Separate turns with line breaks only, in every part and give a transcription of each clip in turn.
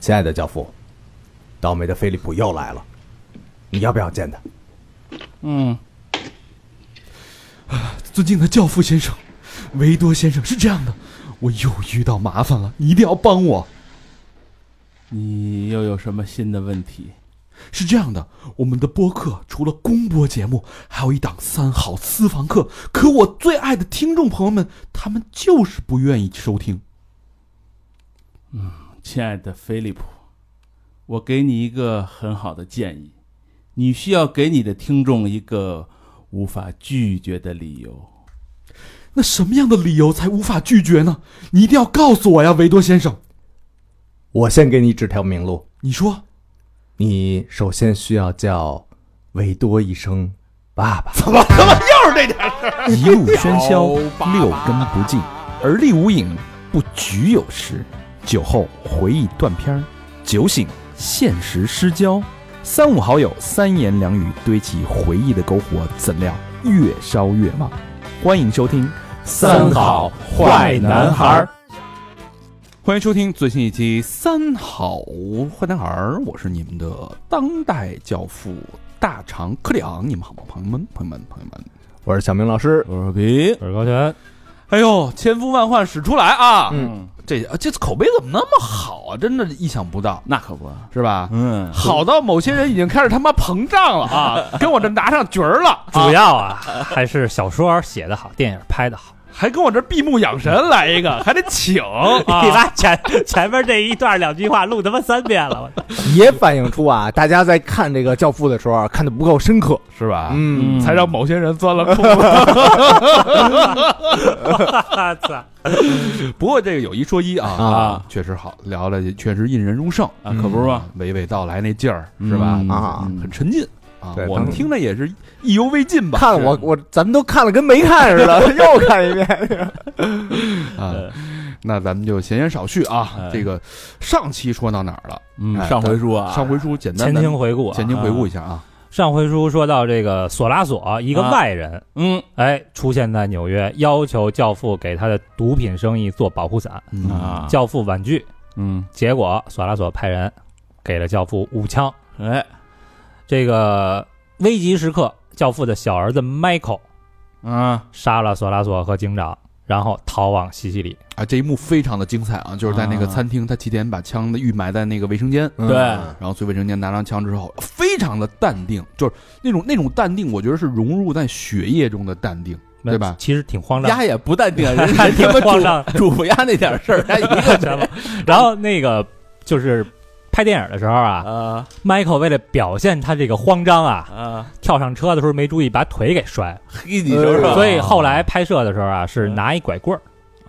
亲爱的教父，倒霉的菲利普又来了，你要不要见他？
嗯，
尊敬的教父先生，维多先生是这样的，我又遇到麻烦了，你一定要帮我。
你又有什么新的问题？
是这样的，我们的播客除了公播节目，还有一档三好私房课。可我最爱的听众朋友们，他们就是不愿意收听。
亲爱的菲利普，我给你一个很好的建议，你需要给你的听众一个无法拒绝的理由。
那什么样的理由才无法拒绝呢？你一定要告诉我呀，维多先生。
我先给你指条明路，
你说，
你首先需要叫维多一声爸爸。
一 路喧嚣，六根不净，而立无影，不局有时。酒后回忆断片儿，酒醒现实失焦。三五好友，三言两语堆起回忆的篝火，怎料越烧越旺。欢迎收听《
三好坏男孩儿》，
欢迎收听最新一期《三好坏男孩儿》，我是你们的当代教父大长克里昂，你们好吗？朋友们，朋友们，朋友们。
我是小明老师，
我说比，
我是高泉，
哎呦，千呼万唤始出来啊！
嗯，
这啊这次口碑怎么那么好啊？真的意想不到，
那可不，
是吧？
嗯，
好到某些人已经开始他妈膨胀了啊， 跟我这拿上角儿了，
主要啊还是小说写得好，电影拍得好。
还跟我这闭目养神来 一个，还得请
你
啊！
把前前面这一段两句话录他妈三遍了，我操！
也反映出啊， 大家在看这个《教父》的时候啊看的不够深刻。
是吧？
嗯，
才让某些人钻了空子。
我操！
不过这个有一说一啊
嗯啊，
确实好，聊了确实引人入胜
啊，可不是吗？
娓娓道来那劲儿是吧？
嗯
啊
嗯
很沉浸啊
对，
我们
当
听着也是意犹未尽吧？
看了我我咱们都看了跟没看似 的，又看一遍。
啊，那咱们就闲言少叙啊
哎。
这个上期说到哪儿了？
嗯，
哎
上回说啊，
上回书简单
前
的
情回顾啊，
前情回顾一下啊。
上回书说到这个索拉索，一个
啊
外人，
嗯
哎，出现在纽约，要求教父给他的毒品生意做保护伞，
嗯
啊，
教父婉拒，
嗯，
结果索拉索派人给了教父五枪。
哎，
这个危急时刻，教父的小儿子 Michael
啊，
杀了索拉索和警长，然后逃往西西里。
啊，这一幕非常的精彩啊！就是在那个
啊
餐厅，他提前把枪的预埋在那个卫生间，
嗯
对
然后去卫生间拿上枪之后，非常的淡定，就是那种那种淡定，我觉得是融入在血液中的淡定，
那
对吧
其实挺慌张
丫，也不淡
啊
定，人家
还挺慌张。
嘱咐丫那点事儿，丫一个
知道吗然后那个就是拍电影的时候啊
啊
，Michael 为了表现他这个慌张啊，
啊，
跳上车的时候没注意把腿给摔了，
嘿，你说说，
啊
所以后来拍摄的时候啊是拿一拐棍儿。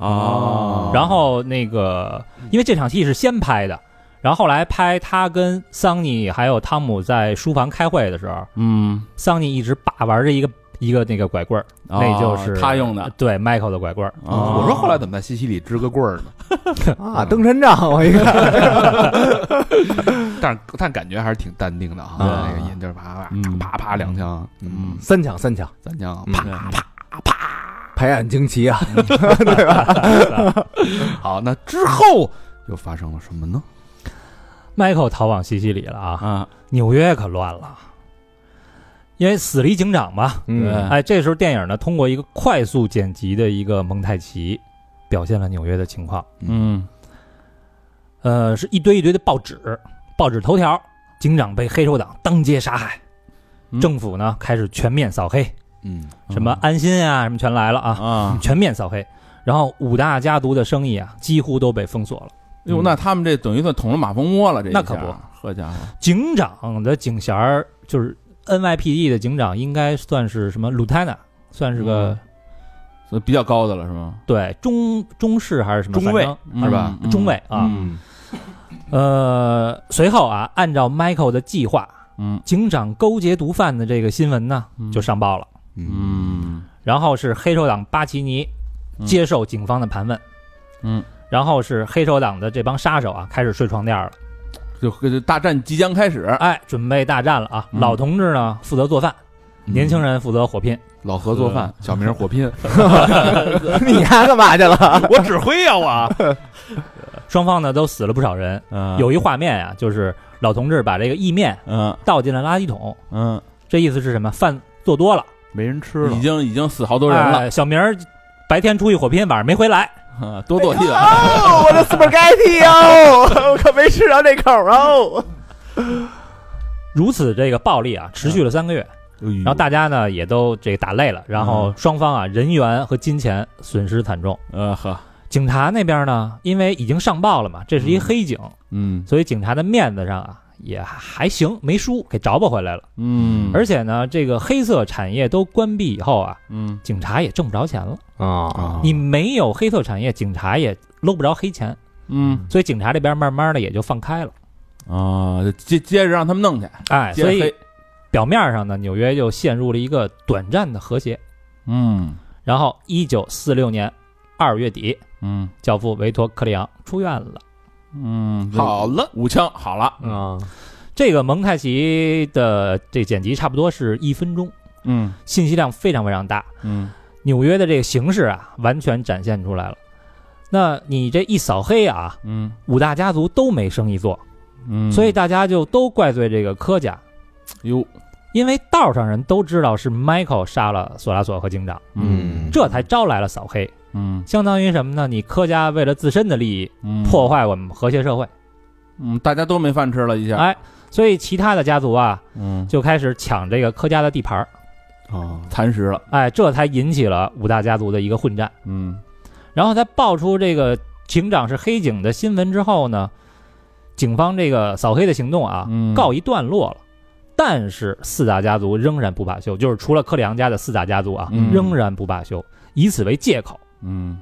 哦
啊，
然后那个，
嗯
因为这场戏是先拍的，然后后来拍他跟桑尼还有汤姆在书房开会的时候，
嗯，
桑尼一直把玩着一个一个那个拐棍儿，那就是
哦他用
啊
的，
对 Michael 的拐棍儿。
啊
我说后来怎么在西西里支个棍儿呢？
啊，登山杖我一 看，
但是但感觉还是挺淡定的啊，
啊
那个音就是啪啪
嗯
啪啪两枪，嗯，
三抢三抢，
三枪，
嗯
啪。
啪，
排案惊奇 啊！
好，那之后又发生了什么呢？
Michael 逃往西西里了啊，
啊，
纽约可乱了，因为死了一警长嘛。
嗯，
对
哎，这时候电影呢，通过一个快速剪辑的一个蒙太奇，表现了纽约的情况。
嗯
呃，是一堆一堆的报纸，报纸头条：警长被黑手党当街杀害，
嗯
政府呢开始全面扫黑，
嗯，
什么安心啊，什么全来了啊，
啊，
全面扫黑。然后五大家族的生意啊，几乎都被封锁了。
哟，那他们这等于算捅了马蜂窝了，这一下
嗯那可不，
好家伙，
警长的警衔儿就是 NYPD 的警长，应该算是什么 lieutenant，算是个、
所以比较高的了是吗？
对中中士还是什么
中尉
反正
嗯
是吧
嗯
中尉啊，
嗯
呃，随后啊，按照 Michael 的计划，
嗯
警长勾结毒贩的这个新闻呢，
嗯
就上报了。
嗯
然后是黑手党巴奇尼
嗯
接受警方的盘问，
嗯，
然后是黑手党的这帮杀手啊开始睡床垫了，
就就大战即将开始，
哎，准备大战了啊！
嗯
老同志呢负责做饭，年轻人负责火拼，
老何做饭，小明火拼，
你丫干嘛去了？
啊
我指挥呀我。
双方呢都死了不少人。
嗯，
有一画面呀、就是老同志把这个意面
嗯
倒进了垃圾桶，
嗯，
这意思是什么？饭做多了，
没人吃了
已，经已经死好多人了，
哎小明儿白天出去火拼，晚上没回来，
啊多做替
哎
了。
哦，我的 spaghetti 哦，我可没吃着这口哦。
如此这个暴力啊，持续了三个月。
嗯哎
然后大家呢也都这个打累了，然后双方啊人员和金钱损失惨重。
呃呵，
警察那边呢，因为已经上报了嘛，这是一黑警，
嗯
所以警察的面子上啊也还行，没输，给找补回来了。
嗯，
而且呢，这个黑色产业都关闭以后啊，
嗯
警察也挣不着钱了。
哦
啊，
你没有黑色产业，警察也搂不着黑钱，
嗯
所以警察这边慢慢的也就放开了。
啊，接接着让他们弄去，
哎，
接着
所以
黑
表面上呢，纽约就陷入了一个短暂的和谐。
嗯
然后，一九四六年二月底，
嗯
教父维托·克里昂出院了。
嗯，
好了，
五枪好了，
啊，
这个蒙太奇的这剪辑差不多是一分钟，
嗯
信息量非常非常大。
嗯
纽约的这个形势啊，完全展现出来了。那你这一扫黑啊，
嗯
五大家族都没生意做，
嗯，
所以大家就都怪罪这个柯家，
哟，
因为道上人都知道是 Michael 杀了索拉索和警长，
嗯
这才招来了扫黑，
嗯
相当于什么呢？你柯家为了自身的利益
嗯
破坏我们和谐社会，
嗯，大家都没饭吃了，一下，
哎，所以其他的家族啊
嗯，
就开始抢这个柯家的地盘儿，
啊，
哦蚕食了，
哎，这才引起了五大家族的一个混战。
嗯
然后在爆出这个警长是黑警的新闻之后呢，警方这个扫黑的行动啊、
嗯
告一段落了。但是四大家族仍然不罢休，就是除了克里昂家的四大家族啊，
嗯
仍然不罢休，以此为借口
嗯，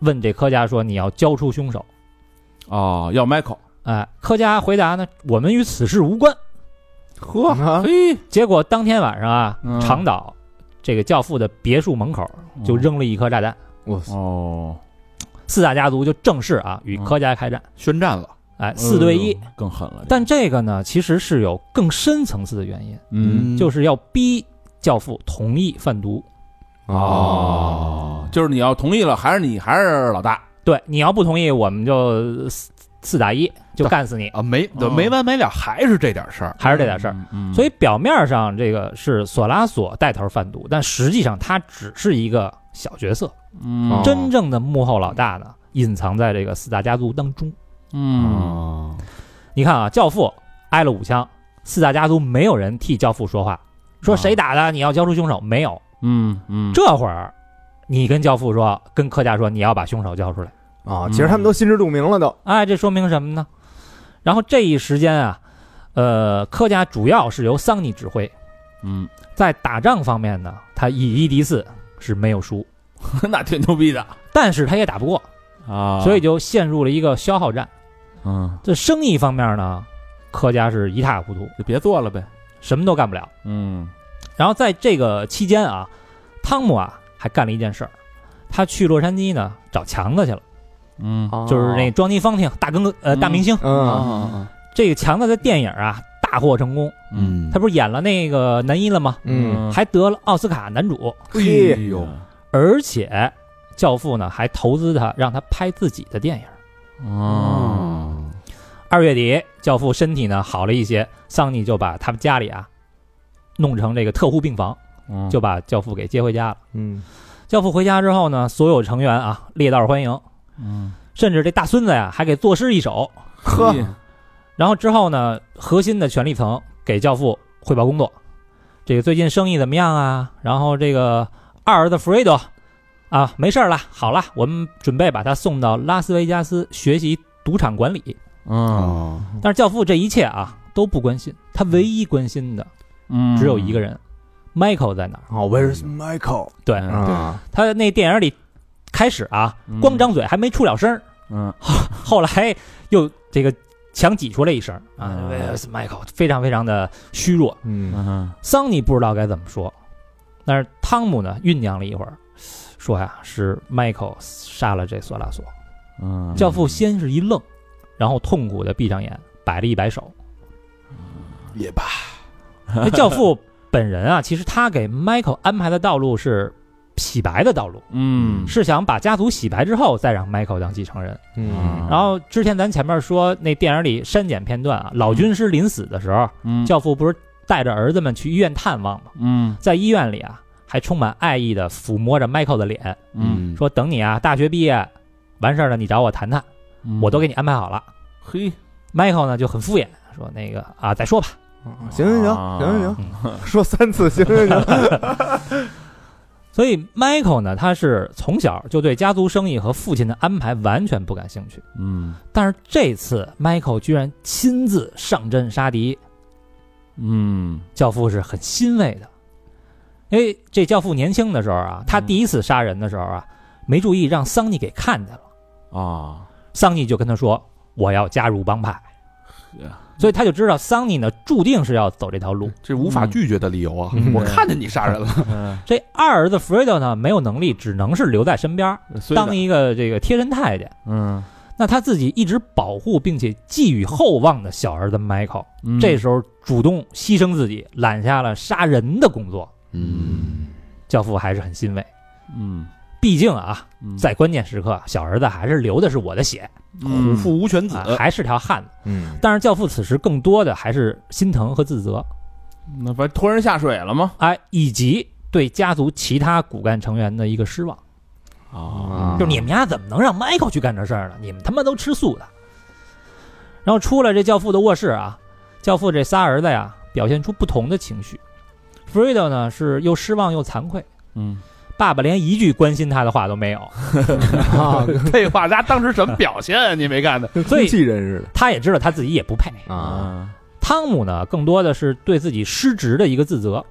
问这柯家说你要交出凶手。
哦，要 Michael，
哎，柯家回答呢，我们与此事无关。
呵，
啊
嘿，
结果当天晚上啊，
嗯
长岛这个教父的别墅门口就扔了一颗炸弹，
我操
哦，
四大家族就正式啊与柯家开战。
宣战了，
哎，四对一，
嗯哎呦更狠了，
但这个呢，其实是有更深层次的原因，
嗯，
就是要逼教父同意贩毒。
嗯
哦，就是你要同意了，还是你还是老大，
对，你要不同意，我们就四四打一，就干死你，
啊，没
哦
没完没了，还是这点事儿，
还是这点事儿。
嗯，
所以表面上这个是索拉索带头贩毒，但实际上他只是一个小角色，
嗯，
哦
真正的幕后老大呢，隐藏在这个四大家族当中。
嗯
你看啊，教父挨了五枪，四大家族没有人替教父说话，说谁打的，你要交出凶手，没有。
嗯嗯，
这会儿，你跟教父说，跟柯家说，你要把凶手交出来。
啊！其实他们都心知肚明了，都
哎，这说明什么呢？然后这一时间啊，呃，柯家主要是由桑尼指挥，
嗯，
在打仗方面呢，他以一敌四是没有输，
那挺牛逼的
但是他也打不过，
啊
所以就陷入了一个消耗战。
嗯，
这生意方面呢，柯家是一塌糊涂，
就别做了呗，
什么都干不了。
嗯
然后在这个期间啊，汤姆啊还干了一件事儿，他去洛杉矶呢找强子去了，
嗯
哦
哦
就是那庄尼方挺大更呃大明星。
嗯
啊，
这个强子的电影啊大获成功，
嗯
他不是演了那个男一了吗？
嗯，
还得了奥斯卡男主，
嘿
哎呦，
而且教父呢还投资他，让他拍自己的电影。
哦，
啊
二月底，教父身体呢好了一些，桑尼就把他们家里啊弄成这个特护病房，
嗯
就把教父给接回家了。
嗯
教父回家之后呢，所有成员啊列道欢迎，
嗯哎
甚至这大孙子呀还给作诗一首。
呵，
然后之后呢，核心的权力层给教父汇报工作，这个最近生意怎么样啊？然后这个二儿子弗瑞德啊，没事儿了，好了，我们准备把他送到拉斯维加斯学习赌场管理。
嗯
啊，
但是教父这一切啊都不关心，他唯一关心的
嗯，
只有一个人、m i c h a e l 在哪儿？
哦，Where's Michael
对、
嗯
啊？
他那电影里开始啊，
嗯
光张嘴还没出了声儿，
嗯
后来又这个强挤出来一声儿啊
嗯
，Where's Michael？非常非常的虚弱。
嗯
嗯
桑尼不知道该怎么说，但是汤姆呢酝酿了一会儿，说呀是 Michael 杀了这索拉索。
嗯，
教父先是一愣，然后痛苦的闭上眼，摆了一摆手。
也罢，
那教父本人啊，其实他给 Michael 安排的道路是洗白的道路，
嗯
是想把家族洗白之后再让 Michael 当继承人。
啊
嗯
然后之前咱前面说那电影里删减片段啊，老军师临死的时候，
嗯
教父不是带着儿子们去医院探望吗？
嗯
在医院里啊，还充满爱意的抚摸着 Michael 的脸，
嗯，
说等你啊，大学毕业完事儿了，你找我谈谈，我都给你安排好了。
嗯嘿，
Michael 呢就很敷衍，说那个啊再说吧。
行行
啊
行行行
嗯
行， 说三次行行行，
所以 Michael 呢，他是从小就对家族生意和父亲的安排完全不感兴趣。
嗯
但是这次 Michael 居然亲自上阵杀敌，
嗯
教父是很欣慰的。因为这教父年轻的时候啊，他第一次杀人的时候啊，没注意让桑尼给看见了。
啊，
桑尼就跟他说：“我要加入帮派。
是”
所以他就知道桑尼呢注定是要走这条路。
这无法拒绝的理由啊！
嗯
我看见你杀人了，
嗯
这二儿子 Fredo 呢没有能力，只能是留在身边，
所以呢
当一个这个贴身太监。
嗯，
那他自己一直保护并且寄予厚望的小儿子 Michael，、
嗯
这时候主动牺牲自己，揽下了杀人的工作。
嗯，
教父还是很欣慰，
嗯
毕竟啊，
嗯
在关键时刻，啊小儿子还是流的是我的血，
嗯
虎父无犬子
啊，还是条汉子。
嗯
但是教父此时更多的还是心疼和自责，
那不是拖人下水了吗？
哎，以及对家族其他骨干成员的一个失望。
啊
就是你们家怎么能让 Michael 去干这事儿呢？你们他妈都吃素的。然后出了这教父的卧室啊，教父这仨儿子呀，表现出不同的情绪。Fredo 呢是又失望又惭愧，
嗯
爸爸连一句关心他的话都没有， 啊
废话，他当时什么表现啊？你没看的？
所以
机器人似
他也知道他自己也不配。
的
嗯
啊，
汤姆呢，更多的是对自己失职的一个自责，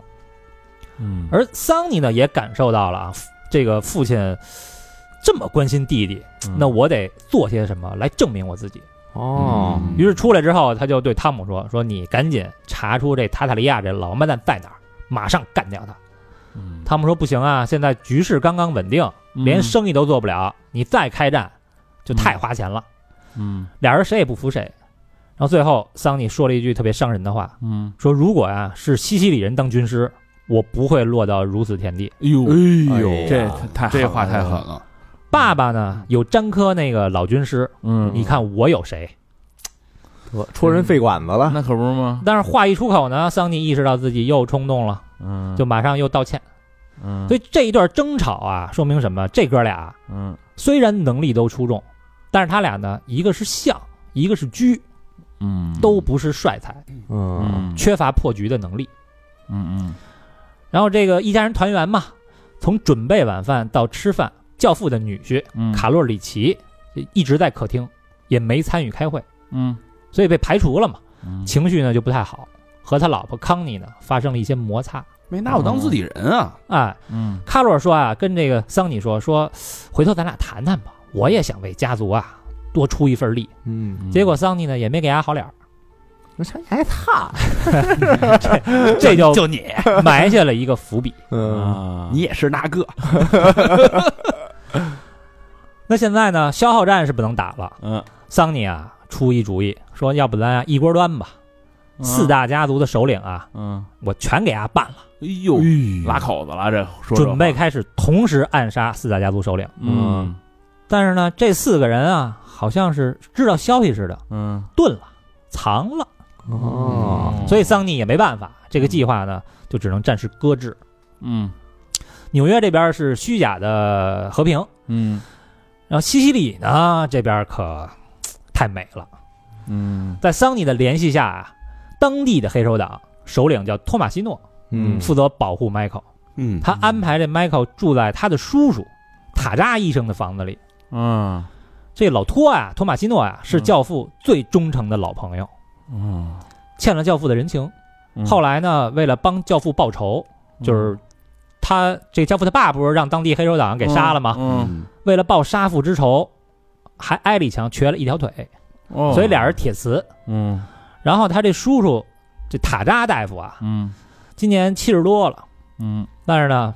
嗯
而桑尼呢也感受到了啊，这个父亲这么关心弟弟，
嗯
那我得做些什么来证明我自己。
哦，
嗯
于是出来之后，他就对汤姆说：“说你赶紧查出这塔塔利亚这老王八蛋在哪儿，马上干掉他。”
嗯
汤姆说：“不行啊，现在局势刚刚稳定，连生意都做不了，你再开战就太花钱了。
嗯
俩人谁也不服谁。然后最后，桑尼说了一句特别伤人的话，
嗯，
说：“如果啊是西西里人当军师，我不会落到如此田地。
哎呦，
嗯
哎
哎
呦，
呀
这太
这话太狠，了，
爸爸呢有詹科那个老军师，
嗯，
你看我有谁？”
得戳人肺管子了，
那可不是吗？
但是话一出口呢，桑尼意识到自己又冲动了，
嗯，
就马上又道歉。
嗯
所以这一段争吵啊，说明什么？这哥俩啊
嗯
虽然能力都出众，但是他俩呢，一个是相，一个是狙，
嗯
都不是帅才，
嗯
嗯
缺乏破局的能力。
嗯
然后这个一家人团圆嘛，从准备晚饭到吃饭，教父的女婿
嗯
卡洛里奇一直在客厅，也没参与开会，
嗯
所以被排除了嘛，
嗯
情绪呢就不太好，和他老婆康妮呢发生了一些摩擦。
没拿我当自己人啊！
哎，
嗯
卡洛尔说啊，跟这个桑尼说说，回头咱俩谈谈吧，我也想为家族啊多出一份力。
嗯，
嗯，
结果桑尼呢也没给他好 脸儿，
我想还他，
这就就你 埋下了一个伏笔。
嗯
啊，
你也是那个，
那现在呢，消耗战是不能打了。
嗯
桑尼啊出一主意，说要不咱啊一锅端吧，四大家族的首领啊，
嗯，
我全给他办了，
哎呦，拉口子了，这说这话
准备开始同时暗杀四大家族首领。
嗯
但是呢，这四个人啊，好像是知道消息似的，
嗯
遁了，藏了。
哦，
嗯
所以桑尼也没办法，这个计划呢就只能暂时搁置。
嗯
纽约这边是虚假的和平，
嗯
然后西西里呢这边可嘖太美了。
嗯
在桑尼的联系下啊，当地的黑手党首领叫托马西诺，
嗯
负责保护 Michael。
嗯，
他安排这 Michael 住在他的叔叔塔扎医生的房子里。
嗯
这老托啊，托马西诺啊，是
嗯
教父最忠诚的老朋友，
嗯，
欠了教父的人情。
嗯
后来呢，为了帮教父报仇，
嗯
就是他这教父他爸不是让当地黑手党给杀了吗？
嗯，
为了报杀父之仇，还挨了一枪，瘸了一条腿，
哦
所以俩人铁磁。
嗯
然后他这叔叔这塔扎大夫啊，
嗯
今年七十多了，
嗯
但是呢，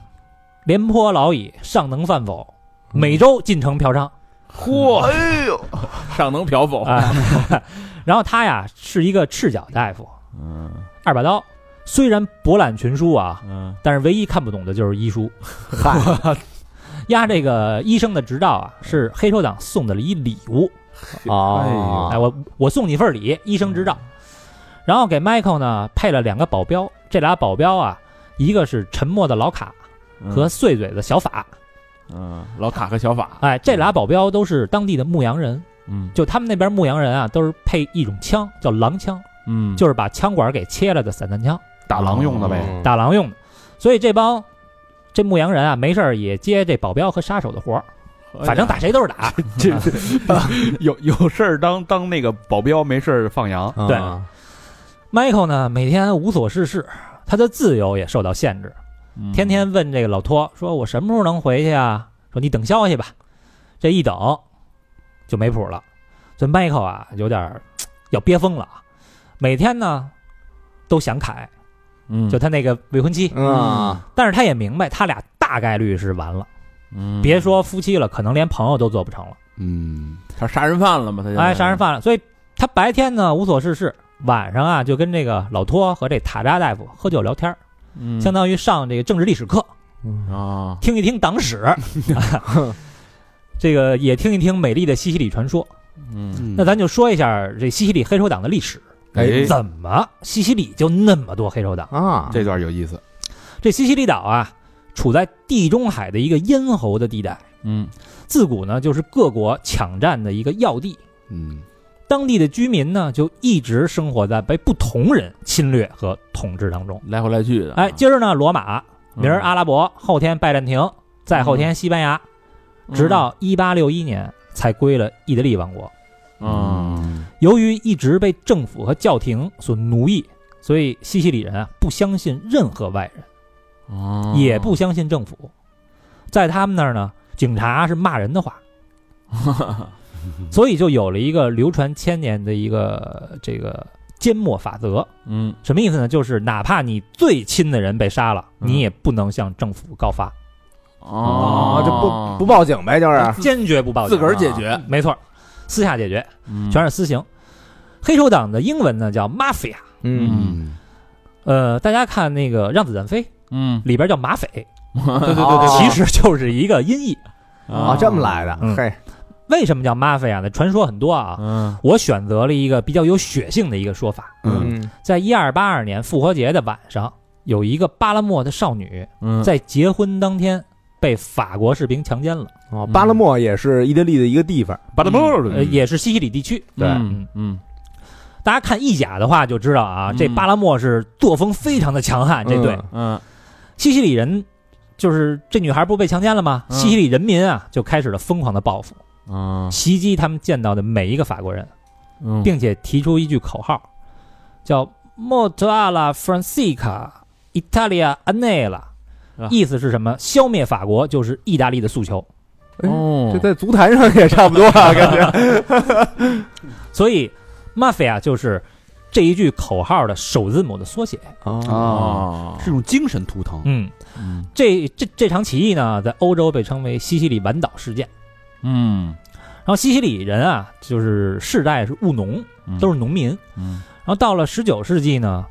廉颇老矣，尚能饭否？
嗯
每周进城嫖娼，
嚯，
哎 呦，
上能漂否？
啊 啊，然后他呀是一个赤脚大夫，
嗯
二把刀，虽然博览群书啊，
嗯
但是唯一看不懂的就是医书。
嗨，
压这个医生的执照啊，是黑手党送的一礼物。
哦
啊
哎，，我我送你份礼，医生执照。然后给 Michael 呢配了两个保镖，这俩保镖啊，一个是沉默的老卡
嗯
和碎嘴的小法。
嗯老卡和小法，
哎，这俩保镖都是当地的牧羊人，
嗯
就他们那边牧羊人啊，都是配一种枪叫狼枪，
嗯
就是把枪管给切了的散弹枪，
打狼用的呗。
嗯
打狼用的。所以这帮这牧羊人啊，没事儿也接这保镖和杀手的活儿，
嗯
反正打谁都是打。
这哎有有事儿当当那个保镖，没事儿放羊。
嗯
对 Michael 呢，每天无所事事，他的自由也受到限制，
嗯
天天问这个老托说：“我什么时候能回去啊？”说：“你等消息吧。”这一等就没谱了，所以 Michael 啊，有点儿要憋疯了啊。每天呢都想凯，
嗯
就他那个未婚妻，
嗯，
但是他也明白他俩大概率是完了，
嗯
别说夫妻了，可能连朋友都做不成了，
嗯，
他杀人犯了嘛，他现在
哎，杀人犯了。所以他白天呢无所事事，晚上啊就跟这个老托和这塔扎大夫喝酒聊天儿。
嗯
相当于上这个政治历史课，嗯
啊
听一听党 史，这个也听一听美丽的西西里传说。
嗯
那咱就说一下这西西里黑手党的历史，
哎
怎么西西里就那么多黑手党？
啊，
嗯这段有意思。
这西西里岛啊，处在地中海的一个咽喉的地带，
嗯
自古呢就是各国抢占的一个要地。
嗯，
当地的居民呢，就一直生活在被不同人侵略和统治当中。
来回来去的，
哎，今儿呢罗马，
嗯
明儿阿啊拉伯，后天拜占庭，再后天西班牙，
嗯
直到一八六一年才归了意大利王国。
嗯
由于一直被政府和教廷所奴役，所以西西里人啊不相信任何外人，
哦
也不相信政府。在他们那儿呢，警察是骂人 的话，所以就有了一个流传千年的一个这个缄默法则。
嗯
什么意思呢？就是哪怕你最亲的人被杀了，
嗯
你也不能向政府告发，
啊，
哦
这不不报警呗，就是
坚决不报
自
警。啊
个儿解决，
没错，私下解决。
嗯
全是私刑。黑手党的英文呢叫 mafia，
嗯，
嗯
呃，大家看那个《让子弹飞》
嗯
里边叫马匪，
对对
对
对
其实就是一个音译。
啊，这么来的，
嗯
嘿，
为什么叫 mafia 呢？传说很多啊。
嗯
我选择了一个比较有血性的一个说法，
嗯，
在一二八二年复活节的晚上，有一个巴拉莫的少女
嗯
在结婚当天被法国士兵强奸了，
哦，巴勒莫也是意大利的一个地方，
巴拉莫
呃，也是西西里地区。
对
嗯嗯
大家看意甲的话就知道啊，这
嗯
巴拉莫是作风非常的强悍，这队
嗯
嗯
西西里人就是这女孩不是被强奸了吗？
嗯
西西里人民啊就开始了疯狂的报复，
嗯
袭击他们见到的每一个法国人，
嗯
并且提出一句口号，叫“莫特阿拉 Francica Italia Anela”，意思是什么？消灭法国就是意大利的诉求。
哦
哎
这在足坛上也差不多啊，感觉，
所以，mafia 就是这一句口号的首字母的缩写。
啊，
哦
是种精神图腾。
嗯，
嗯
这这这场起义呢，在欧洲被称为西西里晚岛事件。
嗯
然后西西里人啊，就是世代是务农，
嗯
都是农民。
嗯
然后到了十九世纪呢，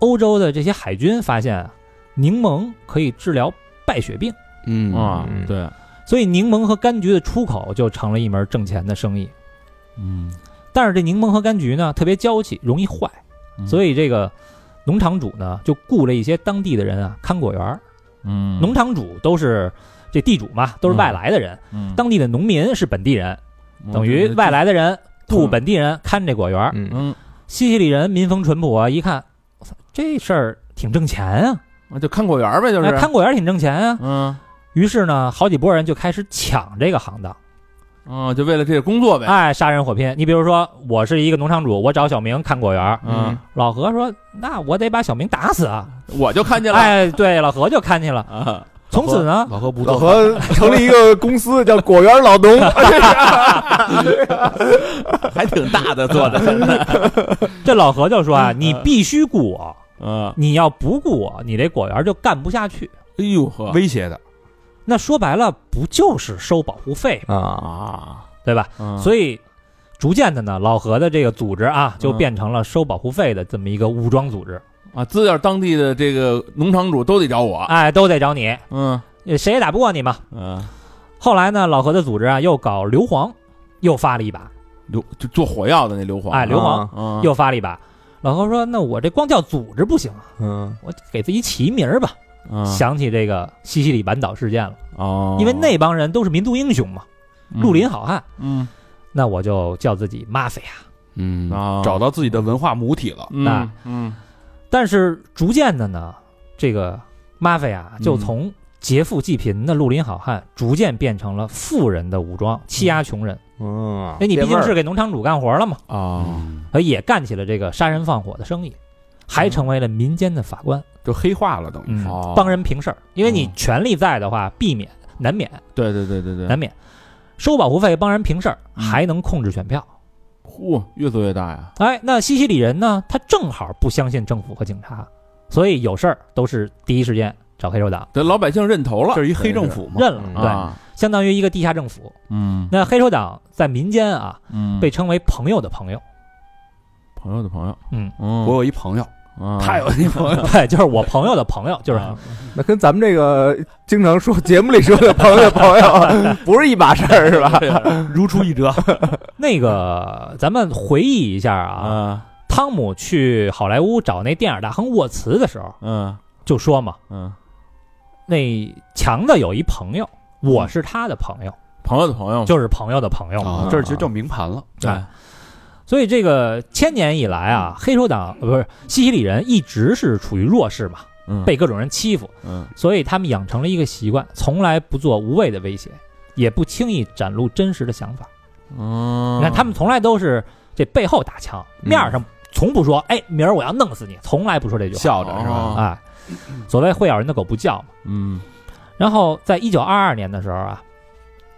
欧洲的这些海军发现啊，柠檬可以治疗败血病，
嗯
啊
嗯
对
所以柠檬和柑橘的出口就成了一门挣钱的生意。
嗯
但是这柠檬和柑橘呢，特别娇气，容易坏，所
以
以这个农场主呢，就雇了一些当地的人啊，看果园儿。
嗯
农场主都是这地主嘛，都是外来的人，
嗯
当地的农民是本地人，等于外来的人雇本地人看这果园儿。
嗯
嗯
西西里人民风淳朴啊，一看，我操，这事儿挺挣钱啊，
啊就看果园呗就
哎
是
看果园挺挣钱啊。
嗯
于是呢，好几拨人就开始抢这个行当，
哦就为了这个工作呗
哎，杀人火拼。你比如说，我是一个农场主，我找小明看果园，
嗯
老何说，那我得把小明打死啊。
我就看见了
哎，对，老何就看见了。
啊
从此呢，
老何不
老何成立一个公司叫果园老 农，
还挺大的做的
这老何就说啊，你必须雇我，
嗯
你要不雇我，你这果园就干不下去。
哎呦呵
威胁的，
那说白了，不就是收保护费吗，
啊，
啊
对吧？
以
所以逐渐的呢，老何的这个组织啊，就
嗯
变成了收保护费的这么一个武装组织。
啊，只要是当地的这个农场主都得找我。
哎，都得找你，
嗯
谁也打不过你嘛。
嗯，
后来呢，老何的组织啊又搞硫磺，又发了一把，
硫就做火药的那硫磺，
哎，硫磺
啊，
又发了一把。老何说：“那我这光叫组织不行啊，
嗯
我给自己起一名儿吧。
啊
想起这个西西里半岛事件了，
哦，
嗯因为那帮人都是民族英雄嘛，绿林好汉。
嗯，
那我就叫自己 mafia。
嗯
啊
找到自己的文化母体了。
嗯
那
嗯
但是逐渐的呢，这个 mafia 就从
嗯
劫富济贫的绿林好汉，逐渐变成了富人的武装，欺压穷
哦
人。
嗯
因为你毕
变味
竟
儿
是给农场主干活了嘛，
啊，
嗯
而也干起了这个杀人放火的生意，
嗯
还成为了民间的法官，
就黑化了，等于
嗯
是。
哦
帮人平事儿。因为你权力在的话，避免难免
对对对对对，
难免收保护费，帮人平事儿，
嗯
还能控制选票。
嚯，越做越大呀，
哎，那西西里人呢，他正好不相信政府和警察，所以有事儿都是第一时间找黑手党
这老百姓认头了，
这是一黑政府嘛，
认了，
嗯
对，
啊，
相当于一个地下政府。
嗯
那黑手党在民间啊，
嗯，
被称为朋友的 朋友，
朋友的朋友，
嗯，
嗯，
我有一朋友，
啊
他有那 朋友，
对，就是我朋友的朋 友，就是
啊
那跟咱们这个经常说节目里说的朋友的朋友不是一码事儿，是吧？
如出一 辙。
那个，咱们回忆一下啊，
啊
汤姆去好莱坞找那电影大亨沃茨的时候，
嗯
就说嘛，
嗯，
那强子有一朋友，
嗯
我是他的朋友，
朋友的朋友，
就是朋友的朋友嘛。
啊，这 就叫明盘了。
对
哎所以这个千年以来
嗯
啊，黑手党呃不是西西里人一直是处于弱势嘛，
嗯
被各种人欺负，
嗯
所以他们养成了一个习惯，从来不做无谓的威胁，也不轻易展露真实的想法。
嗯，
你看，他们从来都是这背后打枪，
嗯
面儿上从不说“哎，明儿我要弄死你”，从来不说这
哦
句话。
笑着是吧？
啊
哎，所谓会咬人的狗不叫嘛。
嗯
然后，在一九二二年的时候啊，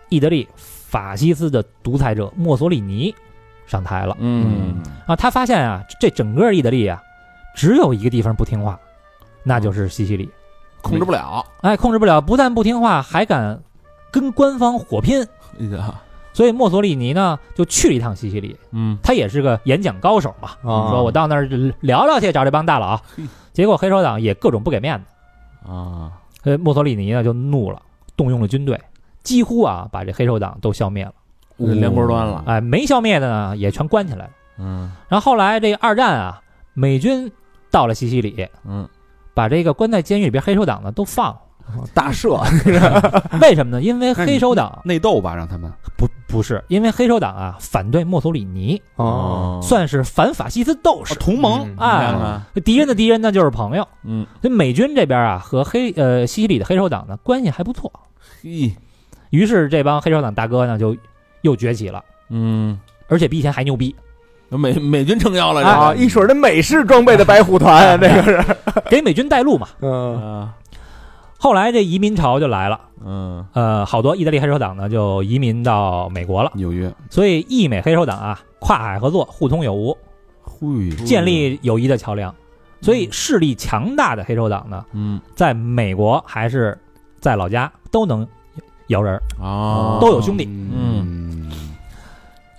意大利法西斯的独裁者墨索里尼上台了
嗯
啊，他发现啊，这整个意大利啊，只有一个地方不听话，那就是西西里。
控制不了，
哎，控制不了，不但不听话，还敢跟官方火拼。
哎呀，
所以墨索里尼呢，就去了一趟西西里。
嗯
他也是个演讲高手嘛，
啊
说我到那儿聊聊去，找这帮大佬啊
嘿。
结果黑手党也各种不给面子，
啊，
呃，墨索里尼呢就怒了，动用了军队，几乎啊把这黑手党都消灭了。
连锅端了，
哎，没消灭的呢也全关起来了。
嗯
然后后来这二战啊，美军到了西西里，
嗯
把这个关在监狱里边黑手党呢都放了。
大赦，
为什么呢？因为
那你
黑手党
内斗吧，让他们
不不是，因为黑手党啊反对墨索里尼，
哦，
算是反法西斯斗士。
啊同盟
嗯
你看
哎，
看，
敌人的敌人呢就是朋友。
嗯
这美军这边啊和黑呃西西里的黑手党呢关系还不错，
嘿，
于是这帮黑手党大哥呢就又崛起了，
嗯，
而且比以前还牛逼，
美美军撑腰了，
啊，一水儿的美式装备的白虎团，啊这个是，
给美军带路嘛。
嗯
啊，
后来这移民潮就来了，
嗯
呃，好多意大利黑手党呢就移民到美国了，
纽约，
所以意美黑手党啊跨海合作，互通有无，
嘿，
建立友谊的桥梁。所以势力强大的黑手党呢，
嗯
在美国还是在老家都能摇人儿，
啊，
都有兄弟
哦嗯，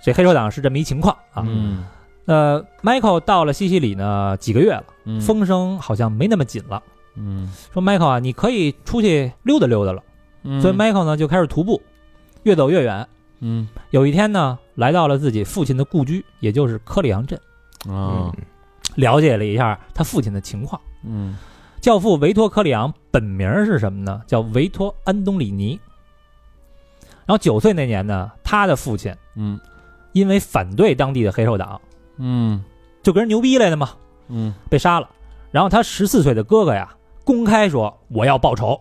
这黑手党是这么一情况啊。
嗯
呃，Michael 到了西西里呢几个月了，
嗯
风声好像没那么紧了。
嗯，
说 Michael 啊，你可以出去溜达溜达了。
嗯
所以 Michael 呢就开始徒步，越走越远。
嗯
有一天呢，来到了自己父亲的故居，也就是科里昂镇，
啊
了解了一下他父亲的情况。
嗯
教父维托·科里昂本名是什么呢？叫维托·安东里尼。然后九岁那年呢，他的父亲
嗯
因为反对当地的黑手党，
嗯
就跟人牛逼来的嘛，
嗯
被杀了。然后他十四岁的哥哥呀，公开说我要报仇。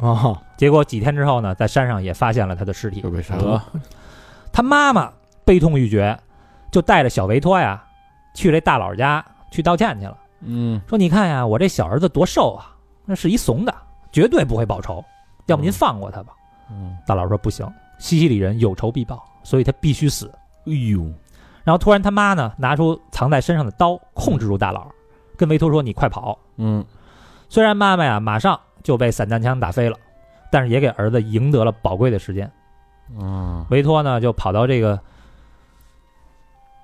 哦，
结果几天之后呢，在山上也发现了他的尸体
又。被杀
得
了。
他妈妈悲痛欲绝，就带着小维托呀，去这大佬家去道歉去了，
嗯
说你看呀，我这小儿子多瘦啊，那是一怂的，绝对不会报仇，要不您放过他吧。
嗯，
大佬说不行，西西里人有仇必报，所以他必须死。
哎呦，
然后突然他妈呢拿出藏在身上的刀，控制住大佬，跟维托说：“你快跑
嗯！”
虽然妈妈呀马上就被散弹枪打飞了，但是也给儿子赢得了宝贵的时间。
啊
维托呢就跑到这个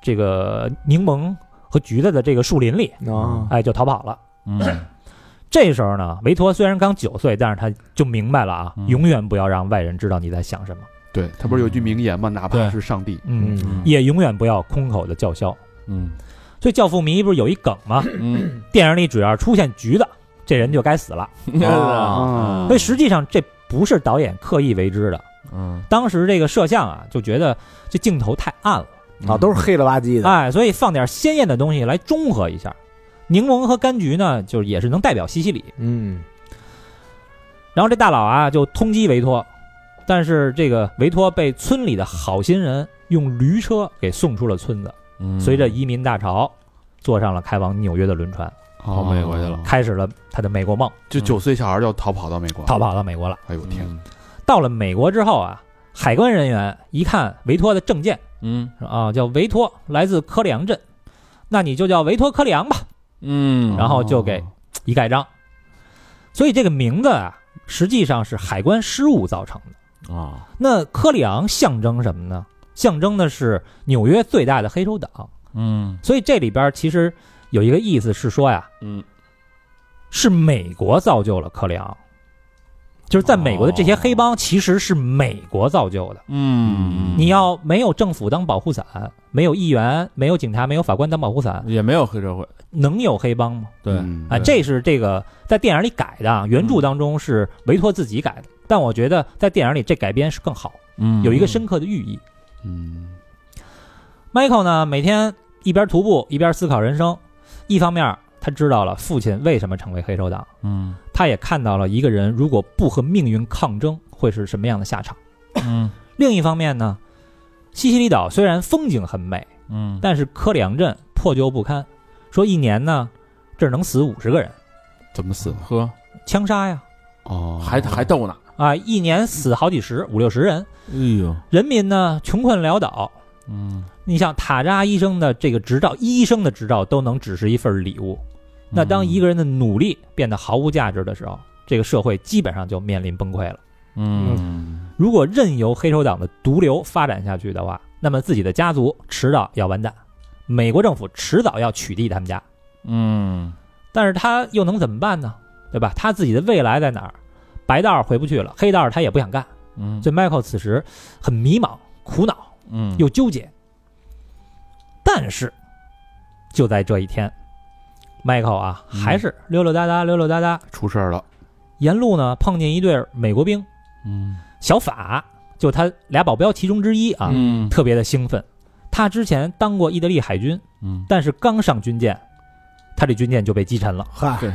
这个柠檬和橘子的这个树林里，
啊，
哎，就逃跑了。
嗯
这时候呢，维托虽然刚九岁，但是他就明白了啊，
嗯
永远不要让外人知道你在想什么，
对他不是有句名言吗？哪怕
对
是上帝，
嗯，
嗯
也永远不要空口的叫嚣。
嗯
所以《教父》迷不是有一梗吗？
嗯，
电影里只要出现橘子，这人就该死了。
啊
所以实际上这不是导演刻意为之的。
嗯
当时这个摄像啊，就觉得这镜头太暗了，
嗯
啊，都是黑了吧唧的，
哎，所以放点鲜艳的东西来中和一下。柠檬和柑橘呢，就是也是能代表西西里。
嗯，
然后这大佬啊就通缉维托，但是这个维托被村里的好心人用驴车给送出了村子，
嗯
随着移民大潮，坐上了开往纽约的轮船，
跑美国去了
开始了他的美国梦，
就
嗯
九岁小孩就逃跑到美国，
逃。跑到美国了。
哎呦天，，
到了美国之后啊，海关人员一看维托的证件
嗯
说啊，叫维托，来自科里昂镇，那你就叫维托科里昂吧，
嗯
然后就给一盖章。所以这个名字啊，实际上是海关失误造成的。
啊
那科里昂象征什么呢？象征的是纽约最大的黑手党。
嗯
所以这里边其实有一个意思是说呀，
嗯
是美国造就了科里昂，就是在美国的这些黑
哦
帮其实是美国造就的。
嗯，
你要没有政府当保护伞，没有议员、没有警察、没有法官当保护伞，
也没有黑社会，
能有黑帮吗？
对
嗯
嗯
啊，这是这个在电影里改的，啊，原著当中是维托自己改的，但我觉得在电影里这改编是更好，
嗯
有一个深刻的寓意。
嗯
Michael 呢，每天一边徒步一边思考人生，一方面他知道了父亲为什么成为黑手党，
嗯
他也看到了一个人如果不和命运抗争会是什么样的下场。
嗯
另一方面呢，西西里岛虽然风景很美，
嗯，
但是科里昂镇破旧不堪，说一年呢这儿能死五十个人，
怎么死的？
喝
枪杀呀
哦，
还还斗呢，
啊，一年死好几十五六十人，
哎呦，
人民呢穷困潦倒。
嗯，
你像塔扎医生的这个执照，医生的执照都能只是一份礼物，那当一个人的努力变得毫无价值的时候，这个社会基本上就面临崩溃了。
嗯
如果任由黑手党的毒瘤发展下去的话，那么自己的家族迟早要完蛋，美国政府迟早要取缔他们家。
嗯
但是他又能怎么办呢？对吧？他自己的未来在哪儿？白道儿回不去了，黑道儿他也不想干。
嗯，
所以 Michael 此时很迷茫、苦恼
嗯
又纠结。但是，就在这一天，Michael 啊，
嗯
还是溜溜达达、溜溜达达，
出事儿了，
沿路呢碰见一对美国兵，
嗯
小法就他俩保镖其中之一啊，
嗯
特别的兴奋。他之前当过意大利海军，
嗯，
但是刚上军舰，他这军舰就被 击沉了，
嗨，
这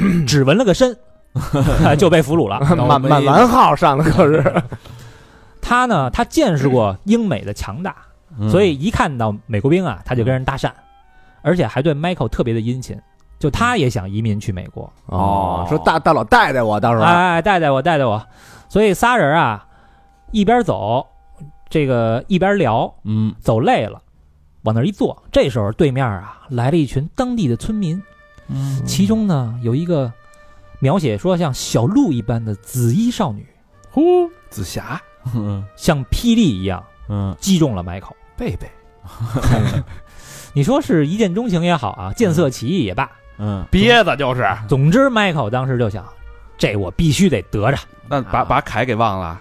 是
只纹了个身 就被俘虏了。
满满完号上的可是，
他呢，他见识过英美的强大，
嗯
嗯
所以一看到美国兵啊，他就跟人搭讪，而且还对 Michael 特别的殷勤，就他也想移民去美国，
哦，说大啊大佬带带我，到时候
哎哎，带带我，带带我。所以仨人啊，一边走，这个一边聊，
嗯
走累了，往那儿一坐。这时候对面啊来了一群当地的村民，
嗯，
其中呢有一个描写说像小鹿一般的紫衣少女，
呼，
紫霞
嗯
像霹雳一样
嗯
击中了 Michael。
贝贝，
你说是一见钟情也好啊，见色起意也罢，
嗯
憋的就是，
总之 Michael 当时就想，这我必须得得着。
那把把凯给忘了，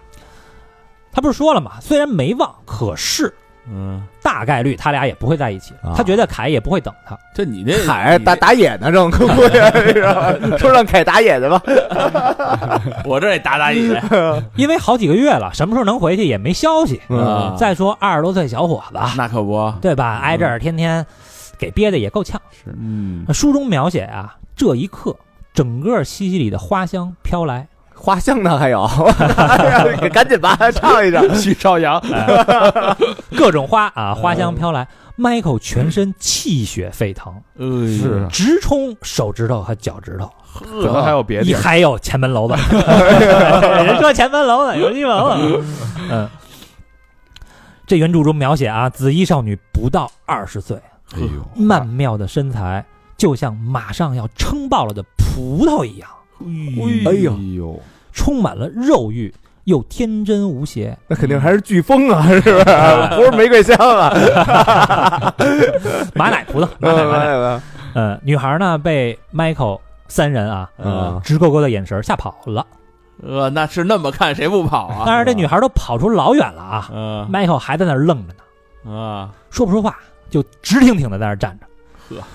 他不是说了吗？虽然没忘，可是
嗯，
大概率他俩也不会在一起了。
啊
他觉得凯也不会等他。
这哎你这
凯打，打野呢，正可不是，说让凯打野去吧，
我这也打打野
因为好几个月了，什么时候能回去也没消息。
嗯
啊，
再说二十多岁小伙子，
那哎可不，
对吧？挨这儿天天给憋的也够呛。
嗯，
书中描写啊，这一刻，整个西西里的花香飘来，
花香呢还有， 赶紧吧，唱一唱，
许朝阳，
各种花啊，花香飘来。Michael 全身气血沸腾，
是啊
直冲手指头和脚趾头。
可能还有别
你
的，
还有前门 楼子，人说前门楼子有新闻了。嗯，这原著中描写啊，紫衣少女不到二十岁，
哎呦，
曼妙的身材就像马上要撑爆了的葡萄一样，
哎
呦
呦，
哎呦，
充满了肉欲，又天真无邪。
那肯定还是飓风啊， 是不是？不是玫瑰香啊，
哎
马奶葡萄，马奶马奶。
嗯
呃，女孩呢被 Michael 三人啊
嗯
啊
直勾勾的眼神吓跑了，
呃，那是那么看谁不跑啊？
当然这女孩都跑出老远了啊
嗯
，Michael 还在那儿愣着呢，
啊，
说不出话，就直挺挺的在那儿站着。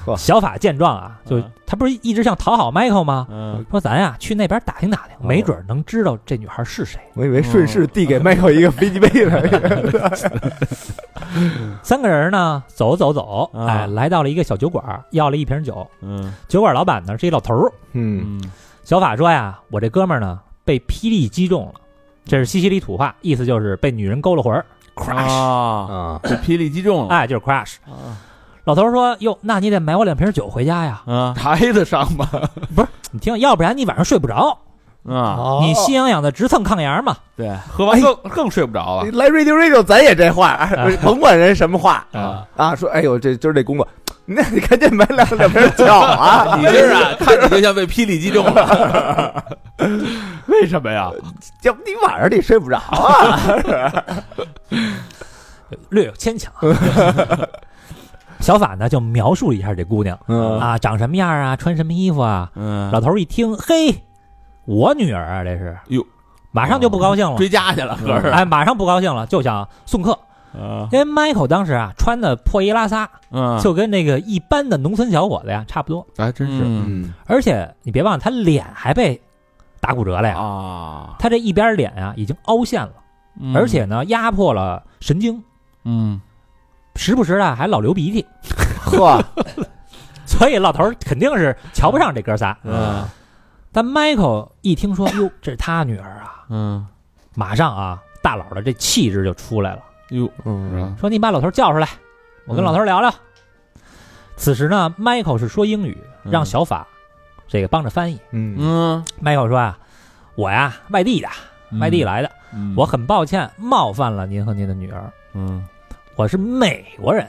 呵
小法见状啊，就
嗯
他不是一直想讨好 Michael 吗？
嗯，
说咱呀去那边打听打听，
哦
没准能知道这女孩是谁。
我以为顺势递给 Michael 一个飞机杯呢。
三个人呢走走走，
啊
哎，来到了一个小酒馆，要了一瓶酒。
嗯
酒馆老板呢是一老头儿。
嗯，
嗯
小法说呀，我这哥们儿呢被霹雳击中了，这是西西里土话，意思就是被女人勾了魂儿，
啊，
啊，
被霹雳击中了
哎，就是 crash。
哦啊
老头儿说，哟，那你得买我两瓶酒回家呀，
啊
抬得上吧？
你听，要不然你晚上睡不着，
啊！
你心痒痒的直蹭炕沿儿嘛。
对
喝完更更睡不着了。
来 radio radio，咱也这话，甭管人什么话
啊，
啊，说哎呦，这今儿这工作，那你赶紧买两两瓶酒啊！
你这啊，看着就像被霹雳击中了。
为什么呀？
要不你晚上你睡不着啊？
略有牵强、啊。 小法呢就描述了一下这姑娘、
嗯
啊，长什么样啊，穿什么衣服啊。
嗯，
老头儿一听，嘿，我女儿啊，这是
哟，哦
马上就不高兴了。
追家去了，合着
哎，马上不高兴了，就想送客。
啊
因为 Michael 当时啊穿的破衣拉撒，
嗯，
嗯就跟那个一般的农村小伙子呀差不多。
哎，真是
嗯
嗯
而且你别忘了，他脸还被打骨折了呀，
啊，
他这一边脸啊已经凹陷了，
嗯
而且呢压迫了神经，
嗯
时不时的还老流鼻涕。
呵，
所以老头儿肯定是瞧不上这哥仨。啊
嗯
但 Michael 一听说，哟，这是他女儿啊，
嗯，
马上啊，大佬的这气质就出来了，
哟，
是吧
嗯，
说你把老头儿叫出来，
嗯
我跟老头儿聊聊。此时呢，Michael 是说英语，
嗯
让小法这个帮着翻译。
嗯
嗯，
Michael 说啊，我呀外地的，外地来的，
嗯，
我很抱歉冒犯了您和您的女儿，
嗯
我是美国人，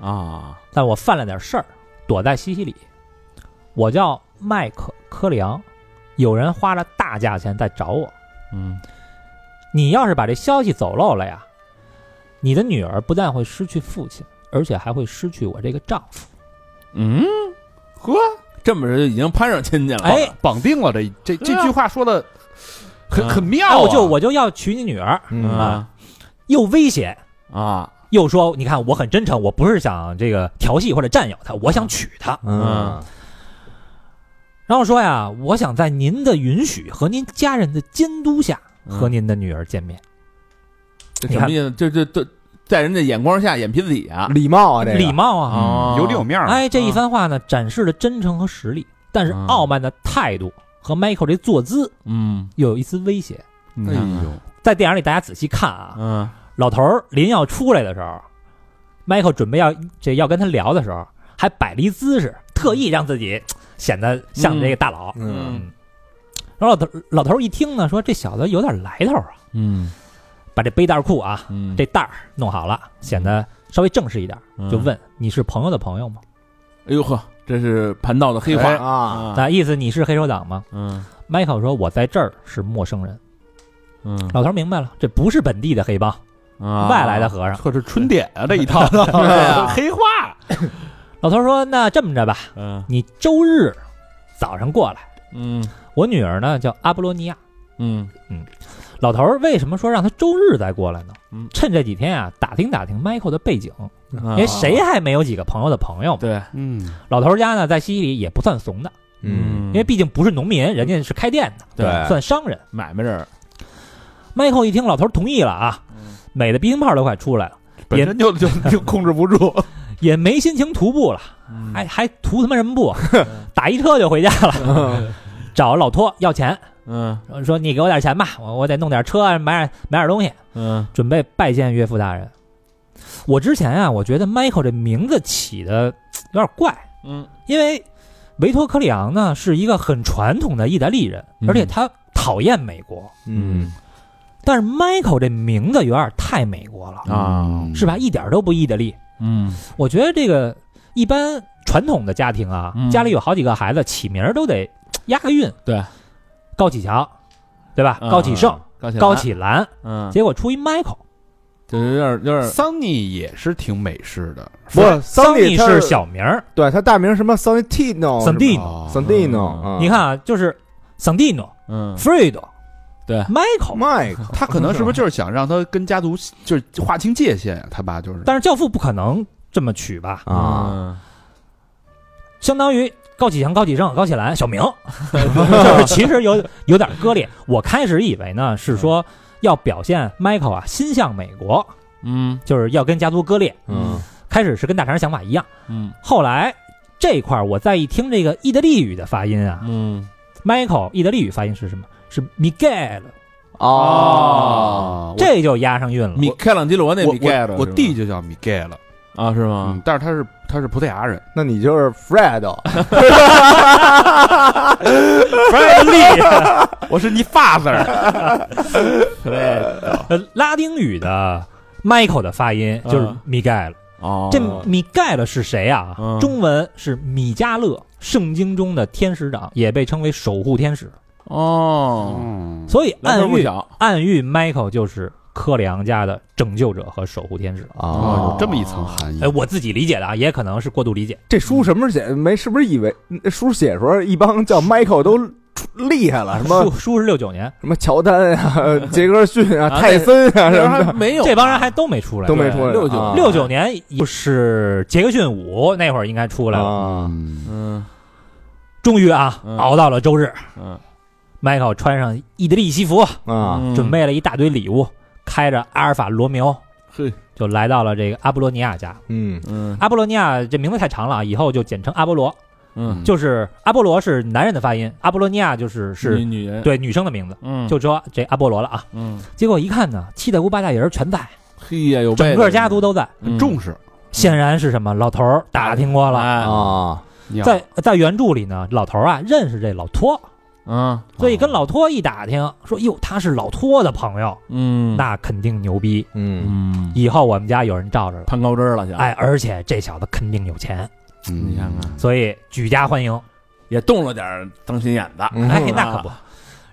啊，
但我犯了点事儿，躲在西西里。我叫麦克科里昂，有人花了大价钱在找我。
嗯
你要是把这消息走漏了呀，你的女儿不但会失去父亲，而且还会失去我这个丈夫。
嗯，呵，这么着就已经攀上亲戚了，啊
哎，
嗯绑定了这这这句话说的很
嗯
很妙
哎
啊，
我就我就要娶你女儿，
嗯
啊
又威胁
啊，
又说，你看我很真诚，我不是想这个调戏或者占有她，我想娶她。
嗯
然后说呀，我想在您的允许和您家人的监督下，和您的女儿见面。
这什么意思？这这这，在人家眼光下，眼皮子底下
礼貌
哦
啊，这个
礼貌啊，
啊，
嗯有里有面儿。
哎，这一番话呢，展示了真诚和实力，但是
嗯
傲慢的态度和 Michael 这坐姿
嗯，
又有一丝威胁。
你
哎
看看，
呦，
在电影里，大家仔细看啊，
嗯
老头儿临要出来的时候，Michael 准备要这要跟他聊的时候，还摆了一姿势，特意让自己嘖显得像这个大佬。
嗯
然后老头老头儿一听呢，说这小子有点来头啊，
嗯
把这背带裤啊
嗯，
这带儿弄好了，显得稍微正式一点，就问你是朋友的朋友吗？
哎呦呵，这是盘道的黑
哎
话
啊，
啊，
那意思你是黑手党吗
嗯
？Michael 说：“我在这儿是陌生人。”
嗯
老头儿明白了，这不是本地的黑帮，
啊，
外来的和尚。
这是春点啊，这一套 黑话。
老头儿说：“那这么着吧，
嗯
你周日早上过来，
嗯
我女儿呢叫阿波罗尼亚。
嗯
老头儿为什么说让她周日再过来呢？
嗯
趁这几天啊，打听打听 Michael 的背景，因
嗯，
为谁还没有几个朋友的朋友嘛。
对，
嗯，
老头儿家呢在西西里也不算怂的，
嗯
因为毕竟不是农民，人家是开店的，
对
算商人。
买卖人，
Michael 一听老头儿同意了啊，
嗯
美的鼻涕泡都快出来了，
本身就就就控制不住，
也没心情徒步了。
嗯
还还图他妈什么不？打一车就回家了， 找老托要钱，
嗯
说你给我点钱吧，我我得弄点车，啊买点买点东西，
嗯
准备拜见岳父大人。我之前啊，我觉得 Michael 这名字起的有点怪，
嗯
因为维托克里昂呢是一个很传统的意大利人，
嗯
而且他讨厌美国，
嗯
但是 Michael 这名字有点太美国了，
啊
嗯
是吧？一点都不意大利。
嗯
我觉得这个一般传统的家庭啊，
嗯
家里有好几个孩子，起名儿都得押个韵。
对，
高启强，对吧？
嗯
高启盛、
高启
高
起，
启兰，
嗯，
结果出一 Michael，
就是有点有点
桑尼也是挺美式的，
不
桑尼
尼他
是小名儿，
对他大名什么 Santino 是吧
Santino
哦
Santino，啊
你看啊，就是桑蒂诺、
嗯，
弗瑞德、
对，
Michael，
Mike
他可能是不是就是想让他跟家族就是划清界限呀？他爸就是，
但是教父不可能这么取吧？
啊，
相当于高启强、高启正、高启兰、小 明，就是其实有有点割裂。我开始以为呢是说要表现 Michael 啊心向美国，
嗯
就是要跟家族割裂。
嗯，
开始是跟大肠想法一样，
嗯
后来这块儿我再一听这个意大利语的发音啊
嗯，
，Michael 意大利语发音是什么？是 Miguel，
哦，
我
这就押上韵了。
米开朗基罗那
啊我
米盖了，
我我
是吧
弟就叫米盖了，
啊是吗
嗯？，但是他是他是葡萄牙人，
那你就是 Fred，哦
嗯
我是你 father，
对，
呃，拉丁语的 Michael 的发音就是
嗯
Miguel，、
哦，
这米盖勒是谁啊？
嗯
中文是米迦勒，圣经中的天使长，也被称为守护天使。
哦，
嗯，
所以
来头
暗
嗯不
喻
小，
暗喻 Michael 就是科里昂家的拯救者和守护天
嗯
使。
哦，
哦
有这么一层含义
哎，，我自己理解的啊，也可能是过度理解。
这书什么时候写？没是不是以为那书写的时候一帮叫 Michael 都出厉害啊了，什
书
么
书是六九年，
什么乔丹啊、杰克逊啊、
啊
泰森啊
那时
什
候
么
还
的，
没有
这帮人还都没出来。
啊都没出来。
对69
啊
六九年就是杰克逊五那会儿应该出来了。
啊，
嗯
嗯
终于啊，
嗯
熬到了周日
嗯
，Michael 穿上意大利西服，
啊，
准备了一大堆礼物，开着阿尔法罗密欧
嘿，
就来到了这个阿波罗尼亚家。
嗯
嗯
阿波罗尼亚这名字太长了啊，以后就简称阿波罗。
嗯
就是阿波罗是男人的发音，阿波罗尼亚就是
女
是
女人，
对女生的名字，
嗯
就说这阿波罗了啊。
嗯，
结果一看呢，七大姑八大姨儿全在，
嘿呀，有
整个家族都在，
嗯
嗯
很嗯重视，
显然是什么老头儿打听过
了，
了。
啊，
哦
你要
在呃在原著里呢，老头儿啊认识这老托，
嗯
所以跟老托一打听，说哟他是老托的朋友，
嗯
那肯定牛逼，
嗯
嗯
以后我们家有人罩着了。
攀高枝儿了，就
哎，，而且这小子肯定有钱，
嗯
你看看
所以举家欢迎。
也动了点儿当心眼子
哎
嗯，
那可不。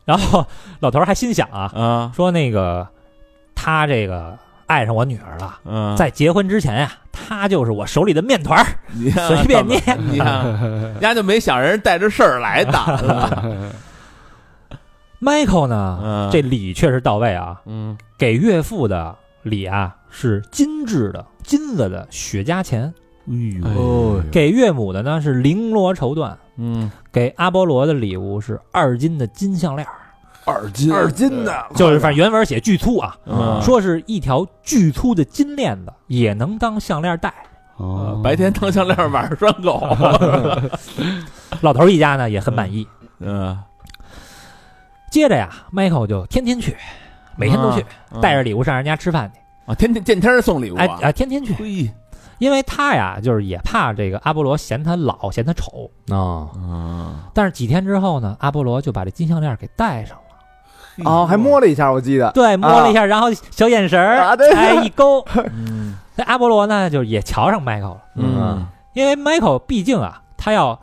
然后老头儿还心想啊，
啊
说那个他这个爱上我女儿了，
嗯，
在结婚之前呀、他就是我手里的面团儿，
你看
随便捏。
你 看，人家就没想人带着事儿来 的，
Michael 呢，
嗯，
这礼确实到位啊，
嗯
给岳父的礼啊是金制的金子的雪茄钱，
哎
哦
给岳母的呢是绫罗绸缎，
嗯，
给阿波罗的礼物是二斤的金项链儿，
二斤
二斤的，
就是反正原文写巨粗啊，
嗯
说是一条巨粗的金链子也能当项链戴。
呃
哦
白天当项链，晚上拴 狗，
老头儿一家呢也很满意。
嗯，
接着呀，Michael 就天天去，每天都去，带着礼物上人家吃饭去。
啊，天天见天儿送礼物
哎
啊，
啊，天天去，
嘿，
因为他呀就是也怕这个阿波罗嫌他老嫌他丑。
哦
啊，
啊，
但是几天之后呢，阿波罗就把这金项链给戴上了，啊
哦，还摸了一下，我记得
对，摸了一下，然后小眼神儿，
啊对
哎一勾，
嗯
那阿波罗呢就也瞧上 Michael 了，
嗯
因为 Michael 毕竟啊，他要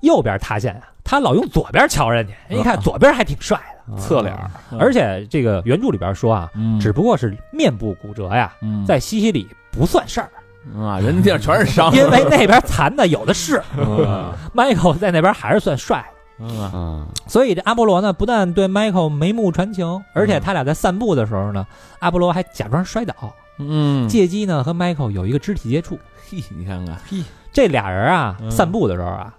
右边塌陷啊，他老用左边瞧人家，人一看左边还挺帅的，
侧脸儿，
嗯
而且这个原著里边说啊，
嗯
只不过是面部骨折呀，
嗯
在西西里不算事儿，
啊，人家地上全是伤，
因为那边残的有的 是。
嗯
Michael 在那边还是算帅的，
嗯
嗯，
所以这阿波罗呢，不但对 Michael 眉目传
嗯
情，而且他俩在散步的时候呢，阿波罗还假装摔倒，
嗯，
借机呢和 Michael 有一个肢体接触。
嘿，你看看，嘿，
这俩人啊，
嗯
散步的时候啊，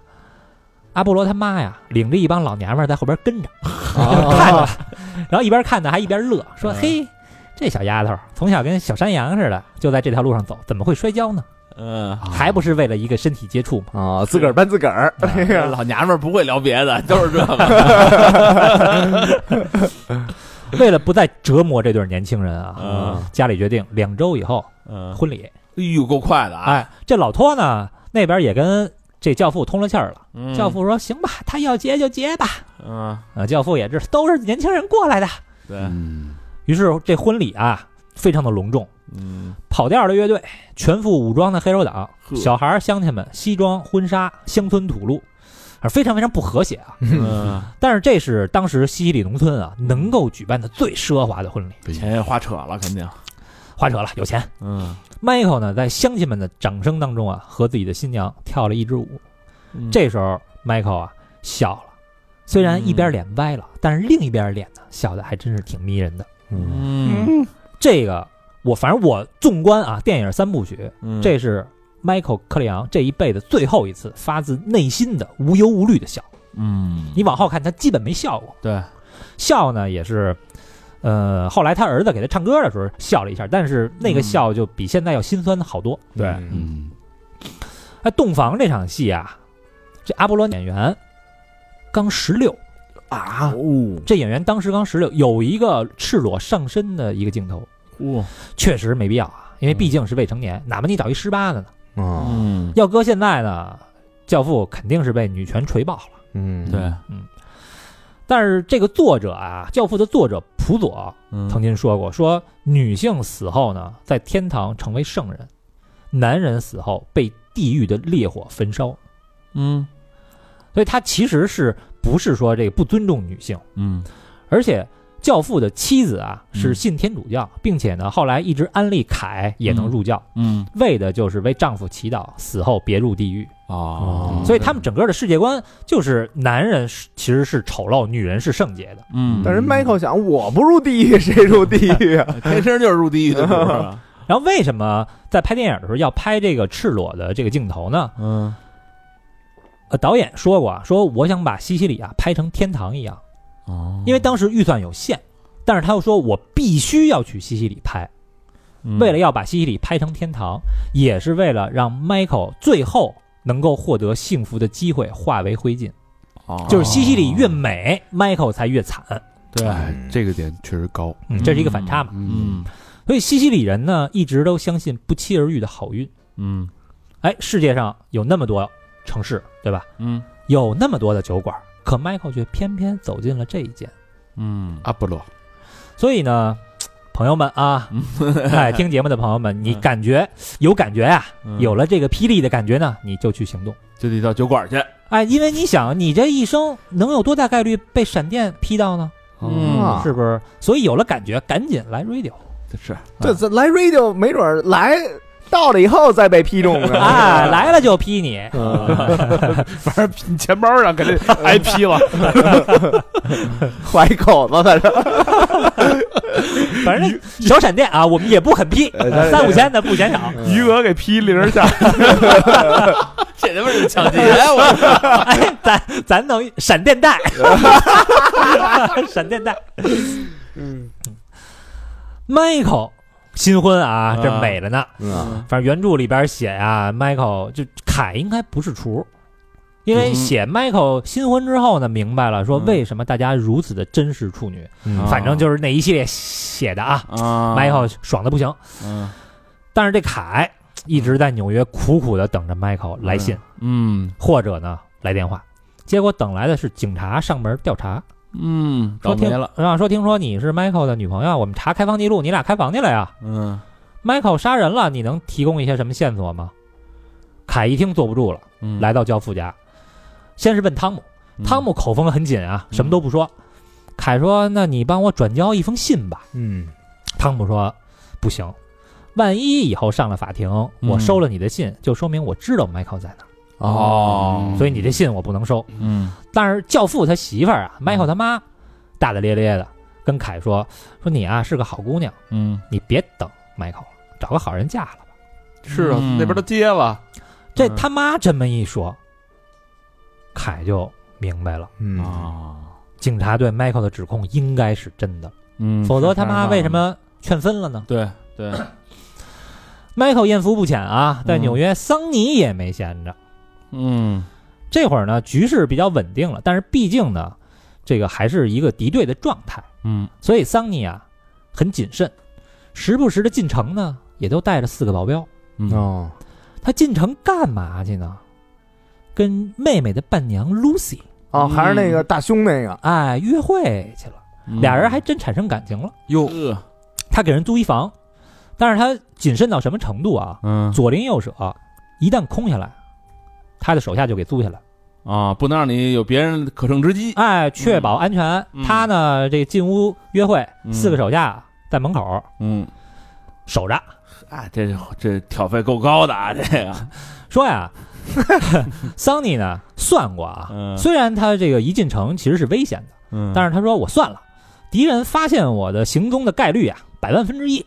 阿波罗他妈呀，领着一帮老娘们儿在后边跟着，看
哦
着， 然后一边看呢还一边乐，说：“
哦嗯
嘿，这小丫头从小跟小山羊似的，就在这条路上走，怎么会摔跤呢？
嗯，
还不是为了一个身体 接触吗？”
哦
啊，自个儿搬自个儿，
老娘们儿不会聊别的， 都是这个，
为了不再折磨这对年轻人啊，
嗯
家里决定两周以后
嗯，
婚礼。
哎呦，够快的啊！
哎，这老托呢那边也跟这教父通了气儿了。
嗯
教，父说：“行吧，他要结就结吧。
嗯，”
啊，教父也知道都是年轻人过来的。
对，
嗯
于是这婚礼啊，非常的隆重。
嗯，
跑调的乐队，全副武装的黑手党，
呵
小孩儿乡亲们西装婚纱，乡村土路，啊，非常非常不和谐啊。
嗯，
但是这是当时西西里农村啊能够举办的最奢华的婚礼。
钱也花扯了，肯定。
花扯了，有钱。
嗯，
Michael 呢，在乡亲们的掌声当中啊，和自己的新娘跳了一支舞。这时候，Michael 啊笑了，虽然一边脸歪了，但是另一边脸呢，笑的还真是挺迷人的。
嗯
嗯
这个我反正我纵观啊，电影三部曲，
嗯，
这是 Michael 克里昂这一辈子最后一次发自内心的无忧无虑的笑。
嗯，
你往后看，他基本没笑过。
对，
笑呢也是，呃，后来他儿子给他唱歌的时候笑了一下，但是那个笑就比现在要心酸的好多。
对，
嗯，
哎，洞房这场戏啊，这阿波罗演员刚十六，
啊，哦，
这演员当时刚十六，有一个赤裸上身的一个镜头，
哇，
确实没必要啊，因为毕竟是未成年，哪怕你找一十八的呢。
啊，
嗯，
要搁现在呢，教父肯定是被女权锤爆了。
嗯，
对，
但是这个作者啊，教父的作者普佐
嗯
曾经说过，说女性死后呢，在天堂成为圣人，男人死后被地狱的烈火焚烧。
嗯
所以他其实是不是说这个不尊重女性？
嗯
而且教父的妻子啊
嗯
是信天主教，并且呢后来一直安利凯也能入教，
嗯，
为的就是为丈夫祈祷，死后别入地狱。
哦，
所以他们整个的世界观就是男人是其实是丑陋，女人是圣洁的。
嗯，
但是 Michael 想，我不入地狱，谁入地狱啊？
天生就是入地狱的
嗯
故事啊，
然后为什么在拍电影的时候要拍这个赤裸的这个镜头呢？
嗯
呃，导演说过啊，说我想把西西里啊拍成天堂一样，
哦，
因为当时预算有限，但是他又说我必须要去西西里拍，
嗯
嗯
为了要把西西里拍成天堂，也是为了让 Michael 最后能够获得幸福的机会化为灰烬。
哦
就是西西里越美，Michael 才越惨，
对，
哎，这个点确实高，
嗯，这是一个反差嘛。
嗯
嗯
所以西西里人呢，一直都相信不期而遇的好运。
嗯
哎，世界上有那么多城市，对吧？
嗯
有那么多的酒馆，可 Michael 却偏偏走进了这一间。
嗯
阿波罗，
所以呢，朋友们啊，哎，听节目的朋友们，你感觉有感觉啊，
嗯
嗯
有了这个霹雳的感觉呢，你就去行动。
就得到酒馆去，
哎，因为你想，你这一生能有多大概率被闪电劈到呢？
啊
是不是？所以有了感觉，赶紧来 radio
是
对，这来 radio 没准儿来到了以后再被劈中呢。
啊，来了就劈你。
反正你钱包上肯定挨批了。
怀一口子，反正
反正小闪电啊，我们也不很劈，三五千的不嫌
嗯
少。
余额给批零下，
这他妈是抢劫！我
哎，咱咱能闪电贷，闪电贷。嗯，Michael 新婚啊，这美着呢。
嗯
反正原著里边写呀、m i c h a e l 就凯应该不是
嗯
厨，因为写 Michael 新婚之后呢，明白了
嗯
说为什么大家如此的珍视处女，
嗯
反正就是那一系列写的啊
啊
Michael 爽的不行。
嗯
但是这凯一直在纽约苦苦的等着 Michael 来信，
嗯
或者呢来电话，结果等来的是警察上门调查，
嗯，
说
倒霉
听
了，
啊，说听说你是 Michael 的女朋友，我们查开房记录，你俩开房去了呀
嗯
？Michael 杀人了，你能提供一些什么线索吗？凯一听坐不住了，
嗯，
来到教父家，先是问汤姆，汤姆口风很紧啊，
嗯
什么都不说。凯说：“那你帮我转交一封信吧。
嗯”
汤姆说：“不行，万一以后上了法庭，我
嗯
收了你的信，就说明我知道 Michael 在哪儿，
哦，
所以你这信我不能收。”
嗯
但是教父他媳妇儿啊，Michael 他妈，大大咧咧的跟凯说：“说你啊是个好姑娘，
嗯
你别等 Michael 了，找个好人嫁了吧。
是啊
嗯，
那边都接了，”
这
嗯
他妈这么一说，凯就明白了，
嗯
啊
警察对 Michael 的指控应该是真的，
嗯，
否则他妈为什么劝分了呢
对对
？Michael 艳福不浅啊，在
嗯
纽约桑尼也没闲着。
嗯
这会儿呢，局势比较稳定了，但是毕竟呢，这个还是一个敌对的状态。
嗯
所以桑尼啊很谨慎，时不时的进城呢也都带着四个保镖。
嗯
哦，
他进城干嘛去呢？跟妹妹的伴娘 Lucy
哦，还是那个大胸那个，
哎约会去了，
嗯
俩人还真嗯产生感情了。
哟，
呃
他给人租一房，但是他谨慎到什么程度啊？
嗯
左邻右舍一旦空下来，他的手下就给租下来，
啊，不能让你有别人可乘之机，
哎，确保安全。
嗯
他呢这进屋约会，
嗯
四个手下在门口，
嗯
守着，
啊，这这挑费够高的啊，这 个，
说呀， 桑尼呢算过啊，
嗯
虽然他这个一进城其实是危险的，
嗯，
但是他说我算了，敌人发现我的行踪的概率啊，百万分之一。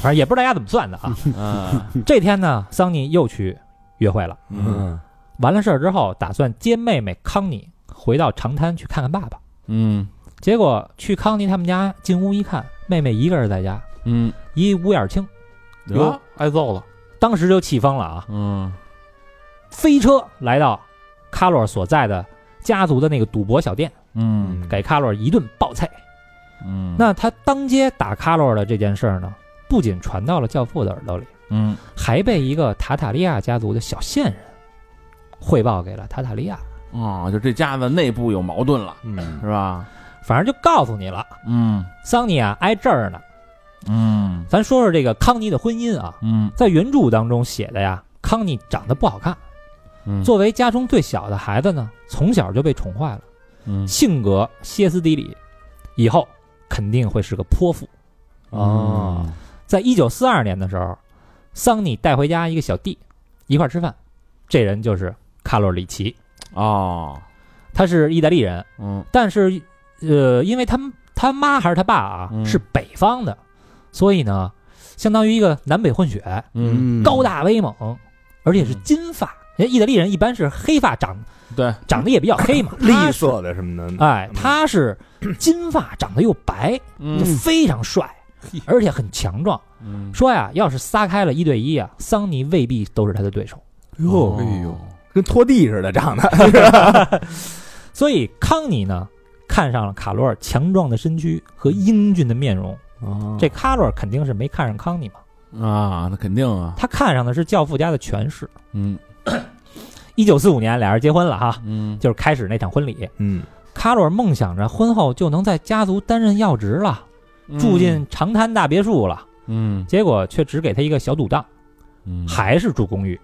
反正也不知道大家怎么算的 啊。
是啊，
这天呢，桑尼又去约会了。
嗯
完了事儿之后，打算接妹妹康妮回到长滩去看看爸爸。
嗯
结果去康妮他们家进屋一看，妹妹一个人在家，
嗯
一乌眼青，
啊
哟，挨揍了，
当时就气疯了啊，
嗯
飞车来到卡洛尔所在的家族的那个赌博小店，
嗯
给卡洛尔一顿暴菜。
嗯，
那他当街打卡洛尔的这件事儿呢，不仅传到了教父的耳朵里，
嗯
还被一个塔塔利亚家族的小线人汇报给了塔塔利亚。
哦，就这家子内部有矛盾了，
嗯，
是吧？
反正就告诉你了，
嗯
桑尼啊挨这儿呢。
嗯
咱说说这个康妮的婚姻啊，
嗯
在原著当中写的呀，康妮长得不好看，
嗯，
作为家中最小的孩子呢，从小就被宠坏了，
嗯
性格歇斯底里，以后肯定会是个泼妇。
哦，
在一九四二年的时候，桑尼带回家一个小弟，一块儿吃饭，这人就是卡洛里奇，
哦，
他是意大利人，
嗯
但是呃，因为他们他妈还是他爸啊、
嗯
是北方的，所以呢，相当于一个南北混血，
嗯，
高大威猛，而且是金发。人家意大利人一般是黑发长，
对，
长得也比较黑嘛，
利
他是
索嗯的什么
啊
的，
哎，他是金发，长得又白，就
嗯
非常帅，而且很强壮。
嗯
说呀，要是撒开了一对一啊，桑尼未必都是他的 对手。
哦
哟，
哎呦，
哦跟拖地似的长得，
所以康妮呢，看上了卡罗尔强壮的身躯和英俊的面容。
哦
嗯
这卡罗尔肯定是没看上康妮嘛，
啊，那肯定啊，
他看上的是教父家的权势。
嗯
一九四五年，俩人结婚了哈，
嗯
就是开始那场婚礼。
嗯，
卡罗尔梦想着婚后就能在家族担任要职了，住进长滩大别墅了，
嗯
结果却只给他一个小赌档，
嗯
还是住公寓。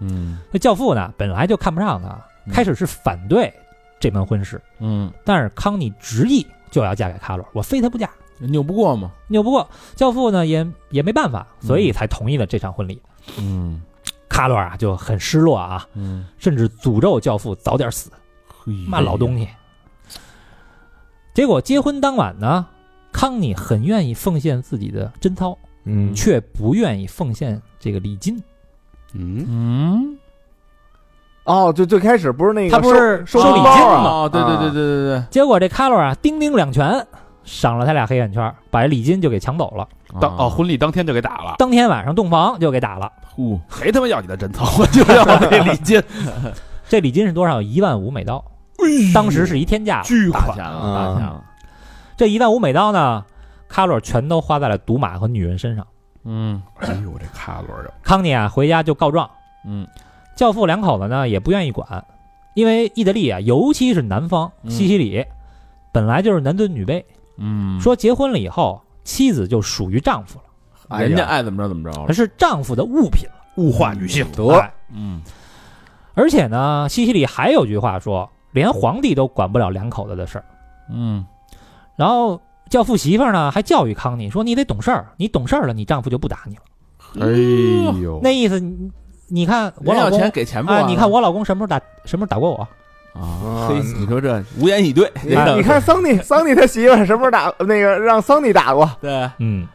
嗯
那教父呢，本来就看不上他，
嗯
开始是反对这门婚事，
嗯，
但是康妮执意就要嫁给卡罗尔，我非他不嫁。
嗯拗不过嘛，
拗不过教父呢，也也没办法，所以才同意了这场婚礼。
嗯
卡罗尔啊就很失落啊，
嗯，
甚至诅咒教父早点死，
哎
骂老东西。结果结婚当晚呢，康妮很愿意奉献自己的贞操，
嗯
却不愿意奉献这个礼金。
嗯，
嗯，
哦，就最开始不是那个
他不是
收
收
红
礼
包
金
啊
哦，对对对对对对，
结果这卡罗尔啊，叮叮两拳，赏了他俩黑眼圈，把这礼金就给抢走了。
啊
当哦，婚礼当天就给打了，
当天晚上洞房就给打了。
呼，
谁他妈要你的贞操，我 就要这礼 金，
这礼金是多少？一万五美刀，当时是一天价。
巨
大
款
钱了，
啊
大钱了，
这一万五美刀呢，卡罗尔全都花在了赌马和女人身上。
嗯
哎呦，这卡罗尔，
康妮啊，回家就告状，
嗯
教父两口子呢也不愿意管，因为意大利啊，尤其是南方
嗯
西西里，本来就是男尊女卑，
嗯，
说结婚了以后，妻子就属于丈夫了，
哎呀
人家爱怎么着怎么着
而
了，
是丈夫的物品了。
物化女性，
得
哎
嗯
而且呢，西西里还有句话说，连皇帝都管不了两口子的事儿。
嗯
然后教父媳妇儿呢还教育康妮说：“你得懂事儿，你懂事儿了，你丈夫就不打你了。
哎呦，
那意思，你你看我
人
老
要
公
钱给钱不
啊，
完
你
了
看我老公什么时候打什么时候打过我？
啊，嘿，
嗯
你说这无言以哎对，
你 你看桑尼，桑尼他媳妇儿什么时候打那个让桑尼打过？
对，
嗯，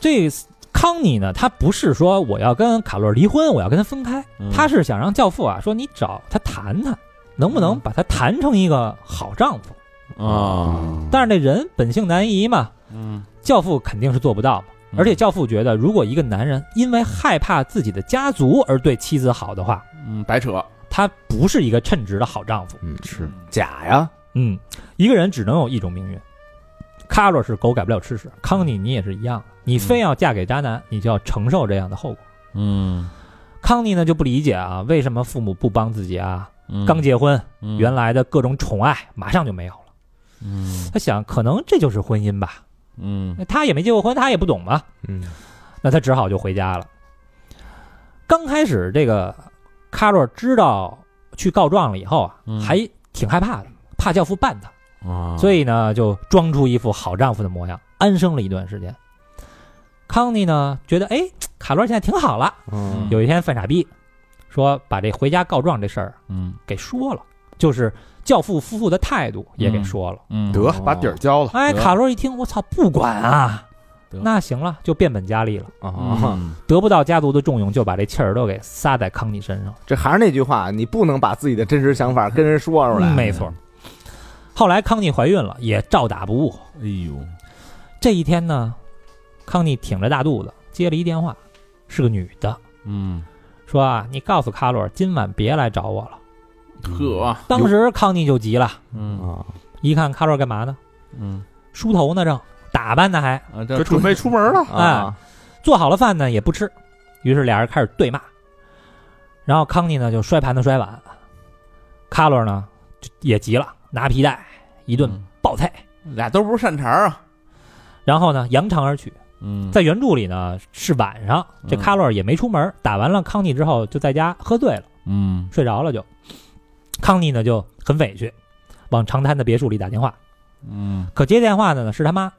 这康妮呢，她不是说我要跟卡洛尔离婚，我要跟他分开，
嗯
嗯
她是想让教父啊说你找他谈谈，能不能把他谈成一个好丈夫？
啊，
嗯
但是那人本性难移嘛，
嗯
教父肯定是做不到嘛。
嗯
而且教父觉得，如果一个男人因为害怕自己的家族而对妻子好的话，
嗯，白扯，
他不是一个称职的好丈夫。
嗯
是
假呀，
嗯，一个人只能有一种命运。卡洛是狗改不了吃屎，康妮你也是一样的，你非要嫁给渣男，你就要承受这样的后果。
嗯，
康妮呢就不理解啊，为什么父母不帮自己啊？
嗯
刚结婚，
嗯
原来的各种宠爱马上就没有了。
嗯
他想，可能这就是婚姻吧。
嗯
那他也没结过婚，他也不懂嘛。
嗯，
那他只好就回家了。刚开始这个卡洛知道去告状了以后啊，
嗯
还挺害怕的，怕教父办他。
啊，
所以呢，就装出一副好丈夫的模样，安生了一段时间。康妮呢觉得，哎，卡罗尔现在挺好了。
嗯
有一天犯傻逼，说把这回家告状这事儿
嗯
给说了，就是教父夫妇的态度也给说了。
嗯，
得把底儿交了
哎，
得
卡罗尔一听，我操，不管啊
得，
那行了，就变本加厉了。
啊，
嗯
得不到家族的重用，就把这气儿都给撒在康妮身上。
这还是那句话，你不能把自己的真实想法跟人说出
嗯
来。
没错。后来康妮怀孕了，也照打不误。
哎呦，
这一天呢，康妮挺着大肚子接了一电话，是个女的，
嗯，
说啊，你告诉卡罗尔今晚别来找我了。
呵，
当时康妮就急了，
嗯
啊
一看卡罗尔干嘛呢？
嗯
梳头呢正，打扮呢还，
啊，
这
这
准备出门了，
啊，做好了饭呢也不吃，于是俩人开始对骂。然后康妮呢就摔盘子摔碗，卡罗尔呢就也急了，拿皮带一顿
嗯
暴菜，
俩都不是善茬儿啊，
然后呢扬长而去。
嗯，
在原著里呢是晚上，这
嗯
卡罗尔也没出门，打完了康妮之后就在家喝醉了，
嗯
睡着了就。康妮呢就很委屈，往长滩的别墅里打电话，
嗯
可接电话的呢是他妈，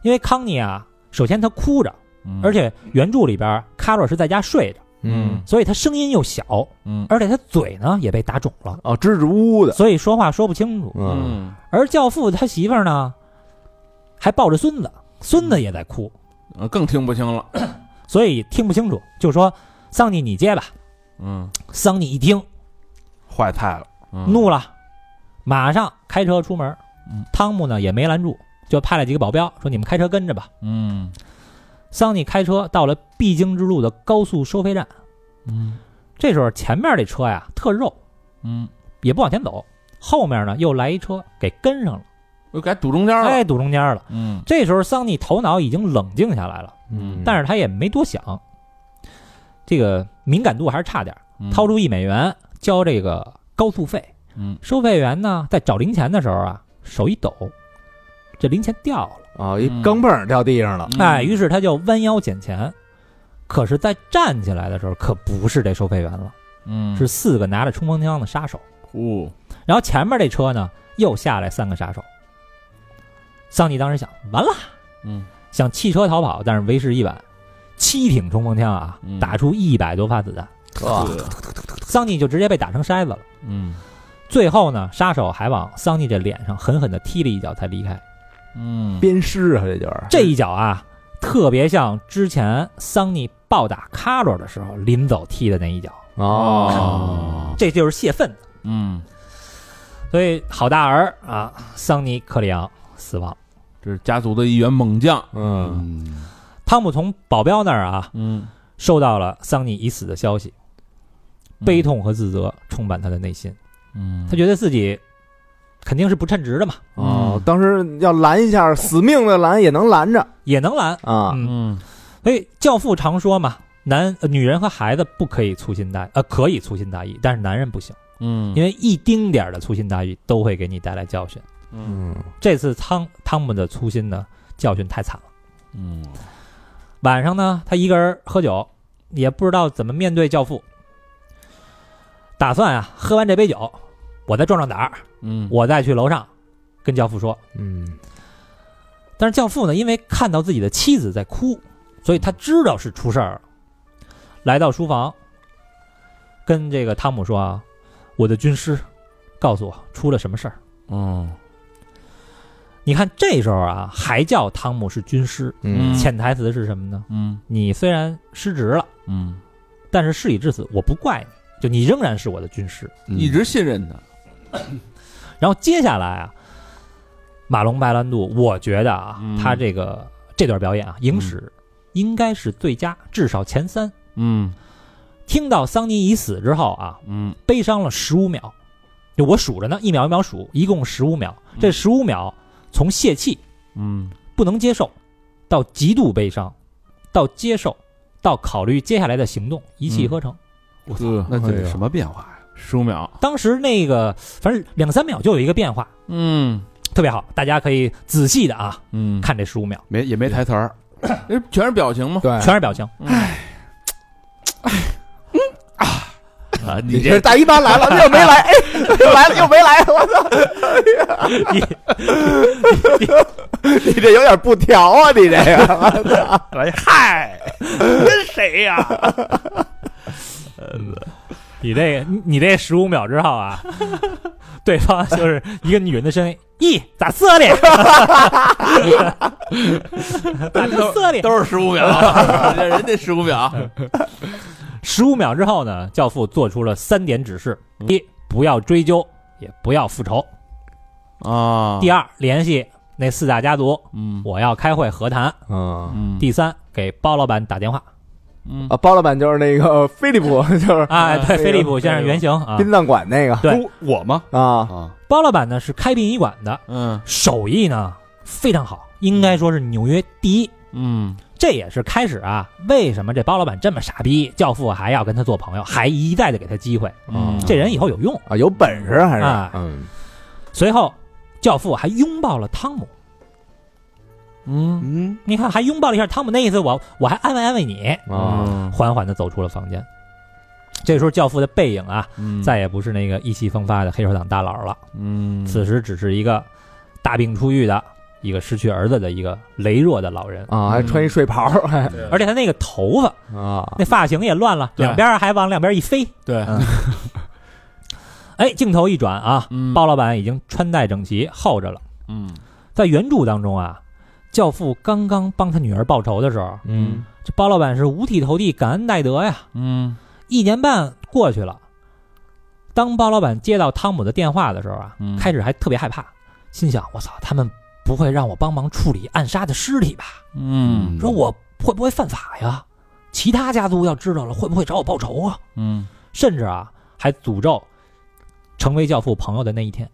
因为康妮啊，首先她哭着，
嗯，
而且原著里边卡罗尔是在家睡着，
嗯
所以她声音又小，
嗯
而且她嘴呢也被打肿了，
哦，支支吾吾的，
所以说话说不清楚。
嗯
而教父他媳妇儿呢，还抱着孙子，孙子也在哭，
呃更听不清了，
所以听不清楚，就说桑尼你接吧。
嗯
桑尼一听
坏菜了，
嗯，
怒了，马上开车出门
嗯。
汤姆呢也没拦住，就派了几个保镖说：“你们开车跟着吧。
嗯”
桑尼开车到了必经之路的高速收费站，
嗯
这时候前面这车呀特肉，
嗯，
也不往前走，后面呢又来一车给跟上了，
我给它堵中间
啊
了，
哎，堵中间了。
嗯
这时候桑尼头脑已经冷静下来了，
嗯
但是他也没多想，这个敏感度还是差点儿，
嗯，
掏出一美元交这个高速费。
嗯
收费员呢，在找零钱的时候啊，手一抖，这零钱掉了。
啊，一钢镚儿掉地上了，
嗯
哎，于是他就弯腰捡钱。可是，在站起来的时候，可不是这收费员了，
嗯
是四个拿着冲锋枪的杀手。
呼，
然后前面这车呢，又下来三个杀手。桑尼当时想，完了，
嗯
想弃车逃跑，但是为时已晚。七挺冲锋枪啊
嗯，
打出一百多发子弹，
呵
桑尼就直接被打成筛子了。
嗯
最后呢，杀手还往桑尼这脸上狠狠地踢了一脚，才离开。
嗯，
鞭尸啊，这就是
这一脚啊，特别像之前桑尼暴打卡罗的时候临走踢的那一脚，
哦
哦，
这就是泄愤。
嗯，
所以好大儿啊，桑尼克里昂死亡。
这是家族的一员猛将，
嗯
嗯
汤姆从保镖那儿啊，
嗯，
收到了桑尼已死的消息，悲，痛和自责充满他的内心，
嗯，
他觉得自己肯定是不称职的嘛，
哦，当时要拦一下，死命的拦也能拦着
也能拦。
啊，
嗯，
嗯
所以教父常说嘛，男、呃女人和孩子不可以粗心大意，呃，可以粗心大意，但是男人不行。
嗯，
因为一丁点儿的粗心大意都会给你带来教训。
嗯
嗯
这次汤汤姆的粗心呢，教训太惨了。
嗯
晚上呢，他一个人喝酒，也不知道怎么面对教父。打算啊，喝完这杯酒，我再壮壮胆儿，
嗯，
我再去楼上跟教父说。
嗯
但是教父呢，因为看到自己的妻子在哭，所以他知道是出事儿了，来到书房，跟这个汤姆说啊，我的军师告诉我出了什么事儿。
嗯
你看这时候啊，还叫汤姆是军师，
嗯
潜台词是什么呢？
嗯
你虽然失职了，
嗯
但是事已至此，我不怪你，就你仍然是我的军师。
嗯
一直信任他，
然后接下来啊，马龙白兰度，我觉得啊，
嗯
他这个这段表演啊，影史、应该是最佳，至少前三。
嗯
听到桑尼已死之后啊，
嗯
悲伤了十五秒，就我数着呢，一秒一秒数，一共十五秒。这
嗯
十五秒从泄气
嗯
不能接受，到极度悲伤，到接受，到考虑接下来的行动，一气呵成。
我操
呵，
那这
哎
得
呦
什么变化呀？
十五秒，
当时那个反正两三秒就有一个变化，
嗯
特别好，大家可以仔细的啊
嗯，
看这十五秒，
没也没台词儿，
这
哎
全是表情嘛，
对，
全是表情。
哎，
操，你
你 这大姨妈来了，又没来，哎，又来了，又没来，我操！你这有点不调啊，你这个，
呃你这个你你这十五秒之后啊， 对方就是一个女人的声音，咦，咋色的？咋就色的？
都是十五秒， 人家十五秒，
十五秒之后呢，教父做出了三点指示：一，不要追究，也不要复仇；
啊
第二，联系那四大家族，
嗯
我要开会和谈；
嗯
嗯
第三，给包老板打电话。
嗯
啊，包老板就是那个菲利普，就是
哎，
那
对，
个
菲利普先生原型啊，
殡葬馆那个
对
不我吗？
啊，
啊，
包老板呢是开殡仪馆的，
嗯
手艺呢非常好，应该说是纽约第一。
嗯
这也是开始啊，为什么这包老板这么傻逼，教父还要跟他做朋友，还一再的给他机会，
嗯
这人以后有用。
啊，有本事还是
啊
嗯
随后，教父还拥抱了汤姆，
嗯
嗯，
你看还拥抱了一下汤姆，那意思我我还安慰安慰你，
嗯
啊，
缓缓的走出了房间。这时候，教父的背影啊，
嗯
再也不是那个意气风发的黑手党大佬了，
嗯
此时只是一个大病初愈的、一个失去儿子的一个羸弱的老人，
啊，还穿一睡袍，还
而且他那个头发
啊
那发型也乱了，
对
两边还往两边一飞。
对
嗯，哎，镜头一转啊，
嗯
包老板已经穿戴整齐，候着了。
嗯
在原著当中啊，教父刚刚帮他女儿报仇的时候，
嗯
这包老板是五体投地，感恩戴德呀。
嗯
一年半过去了，当包老板接到汤姆的电话的时候啊，
嗯
开始还特别害怕，心想：我操，他们不会让我帮忙处理暗杀的尸体吧？
嗯
说我会不会犯法呀？其他家族要知道了，会不会找我报仇啊？
嗯
甚至啊还诅咒成为教父朋友的那一天。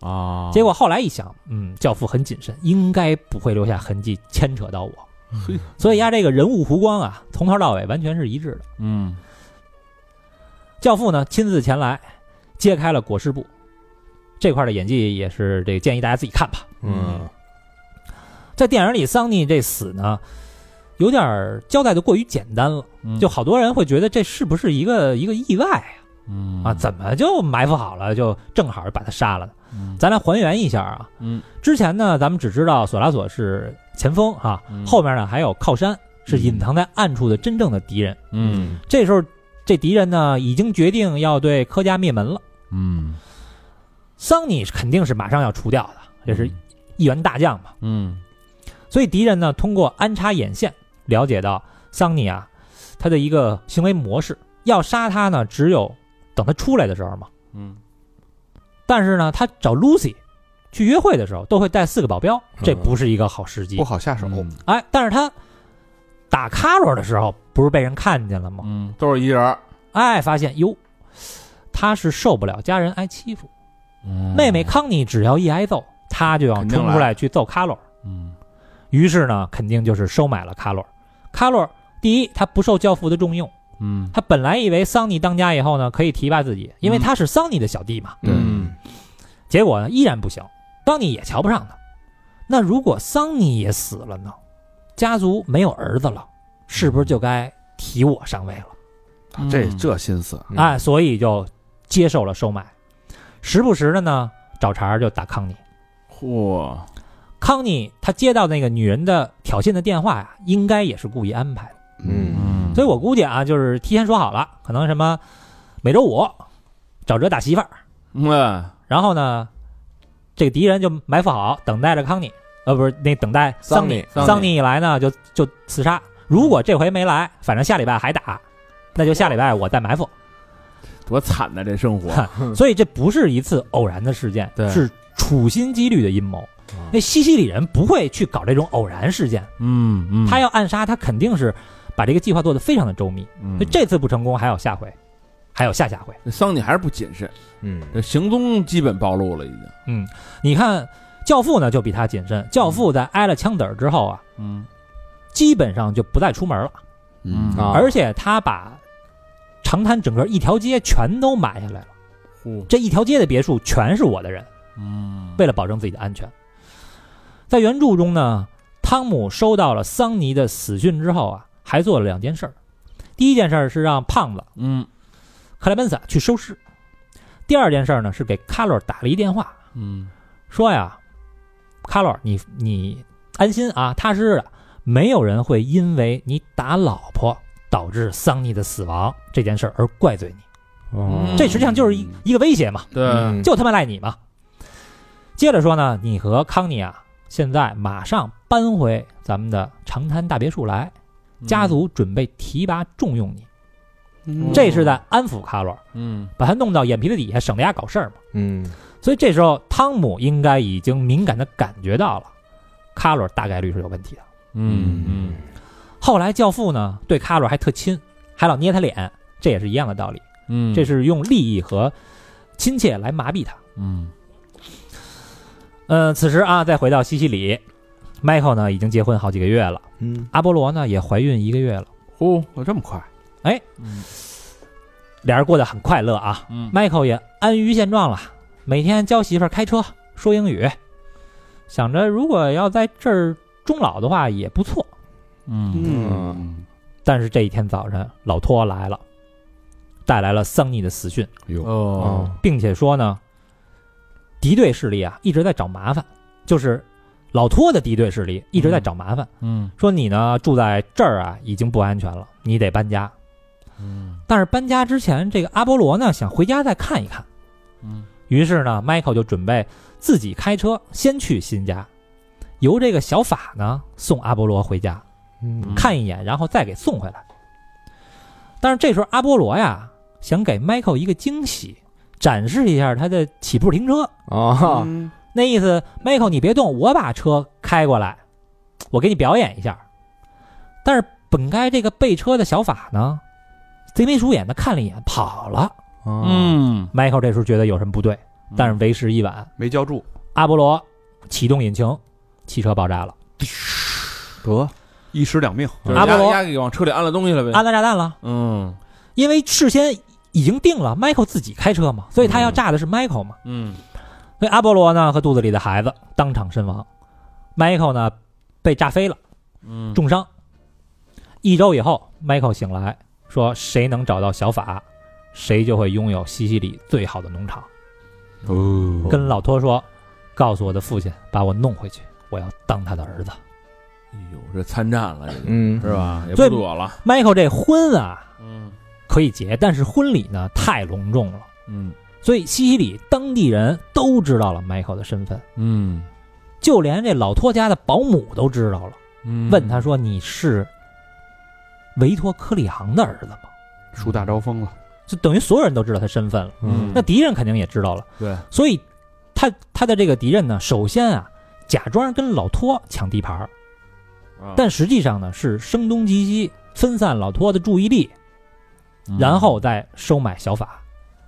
啊，
结果后来一想，嗯，教父很谨慎，应该不会留下痕迹牵扯到我，
嗯
所以呀，这个人物弧光啊，从头到尾完全是一致的。
嗯
教父呢亲自前来，揭开了裹尸布，这块的演技也是这个建议大家自己看吧。
嗯
在电影里，桑尼这死呢，有点儿交代的过于简单了，
嗯
就好多人会觉得这是不是一个一个意外啊？
嗯
啊，怎么就埋伏好了，就正好把他杀了呢？
嗯
咱来还原一下啊。
嗯，
之前呢，咱们只知道索拉索是前锋哈、
嗯
后面呢还有靠山，是隐藏在暗处的真正的敌人。
嗯
这时候，这敌人呢已经决定要对科加灭门了。
嗯
桑尼肯定是马上要除掉的，这
嗯
是一员大将嘛。
嗯
所以敌人呢通过安插眼线了解到桑尼啊他的一个行为模式，要杀他呢只有等他出来的时候嘛。
嗯
但是呢，他找 Lucy 去约会的时候，都会带四个保镖，这不是一个好时机。
不好下手，
嗯
哎，但是他打 Caro 的时候，不是被人看见了吗？
嗯
都是一人儿，
哎，发现哟，他是受不了家人挨欺负，
嗯
妹妹康妮只要一挨揍，他就要
肯定
冲出来去揍 Caro。
嗯
于是呢，肯定就是收买了 Caro。Caro 第一，他不受教父的重用，
嗯
他本来以为桑尼当家以后呢，可以提拔自己，因为
嗯
他是桑尼的小弟嘛。
嗯
结果呢依然不行，桑尼也瞧不上他。那如果桑尼也死了呢？家族没有儿子了，是不是就该提我上位了？
啊这这心思，
嗯
哎，所以就接受了收买，时不时的呢找茬儿就打康妮。
嚯，
康妮她接到那个女人的挑衅的电话呀，应该也是故意安排的。
嗯
嗯，
所以我估计啊，就是提前说好了，可能什么每周五找哲打媳妇儿，
嗯，
然后呢，这个敌人就埋伏好，等待着康妮，呃，不是那等待桑尼，
桑尼
桑尼一来呢，就就刺杀。如果这回没来，反正下礼拜还打，那就下礼拜我再埋伏。
多惨呐、这生活，
所以这不是一次偶然的事件，
对
是处心积虑的阴谋。
嗯
那西西里人不会去搞这种偶然事件，
嗯嗯，
他要暗杀，他肯定是把这个计划做得非常的周密。
嗯
所以这次不成功，还有下回，还有下下回。
这桑尼还是不谨慎，
嗯
这行踪基本暴露了已经。
嗯你看，教父呢就比他谨慎。教父在挨了枪底儿之后啊，
嗯
基本上就不再出门了，
嗯
啊
而且他把长滩整个一条街全都买下来了，
嚯，
这一条街的别墅全是我的人，
嗯
为了保证自己的安全。在原著中呢，汤姆收到了桑尼的死讯之后啊，还做了两件事儿。第一件事儿是让胖子
嗯
克莱门萨去收尸。第二件事儿呢，是给卡洛尔打了一电话，
嗯
说呀，卡洛尔，你你安心啊，踏实的，没有人会因为你打老婆导致桑尼的死亡这件事儿而怪罪
嗯
你。
哦
这实际上就是一一个威胁嘛，
对，
嗯
就他妈赖你嘛。接着说呢，你和康妮啊，现在马上搬回咱们的长滩大别墅来，家族准备提拔重用你，
嗯
这是在安抚卡洛尔，
嗯
把他弄到眼皮子底下，省得他搞事儿嘛。
嗯
所以这时候汤姆应该已经敏感的感觉到了，卡洛尔大概率是有问题的。
嗯嗯
后来教父呢对卡洛尔还特亲，还老捏他脸，这也是一样的道理，
嗯，
这是用利益和亲切来麻痹他。
嗯
嗯、此时啊，再回到西西里，Michael 嗯呢已经结婚好几个月了，
嗯
阿波罗呢也怀孕一个月了，
哦，这么快，
俩人过得很快乐啊。
嗯
Michael 也安于现状了，每天教媳妇儿开车，说英语，想着如果要在这儿终老的话也不错。
嗯
嗯
但是这一天早晨，老托来了，带来了桑尼的死讯，
哦
并且说呢，敌对势力啊一直在找麻烦，就是老托的敌对势力一直在找麻烦，
嗯
说你呢住在这儿啊已经不安全了，你得搬家。
嗯
但是搬家之前，这个阿波罗呢想回家再看一看，
嗯
于是呢，Michael 就准备自己开车先去新家，由这个小法呢送阿波罗回家。
嗯
看一眼，然后再给送回来。但是这时候阿波罗呀，想给 Michael 一个惊喜，展示一下他的起步停车。
啊
嗯
那意思，Michael 你别动，我把车开过来，我给你表演一下。但是本该这个备车的小法呢，贼眉鼠眼的看了一眼，跑了。
哦
哦
嗯，
Michael 这时候觉得有什么不对，但是为时已晚。
没浇住，
阿波罗启动引擎，汽车爆炸了，
得
一尸两命，
就是
阿波罗
丫丫给往车里安了东西了呗，
安了炸弹了。
嗯
因为事先已经定了，Michael 自己开车嘛，所以他要炸的是 Michael 嘛。
嗯
所以阿波罗呢和肚子里的孩子当场身亡，Michael 呢被炸飞了，
嗯
重伤。一周以后，Michael 醒来说：“谁能找到小法，谁就会拥有西西里最好的农场。
哦
跟老托说：“告诉我的父亲，把我弄回去，我要当他的儿子。
哎呦，这参战了，这就
嗯
是吧？也
最
不躲了，
”Michael 这婚啊
嗯
可以结，但是婚礼呢太隆重了，
嗯
所以西西里当地人都知道了 Michael 的身份。
嗯
就连这老托家的保姆都知道了，
嗯，
问他说：“你是维托科里昂的儿子吗
树大招风了，？”
就等于所有人都知道他身份了。
嗯
那敌人肯定也知道了，
对，
所以他他的这个敌人呢，首先啊，假装跟老托抢地盘儿，
嗯
啊
但实际上呢是声东击西，分散老托的注意力，
嗯
嗯
然后再收买小法。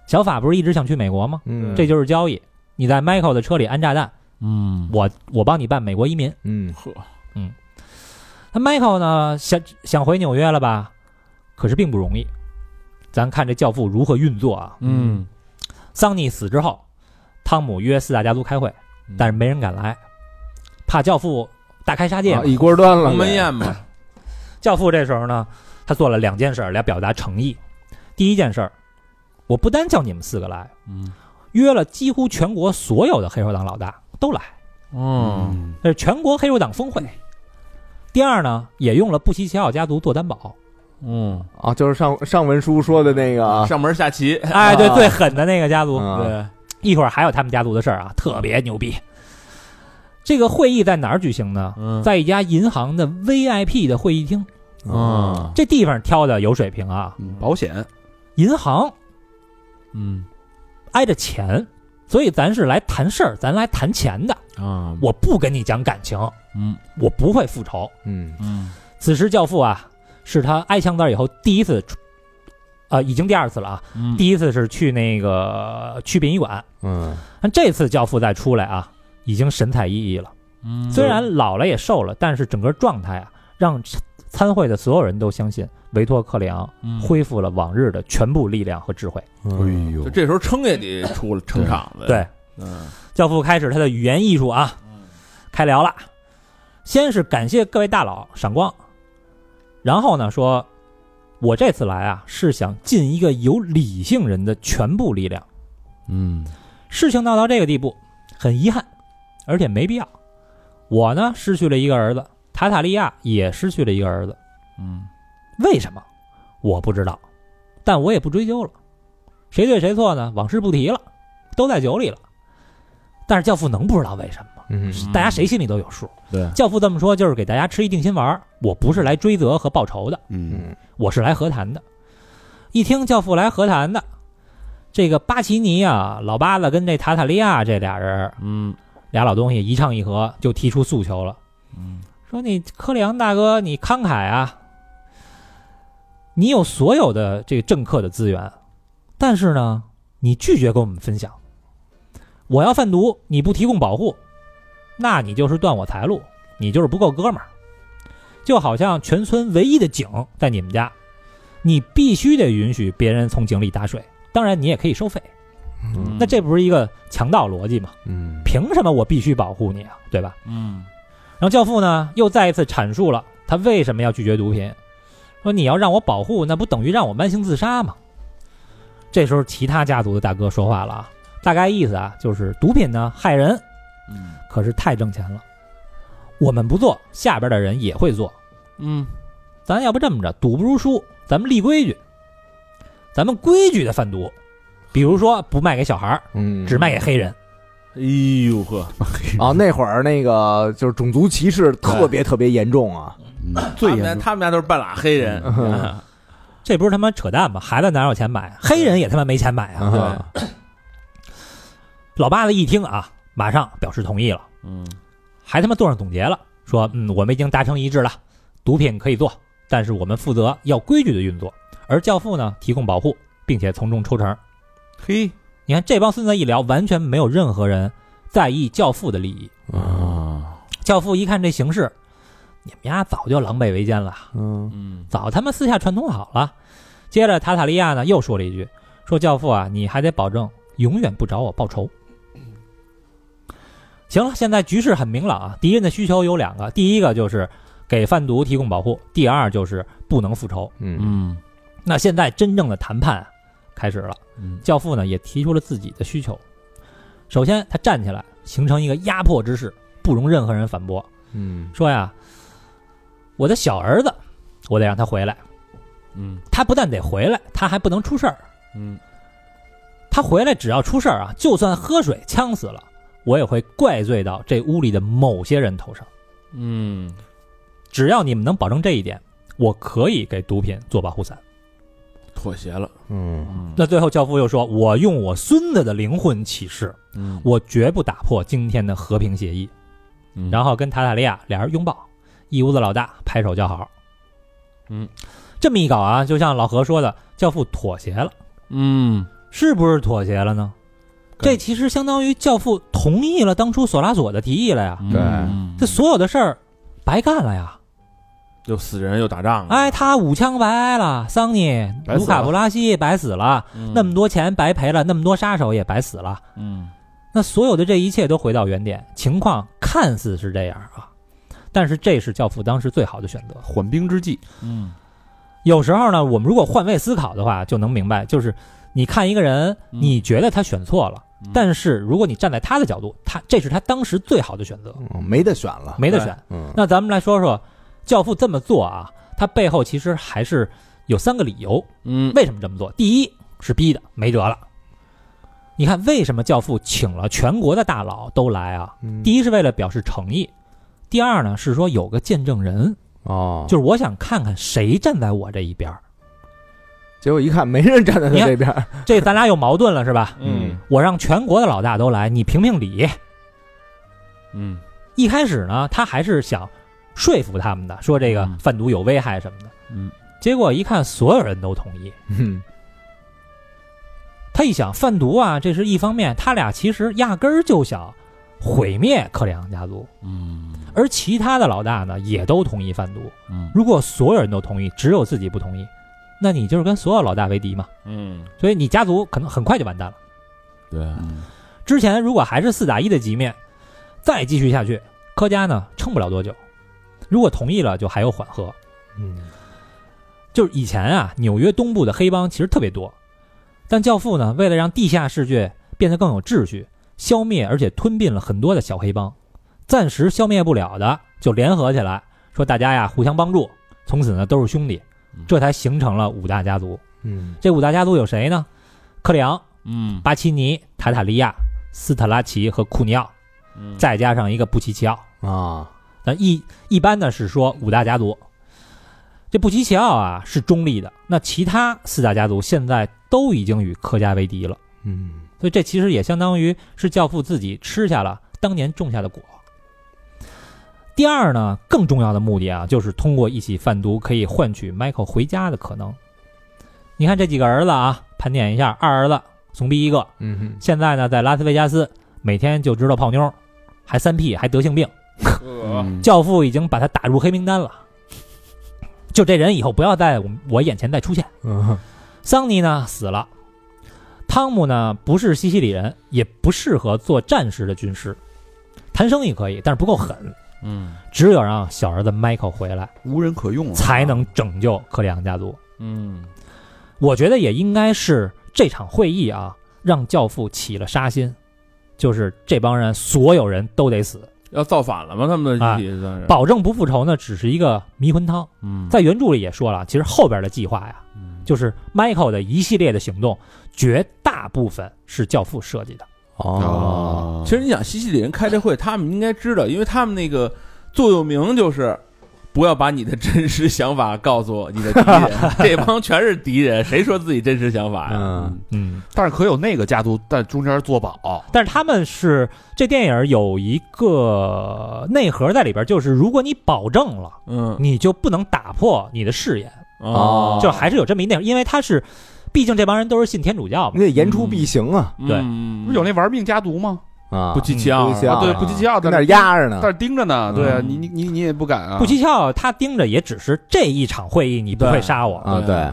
小法不是一直想去美国吗？
嗯
这就是交易，你在 Michael 的车里安炸弹，
嗯
我我帮你办美国移民。
嗯
呵，
那 Michael 呢，想想回纽约了吧？可是并不容易。咱看这教父如何运作啊！
嗯
桑尼死之后，汤姆约四大家族开会，
嗯
但是没人敢来，怕教父大开杀戒嘛。
啊一锅端了
鸿门宴嘛，
教父这时候呢，他做了两件事儿来表达诚意。第一件事儿，我不单叫你们四个来，
嗯
约了几乎全国所有的黑手党老大都来，
嗯
哦
这是全国黑手党峰会。
嗯
第二呢，也用了布希乔奥家族做担保，
嗯
啊，就是上上文书说的那个啊，
上门下棋，
哎，
啊
对，最狠的那个家族，
啊
对，一会儿还有他们家族的事儿啊，特别牛逼。这个会议在哪儿举行呢？
嗯
在一家银行的 VIP 的会议厅，
嗯
啊
这地方挑的有水平啊。
嗯保险
银行
嗯
挨着钱，所以咱是来谈事儿，咱来谈钱的。
啊
我不跟你讲感情，
嗯
我不会复仇。
嗯
嗯
此时教父啊，是他挨枪子儿以后第一次出，呃，已经第二次了啊。
嗯
第一次是去那个去殡仪馆，
嗯
但这次教父再出来啊，已经神采奕奕了。
嗯
虽然老了也瘦了，但是整个状态啊，让参会的所有人都相信维托克里昂
嗯
恢复了往日的全部力量和智慧。
嗯
就
呦，
这时候撑也得出了撑场子，
对，
嗯
教父开始他的语言艺术啊，开聊了。先是感谢各位大佬赏光，然后呢说，我这次来啊，是想尽一个有理性人的全部力量。
嗯
事情闹到这个地步，很遗憾，而且没必要。我呢失去了一个儿子，塔塔利亚也失去了一个儿子，
嗯
为什么？我不知道，但我也不追究了。谁对谁错呢？往事不提了，都在酒里了。但是教父能不知道为什么吗？
嗯
大家谁心里都有数。
对
教父这么说就是给大家吃一定心丸儿。我不是来追责和报仇的，
嗯
嗯
我是来和谈的。一听教父来和谈的，这个巴奇尼啊，老八子跟这塔塔利亚这俩人
嗯
俩老东西一唱一和就提出诉求了，
嗯
说你科里昂大哥，你慷慨啊，你有所有的这个政客的资源，但是呢，你拒绝跟我们分享。我要贩毒，你不提供保护，那你就是断我财路，你就是不够哥们儿。就好像全村唯一的井在你们家，你必须得允许别人从井里打水，当然你也可以收费。
嗯
那这不是一个强盗逻辑吗？
嗯
凭什么我必须保护你啊？对吧？
嗯
然后教父呢又再一次阐述了他为什么要拒绝毒品，说你要让我保护，那不等于让我慢性自杀吗？这时候其他家族的大哥说话了啊，大概意思啊就是毒品呢害人，
嗯
可是太挣钱了，我们不做，下边的人也会做，
嗯
咱要不这么着，赌不如输，咱们立规矩，咱们规矩的贩毒，比如说不卖给小孩儿，
嗯
只卖给黑人，
哎呦呵，
嗯
啊，那会儿那个就是种族歧视特别特别严重 啊，
嗯
嗯
他们家他们家都是半拉黑人，
这不是他妈扯淡吗？孩子哪有钱买？黑人也他妈没钱买
嗯
啊！
啊
老八子一听啊，马上表示同意了，
嗯
还他妈做上总结了，说嗯，我们已经达成一致了，毒品可以做，但是我们负责要规矩的运作，而教父呢提供保护，并且从中抽成。
嘿，
你看这帮孙子一聊，完全没有任何人在意教父的利益。
嗯
啊
教父一看这形势，你们家早就狼狈为奸了，
嗯
嗯
早他妈私下串通好了。接着塔塔利亚呢又说了一句：“说教父啊，你还得保证永远不找我报仇。”行了，现在局势很明朗啊，敌人的需求有两个，第一个就是给贩毒提供保护，第二就是不能复仇。
嗯
嗯
那现在真正的谈判啊开始了，
嗯
教父呢也提出了自己的需求。首先，他站起来，形成一个压迫之势，不容任何人反驳。
嗯
说呀，我的小儿子，我得让他回来。
嗯
他不但得回来，他还不能出事儿。
嗯
他回来只要出事儿啊，就算喝水呛死了，我也会怪罪到这屋里的某些人头上。
嗯
只要你们能保证这一点，我可以给毒品做保护伞。
妥协了，
嗯
嗯
那最后教父又说：“我用我孙子的灵魂起誓，
嗯
我绝不打破今天的和平协议。”
嗯
然后跟塔塔利亚俩人拥抱，一屋子老大拍手叫好。
嗯，
这么一搞啊，就像老何说的，教父妥协了，
嗯
是不是妥协了呢？
跟
这其实相当于教父同意了当初索拉索的提议了呀，
嗯
对
嗯
这所有的事儿白干了呀。
又死人又打仗，
哎，，他五枪白挨了，桑尼、
嗯白死了
卢卡布拉西白死了，
嗯
那么多钱白赔了，那么多杀手也白死了。
嗯
那所有的这一切都回到原点，情况看似是这样啊，但是这是教父当时最好的选择。
缓兵之计，
嗯
有时候呢，我们如果换位思考的话，就能明白，就是你看一个人，
嗯
你觉得他选错了，
嗯
但是如果你站在他的角度，他这是他当时最好的选择，
嗯，没得选了，
没得
对
选。
嗯
那咱们来说说，教父这么做啊，他背后其实还是有三个理由。
嗯
为什么这么做？第一是逼的，没辙了。你看，为什么教父请了全国的大佬都来啊？
嗯
第一是为了表示诚意，第二呢是说有个见证人，
哦，
就是我想看看谁站在我这一边儿。
结果一看没人站在他
你看
这边儿，
这咱俩有矛盾了是吧？
嗯
我让全国的老大都来，你评评理。
嗯
一开始呢，他还是想说服他们的，说这个
嗯
贩毒有危害什么的。
嗯，
结果一看，所有人都同意。
嗯
他一想，贩毒啊，这是一方面，他俩其实压根儿就想毁灭克里昂家族，
嗯
而其他的老大呢也都同意贩毒。
嗯
如果所有人都同意，只有自己不同意，那你就是跟所有老大为敌嘛。
嗯
所以你家族可能很快就完蛋了。
对
之前如果还是四打一的局面，再继续下去，柯家呢撑不了多久。如果同意了，就还有缓和。
嗯
就是以前啊，纽约东部的黑帮其实特别多，但教父呢，为了让地下世界变得更有秩序，消灭而且吞并了很多的小黑帮，暂时消灭不了的就联合起来，说大家呀互相帮助，从此呢都是兄弟，这才形成了五大家族。
嗯
这五大家族有谁呢？克里昂、
嗯
巴奇尼、塔塔利亚、斯特拉奇和库尼奥，
嗯
再加上一个布奇奇奥。
啊，
那一一般呢是说五大家族，这布奇奇奥啊是中立的，那其他四大家族现在都已经与科家为敌了，
嗯
所以这其实也相当于是教父自己吃下了当年种下的果。第二呢，更重要的目的啊，就是通过一起贩毒可以换取 Michael 回家的可能。你看这几个儿子啊，盘点一下，二儿子怂逼一个，
嗯哼
现在呢在拉斯维加斯每天就知道泡妞，还三 P，还得性病。
嗯
教父已经把他打入黑名单了，就这人以后不要在我我眼前再出现。
嗯
桑尼呢死了，汤姆呢不是西西里人，也不适合做战士的军师，谈生意可以，但是不够狠。
嗯
只有让小儿子 Michael 回来，
无人可用了，
才能拯救克里昂家族。
嗯
我觉得也应该是这场会议啊，让教父起了杀心，就是这帮人所有人都得死，
要造反了吗？他们的集体算是，
保证不复仇呢，只是一个迷魂汤。
嗯
在原著里也说了，其实后边的计划呀，就是 Michael 的一系列的行动，绝大部分是教父设计的。
啊
哦，
其实你想，西西里人开这会，他们应该知道，因为他们那个座右铭就是。不要把你的真实想法告诉你的敌人，这帮全是敌人，谁说自己真实想法呀？
嗯
嗯，
但是可有那个家族在中间作
嗯
保，
但是他们是这电影有一个内核在里边，就是如果你保证了，
嗯
你就不能打破你的誓言，
哦
就还是有这么一内核，因为他是，毕竟这帮人都是信天主教嘛
你。得言出必行啊
对
对
不是有那玩命家族吗？
啊，
不积极啊
不积极啊
啊，对，不吉奥
跟
在
那儿压着呢
但，是盯着呢，对啊，
嗯
你你你你也不敢啊，
布奇乔他盯着也只是这一场会议，你不会杀我，
啊，
对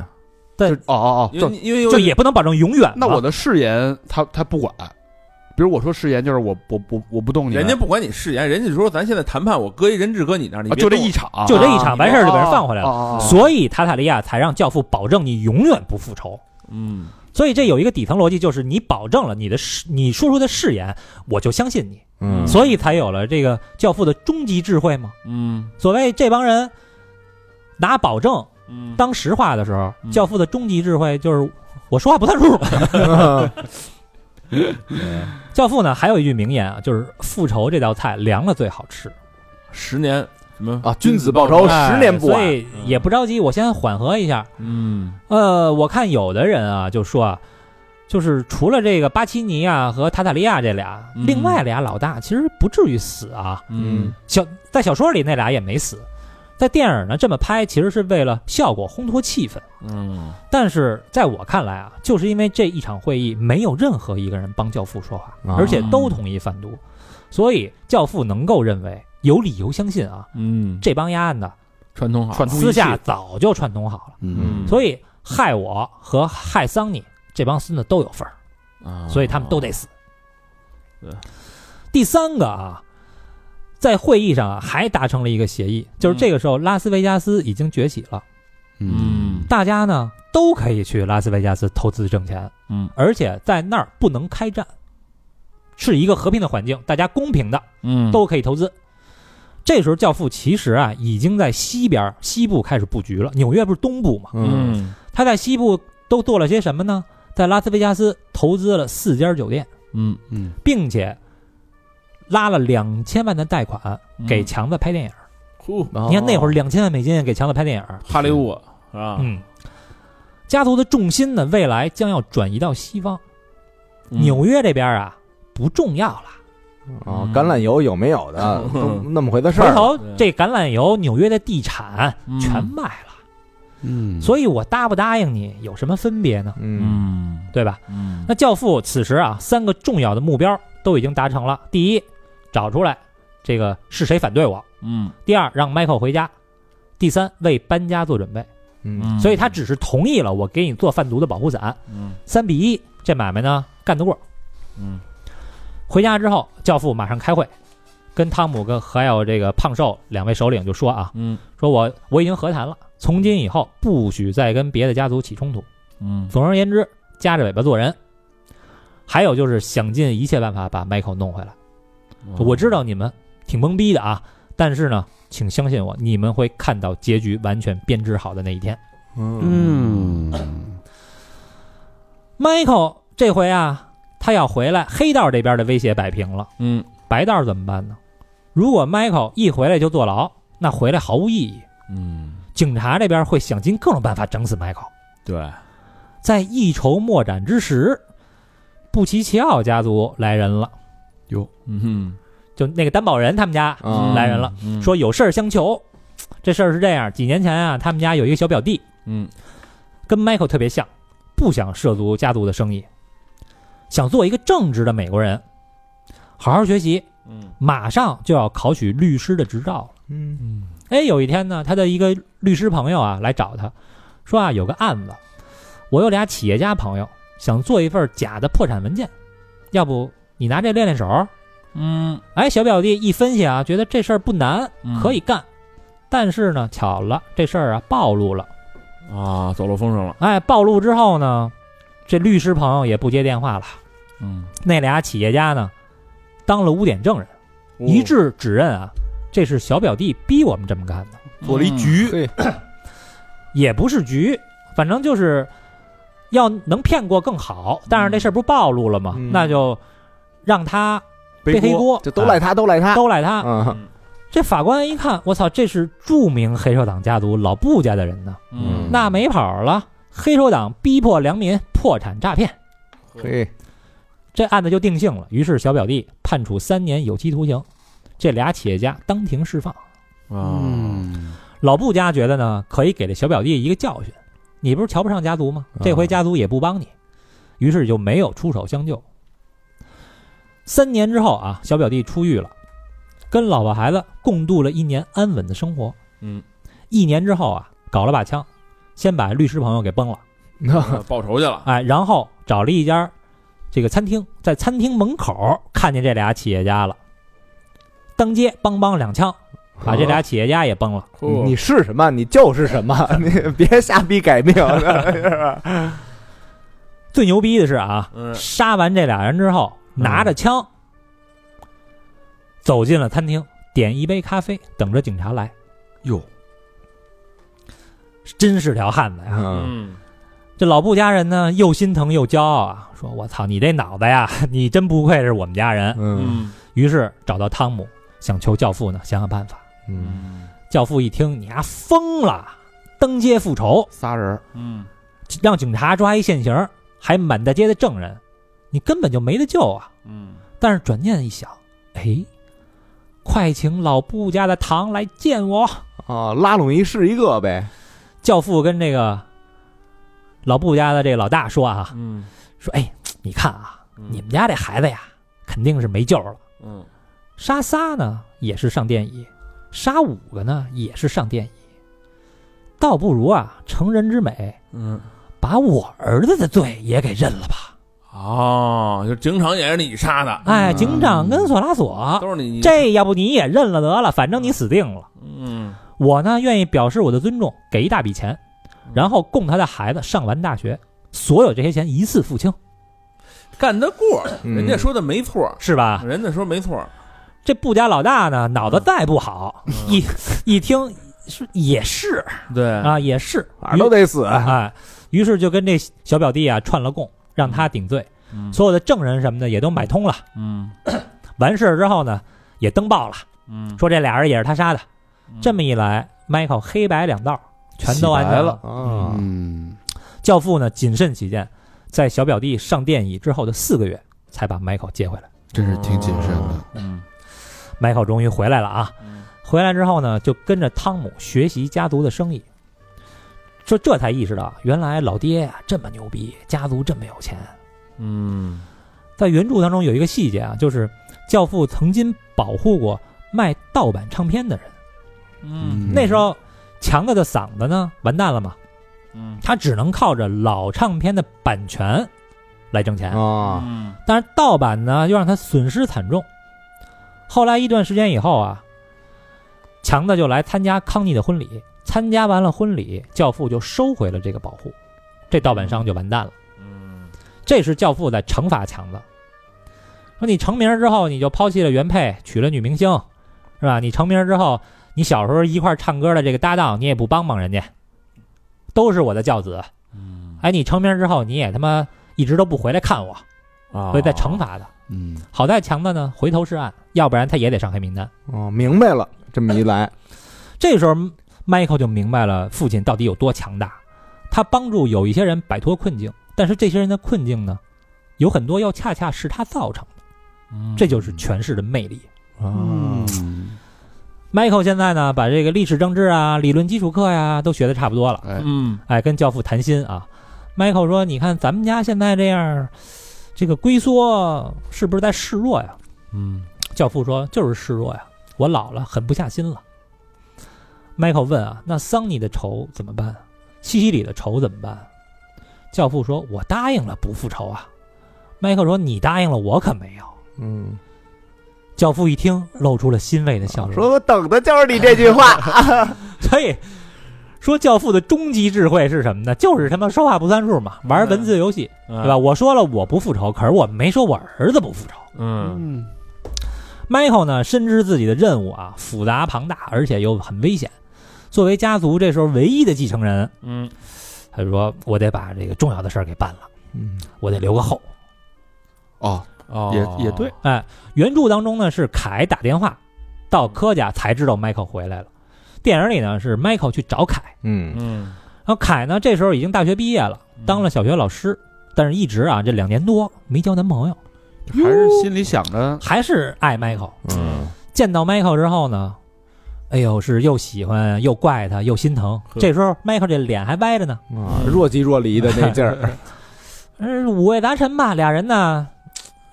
对，
就哦哦哦，
因为
就
你因为有
就也不能保证永远吧。
那我的誓言他他不管，比如我说誓言就是我我我我不动你们，
人家不管你誓言，人家说咱现在谈判，我搁一人质搁你那儿，你
啊哦
别
就这
动
一场，
就这一
啊
场完事
哦
儿就给人放回来了。
了
所以塔塔利亚才让教父保证你永远不复仇。
嗯
所以这有一个底层逻辑，就是你保证了你的誓，你说出的誓言，我就相信你，
嗯，
所以才有了这个教父的终极智慧嘛。
嗯
所谓这帮人拿保证
嗯
当实话的时候，
嗯
教父的终极智慧就是我说话不算 数。教父呢还有一句名言啊，就是复仇这道菜凉了最好吃，哎
十年什么
啊，君子报仇，十年不
所
晚，
以也不着急，我先缓和一下。
嗯
呃，我看有的人啊就说啊，就是除了这个巴奇尼啊和塔塔利亚这俩，
嗯
另外俩老大其实不至于死啊。
嗯
小在小说里那俩也没死，在电影呢这么拍其实是为了效果烘托气氛，
嗯
但是在我看来啊，就是因为这一场会议没有任何一个人帮教父说话，
啊
而且都同意贩毒，所以教父能够认为有理由相信啊，
嗯，
这帮丫的
串通好，
串通一
私下
气，
早就串通好了。
嗯，
所以害我和害桑尼这帮孙子都有份儿，
啊
所以他们都得死。
对
第三个啊，在会议上啊还达成了一个协议，就是这个时候拉斯维加斯已经崛起了，
嗯
大家呢都可以去拉斯维加斯投资挣钱，
嗯，
而且在那儿不能开战，是一个和平的环境，大家公平的
嗯
都可以投资。这时候，教父其实啊已经在西边儿西部开始布局了。纽约不是东部嘛，
嗯
嗯
他在西部都做了些什么呢？在拉斯维加斯投资了四家酒店，
嗯
嗯，
并且拉了两千万的贷款
嗯
嗯
给强子拍电影。
呼
哦
你看那会儿两千万美金给强子拍电影，
哈利坞是吧？
嗯，家族的重心呢，未来将要转移到西方，
嗯
嗯
纽约这边啊不重要了。
啊，橄榄油有没有的，都那么回的事
回
儿，
头
对
这橄榄油、纽约的地产啊全卖了，
嗯，
所以我答不答应你有什么分别呢？
嗯
嗯
对吧？
嗯
那教父此时啊，三个重要的目标都已经达成了：第一，找出来这个是谁反对我；
嗯，
第二，让 Michael 回家；第三，为搬家做准备。
嗯
所以他只是同意了我给你做贩毒的保护伞，
嗯
三比一，这买卖呢干得过。
嗯
回家之后，教父马上开会，跟汤姆跟还有这个胖瘦两位首领就说啊，
嗯
说我我已经和谈了，从今以后不许再跟别的家族起冲突。
嗯
总而言之，夹着尾巴做人。还有就是想尽一切办法把 Michael 弄回来。我
哦
知道你们挺懵逼的啊，但是呢，请相信我，你们会看到结局完全编织好的那一天。
嗯
Michael 这回啊，他要回来，黑道这边的威胁摆平了，
嗯
白道怎么办呢？如果 Michael 一回来就坐牢，那回来毫无意义。
嗯，
警察这边会想尽各种办法整死 Michael。
对，
在一筹莫展之时，布奇奇奥家族来人了，
嗯
就那个担保人他们家
啊
哼，
来人了，
嗯，
说有事儿相求。这事儿是这样，几年前啊，他们家有一个小表弟，
嗯
跟 Michael 特别像，不想涉足家族的生意，想做一个正直的美国人，好好学习，
嗯
马上就要考取律师的执照了。
嗯
嗯
哎，有一天呢，他的一个律师朋友啊来找他，说啊有个案子，我有俩企业家朋友想做一份假的破产文件，要不你拿这练练手？
嗯，
哎，小表弟一分析啊，觉得这事儿不难，
嗯
可以干。但是呢，巧了，这事儿啊暴露了。
啊，走漏风声了，
哎，暴露之后呢，这律师朋友也不接电话了。
嗯
那俩企业家呢，当了污点证人，一致指认啊，这是小表弟逼我们这么干的，
做
嗯
了一局，
也不是局，反正就是要能骗过更好。但是这事儿不暴露了吗？
嗯
那就让他背黑锅，
就都赖他，都赖
啊
他。
都赖他。
嗯
啊，
这法官一看，我操，这是著名黑手党家族老布家的人呢，
嗯
那没跑了。黑手党逼迫良民破产诈骗，
嘿，
这案子就定性了。于是小表弟判处三年有期徒刑，这俩企业家当庭释放。
啊，
嗯，
老布家觉得呢，可以给这小表弟一个教训。你不是瞧不上家族吗？这回家族也不帮你，于是就没有出手相救。三年之后啊，小表弟出狱了，跟老婆孩子共度了一年安稳的生活。
嗯，
一年之后啊，搞了把枪，先把律师朋友给崩了，
那
呃报仇去了，
哎，然后找了一家这个餐厅，在餐厅门口看见这俩企业家了，当街梆梆两枪，把这俩企业家也崩了。
你是什么，你就是什么，你别瞎逼改命。
最牛逼的是啊，
嗯
杀完这俩人之后，拿着枪、走进了餐厅，点一杯咖啡，等着警察来。
哟，
真是条汉子呀！
嗯
嗯
这老布家人呢，又心疼又骄傲啊，说：“我操，你这脑袋呀，你真不愧是我们家人。
嗯
嗯”
于是找到汤姆，想求教父呢想想办法。
嗯，
教父一听，你丫疯了，登街复仇，
仨人儿，
嗯
让警察抓一现行，还满大街的证人，你根本就没得救啊！
嗯
但是转念一想，哎，快请老布家的堂来见我。
啊，拉拢一是一个呗。
教父跟这个老布家的这个老大说啊，
嗯，
说哎，你看啊，你们家这孩子呀，肯定是没救了。
嗯
杀仨呢也是上电椅，杀五个呢也是上电椅，倒不如啊，成人之美，
嗯。
把我儿子的罪也给认了吧。
哦，就警长也是你杀
嗯
的，嗯
哎，警长跟索拉索，
都是你
这要不你也认了得了，反正你死定了。
嗯
我呢愿意表示我的尊重，给一大笔钱，然后供他的孩子上完大学，所有这些钱一次付清，
干得过，
嗯
人家说的没错，
嗯
是吧？
人家说没错，
这布家老大呢，脑子再不好，一一听是也是
对
嗯
啊，也是，
哪儿都得死。啊
哎，于是就跟这小表弟啊串了供，让
嗯
他顶罪，所有的证人什么的也都买通了。
嗯
完事儿之后呢，也登报了，
嗯，
说这俩人也是他杀的。
嗯
这么一来，Michael 黑白两道全都完
洗白
全
了。啊，
嗯，
教父呢谨慎起见，在小表弟上电椅之后的四个月，才把 Michael 接回来。
真是挺谨慎的，
嗯
Michael 终于回来了啊！
嗯
回来之后呢，就跟着汤姆学习家族的生意。这这才意识到，原来老爹呀、这么牛逼，家族这么有钱。
嗯
在原著当中有一个细节啊，就是教父曾经保护过卖盗版唱片的人。
嗯
那时候，强子的嗓子呢完蛋了嘛，
嗯
他只能靠着老唱片的版权
哦
来挣钱。
啊，
嗯
但是盗版呢又让他损失惨重。后来一段时间以后啊，强子就来参加康妮的婚礼，参加完了婚礼，教父就收回了这个保护，这盗版商就完蛋了。
嗯
这是教父在惩罚强子，说你成名之后你就抛弃了原配，娶了女明星，是吧？你成名之后，你小时候一块儿唱歌的这个搭档，你也不帮帮人家，都是我的教子。
嗯
哎，你成名之后，你也他妈一直都不回来看我，
啊
所以在
哦
惩罚他。
嗯，
好在强子呢回头是岸，要不然他也得上黑名单。
哦，明白了，这么一来，
这时候，Michael 就明白了父亲到底有多强大。他帮助有一些人摆脱困境，但是这些人的困境呢，有很多要恰恰是他造成的。
嗯
这就是权势的魅力。
嗯
啊，
Michael 现在呢，把这个历史政治啊、理论基础课呀、都学的差不多了。
嗯
哎，跟教父谈心啊。Michael 说：“你看咱们家现在这样，这个龟缩是不是在示弱呀
嗯？”
教父说：“就是示弱呀，我老了，狠不下心了。”Michael 问啊：“那桑尼的仇怎么办？西西里的仇怎么办？”教父说：“我答应了不复仇啊。”Michael 说：“你答应了，我可没有。
嗯，”
教父一听，露出了欣慰的笑容，
啊说我等的就是你这句话。
所以说，教父的终极智慧是什么呢？就是他妈说话不算数嘛，玩文字游戏，对
嗯
对
吧？？我说了我不复仇，可是我没说我儿子不复仇。
嗯
嗯
Michael 呢，深知自己的任务啊复杂庞大，而且又很危险。作为家族这时候唯一的继承人，
嗯
他就说：“我得把这个重要的事儿给办了，
嗯，
我得留个后。哎
哦，
哦
也也对，”
原著当中呢，是凯打电话到柯家才知道 Michael 回来了。电影里呢，是 Michael 去找凯，
嗯，
嗯
然后凯呢，这时候已经大学毕业了，
嗯
当了小学老师，但是一直啊，这两年多没交男朋友，
还是心里想着
还是爱 Michael。
嗯，
见到 Michael 之后呢，哎呦，是又喜欢又怪他又心疼。
呵
这时候 Michael 这脸还歪着呢，
啊，若即若离的那劲儿，
嗯，五味杂陈吧。俩人呢，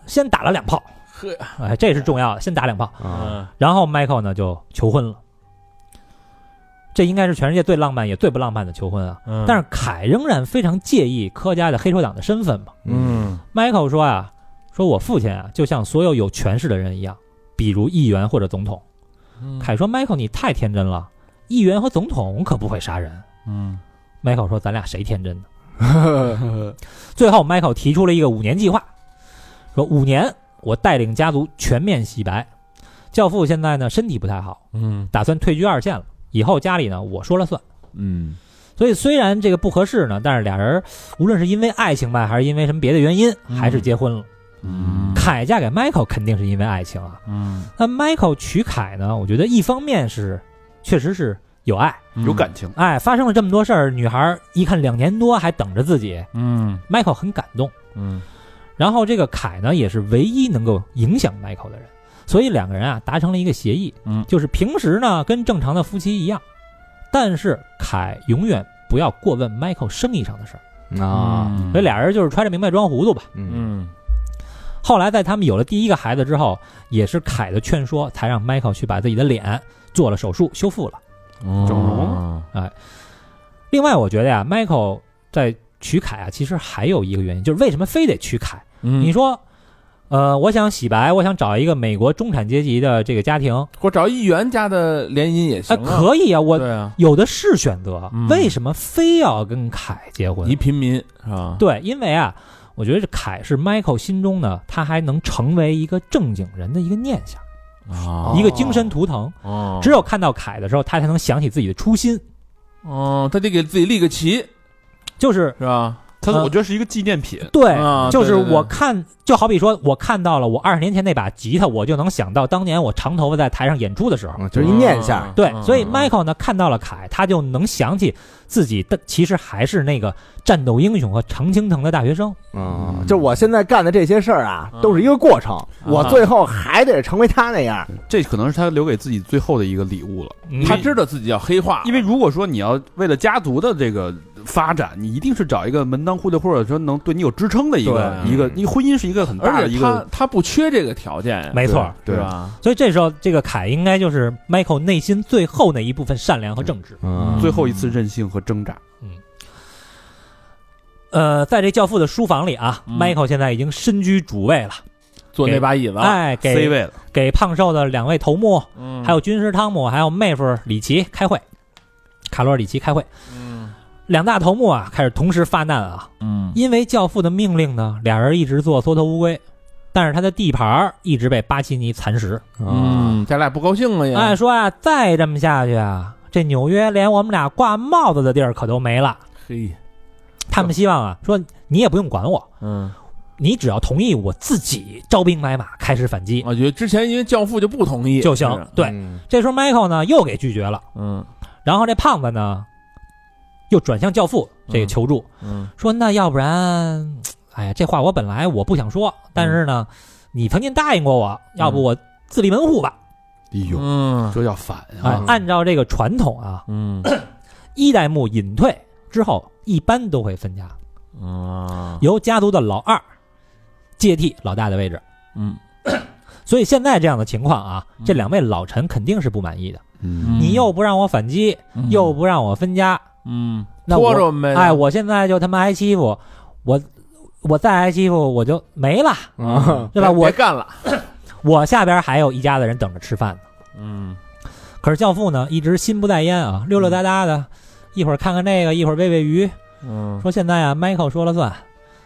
先打了两炮，
呵
哎，这是重要的，先打两炮。
啊，
嗯
然后 Michael 呢就求婚了，这应该是全世界最浪漫也最不浪漫的求婚啊。
嗯
但是凯仍然非常介意柯家的黑手党的身份嘛。
嗯
Michael 说啊，说我父亲啊，就像所有有权势的人一样，比如议员或者总统。
嗯
凯说，Michael 你太天真了，议员和总统可不会杀人。
嗯
Michael 说，咱俩谁天真呢？ 最后，Michael 提出了一个五年计划，说五年我带领家族全面洗白。教父现在呢身体不太好，
嗯
打算退居二线了，以后家里呢我说了算。
嗯
所以虽然这个不合适呢，但是俩人无论是因为爱情吧，还是因为什么别的原因，还是结婚了。
嗯
凯嫁给 Michael 肯定是因为爱情啊。
嗯
那 Michael 娶凯呢？我觉得一方面是确实是有爱，
有感情，
哎，发生了这么多事儿，女孩儿一看两年多还等着自己
嗯
，Michael 很感动。
嗯
然后这个凯呢，也是唯一能够影响 Michael 的人，所以两个人啊达成了一个协议，
嗯
就是平时呢跟正常的夫妻一样，但是凯永远不要过问 Michael 生意上的事儿。
啊，
嗯
嗯所以俩人就是揣着明白装糊涂吧。
嗯，
嗯
后来在他们有了第一个孩子之后，也是凯的劝说，才让 Michael 去把自己的脸做了手术修复了。嗯
整
容
另外，我觉得呀，Michael 在娶凯啊，其实还有一个原因，就是为什么非得娶凯？
嗯
你说，呃，我想洗白，我想找一个美国中产阶级的这个家庭，
或找议员家的联姻也
啊，
行啊，
可以啊，我
对啊，
有的是选择，
嗯
为什么非要跟凯结婚
一？平民是吧？
对，因为啊，我觉得这凯是 Michael 心中呢，他还能成为一个正经人的一个念想，
啊
一个精神图腾。
哦
只有看到凯的时候，他才能想起自己的初心，
哦，他得给自己立个旗
就是
是吧？
他
呃
我觉得是一个纪念品，
对，
啊
就是
对对对
我看，就好比说，我看到了我二十年前那把吉他，我就能想到当年我长头发在台上演出的时候。
啊就是一念
嗯
想，
对，
嗯
所以
嗯
Michael 呢看到了凯，他就能想起自己的其实还是那个战斗英雄和常青藤的大学生。
啊，就是我现在干的这些事儿啊，都是一个过程，我最后还得成为他那样，
这可能是他留给自己最后的一个礼物了。
嗯
他知道自己要黑化，
因为如果说你要为了家族的这个发展，你一定是找一个门当户对，或者说能对你有支撑的一个
对
一个，你婚姻是一个很大
而
的
且
一
他
个，
他不缺这个条件呀，
没错儿，
是
对吧？
吧？
所以这时候这个凯应该就是 Michael 内心最后那一部分善良和正直。
嗯，
最后一次任性和挣扎，
呃，在这教父的书房里啊、啊
嗯
m i c h a e l 现在已经身居主位了，
坐那把椅子，
哎，
C
给
位了，
给胖瘦的两位头目，
嗯，
还有军师汤姆，还有妹夫里奇开会，卡罗尔里奇开会，
嗯
两大头目啊开始同时发难啊，
嗯
因为教父的命令呢，俩人一直做缩头乌龟，但是他的地盘儿一直被巴奇尼蚕食。
啊
嗯，咱俩不高兴了也，
按说啊，再这么下去啊，这纽约连我们俩挂帽子的地儿可都没了。
嘿，
他们希望啊，说你也不用管我，
嗯，
你只要同意我自己招兵买马开始反击
我觉得之前因为教父就不同意
就行。
啊
对，
嗯
这时候 Michael 呢又给拒绝了，
嗯
然后这胖子呢又转向教父这个求助，
嗯
说那要不然，哎呀，这话我本来我不想说，但是呢，你曾经答应过我，要不我自立门户吧？
哎呦，
嗯
这叫反
哎
啊，！
按照这个传统啊，
嗯
一代目隐退之后，一般都会分家，
嗯
由家族的老二接替老大的位置。
嗯，
所以现在这样的情况啊，
嗯
这两位老臣肯定是不满意的。
嗯
你又不让我反击，
嗯
又不让我分家，
嗯
那
拖
我
着我们呗，
哎，我现在就他妈挨欺负，我我再挨欺负我就没了，
嗯
啊，
对吧？
别
我
别干了，
我下边还有一家子人等着吃饭呢。
嗯
可是教父呢，一直心不在焉啊，溜溜达达的，一会儿看看这个，一会儿喂喂鱼。
嗯
说现在啊，Michael 说了算，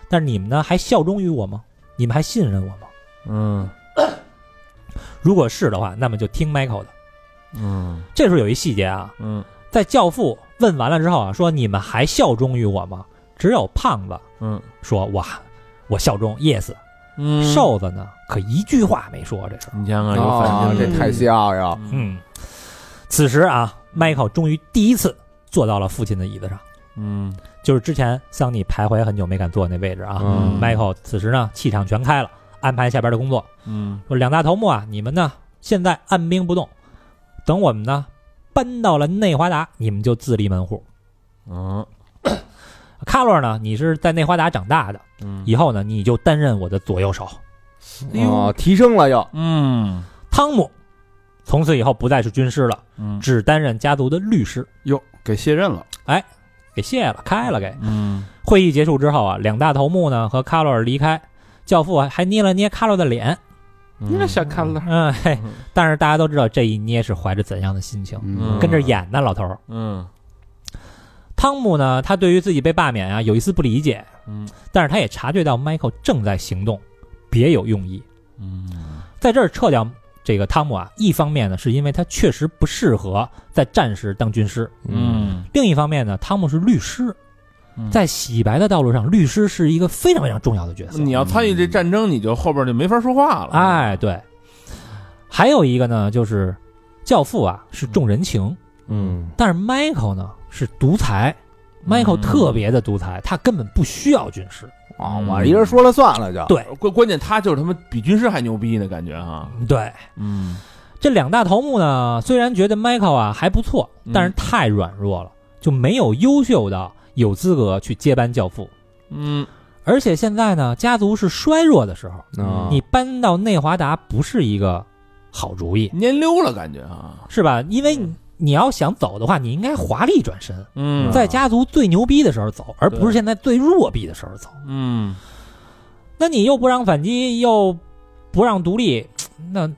但是你们呢还效忠于我吗？你们还信任我吗？
嗯
如果是的话，那么就听 Michael 的。
嗯
这时候有一细节啊，
嗯
在教父问完了之后啊，说你们还效忠于我吗？只有胖子
嗯
说哇，我效忠，yes。
嗯，
瘦子呢，可一句话没说这事儿。
你想想有
啊
哦
反应，
这太笑呀！
嗯，此时啊，Michael 终于第一次坐到了父亲的椅子上，
嗯
就是之前桑尼徘徊很久没敢坐那位置啊。
嗯
Michael 此时呢，气场全开了，安排下边的工作。
嗯
说两大头目啊，你们呢现在按兵不动，等我们呢搬到了内华达，你们就自立门户。
嗯
卡洛尔呢，你是在内华达长大的，
嗯
以后呢你就担任我的左右手。哎
哎
哦，提升了又，
嗯
汤姆从此以后不再是军师了，
嗯
只担任家族的律师，
哟，给卸任了，
给卸了，开了给。
嗯
会议结束之后啊，两大头目呢和卡洛尔离开，教父啊还捏了捏卡洛的脸，
那小看 了，
嗯嘿
嗯，
但是大家都知道这一捏是怀着怎样的心情，
嗯
跟这演呢，老头儿。
嗯
汤姆呢，他对于自己被罢免啊有一丝不理解，
嗯
但是他也察觉到 Michael 正在行动，别有用意。
嗯
在这儿撤掉这个汤姆啊，一方面呢是因为他确实不适合在战时当军师，
嗯
另一方面呢，汤姆是律师
嗯，
在洗白的道路上，律师是一个非常非常重要的角色。
你要参与这战争，你就后边就没法说话了，
哎，对，还有一个呢，就是《教父》啊是重人情，
嗯
但是 Michael 呢是独裁，Michael
嗯
特别的独裁，他根本不需要军师。
啊，我一人说了算了就，
嗯对
关关键他就是他妈比军师还牛逼呢，感觉哈，
对，
嗯
这两大头目呢，虽然觉得 Michael 啊还不错，但是
嗯
太软弱了，就没有优秀到有资格去接班教父。
嗯
而且现在呢，家族是衰弱的时候，
嗯
啊
你搬到内华达不是一个好主意，
蔫溜了感觉
嗯
啊，
是吧？因为你你要想走的话，你应该华丽转身。
嗯
在家族最牛逼的时候走，而不
对
是现在最弱逼的时候走。
嗯
那你又不让反击，又不让独立，那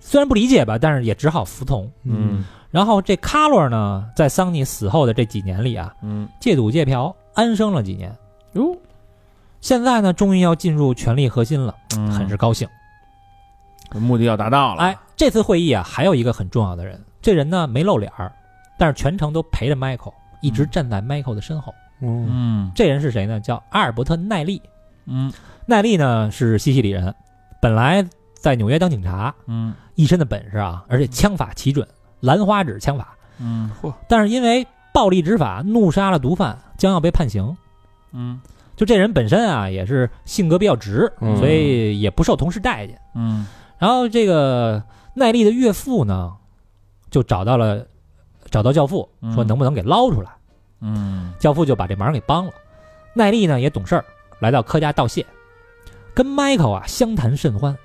虽然不理解吧，但是也只好服从。
嗯
然后这卡洛尔呢，在桑尼死后的这几年里啊，
嗯
戒赌戒嫖，安生了几年。
哟，
现在呢，终于要进入权力核心了，
嗯
很是高兴。
嗯目的要达到了，
哎，这次会议啊，还有一个很重要的人，这人呢没露脸儿，但是全程都陪着 Michael，一直站在 Michael 的身后。
嗯
嗯
这人是谁呢？叫阿尔伯特·奈利。
嗯
奈利呢是西西里人，本来在纽约当警察，
嗯
一身的本事啊，而且枪法奇准，兰花指枪法。
嗯
但是因为暴力执法，怒杀了毒贩，将要被判刑。
嗯
就这人本身啊，也是性格比较直，
嗯
所以也不受同事待见。
嗯
然后这个奈利的岳父呢，就找到了找到教父，说
嗯
能不能给捞出来。
嗯
教父就把这忙给帮了。奈利呢也懂事儿，来到柯家道谢，跟 Michael 啊相谈甚欢。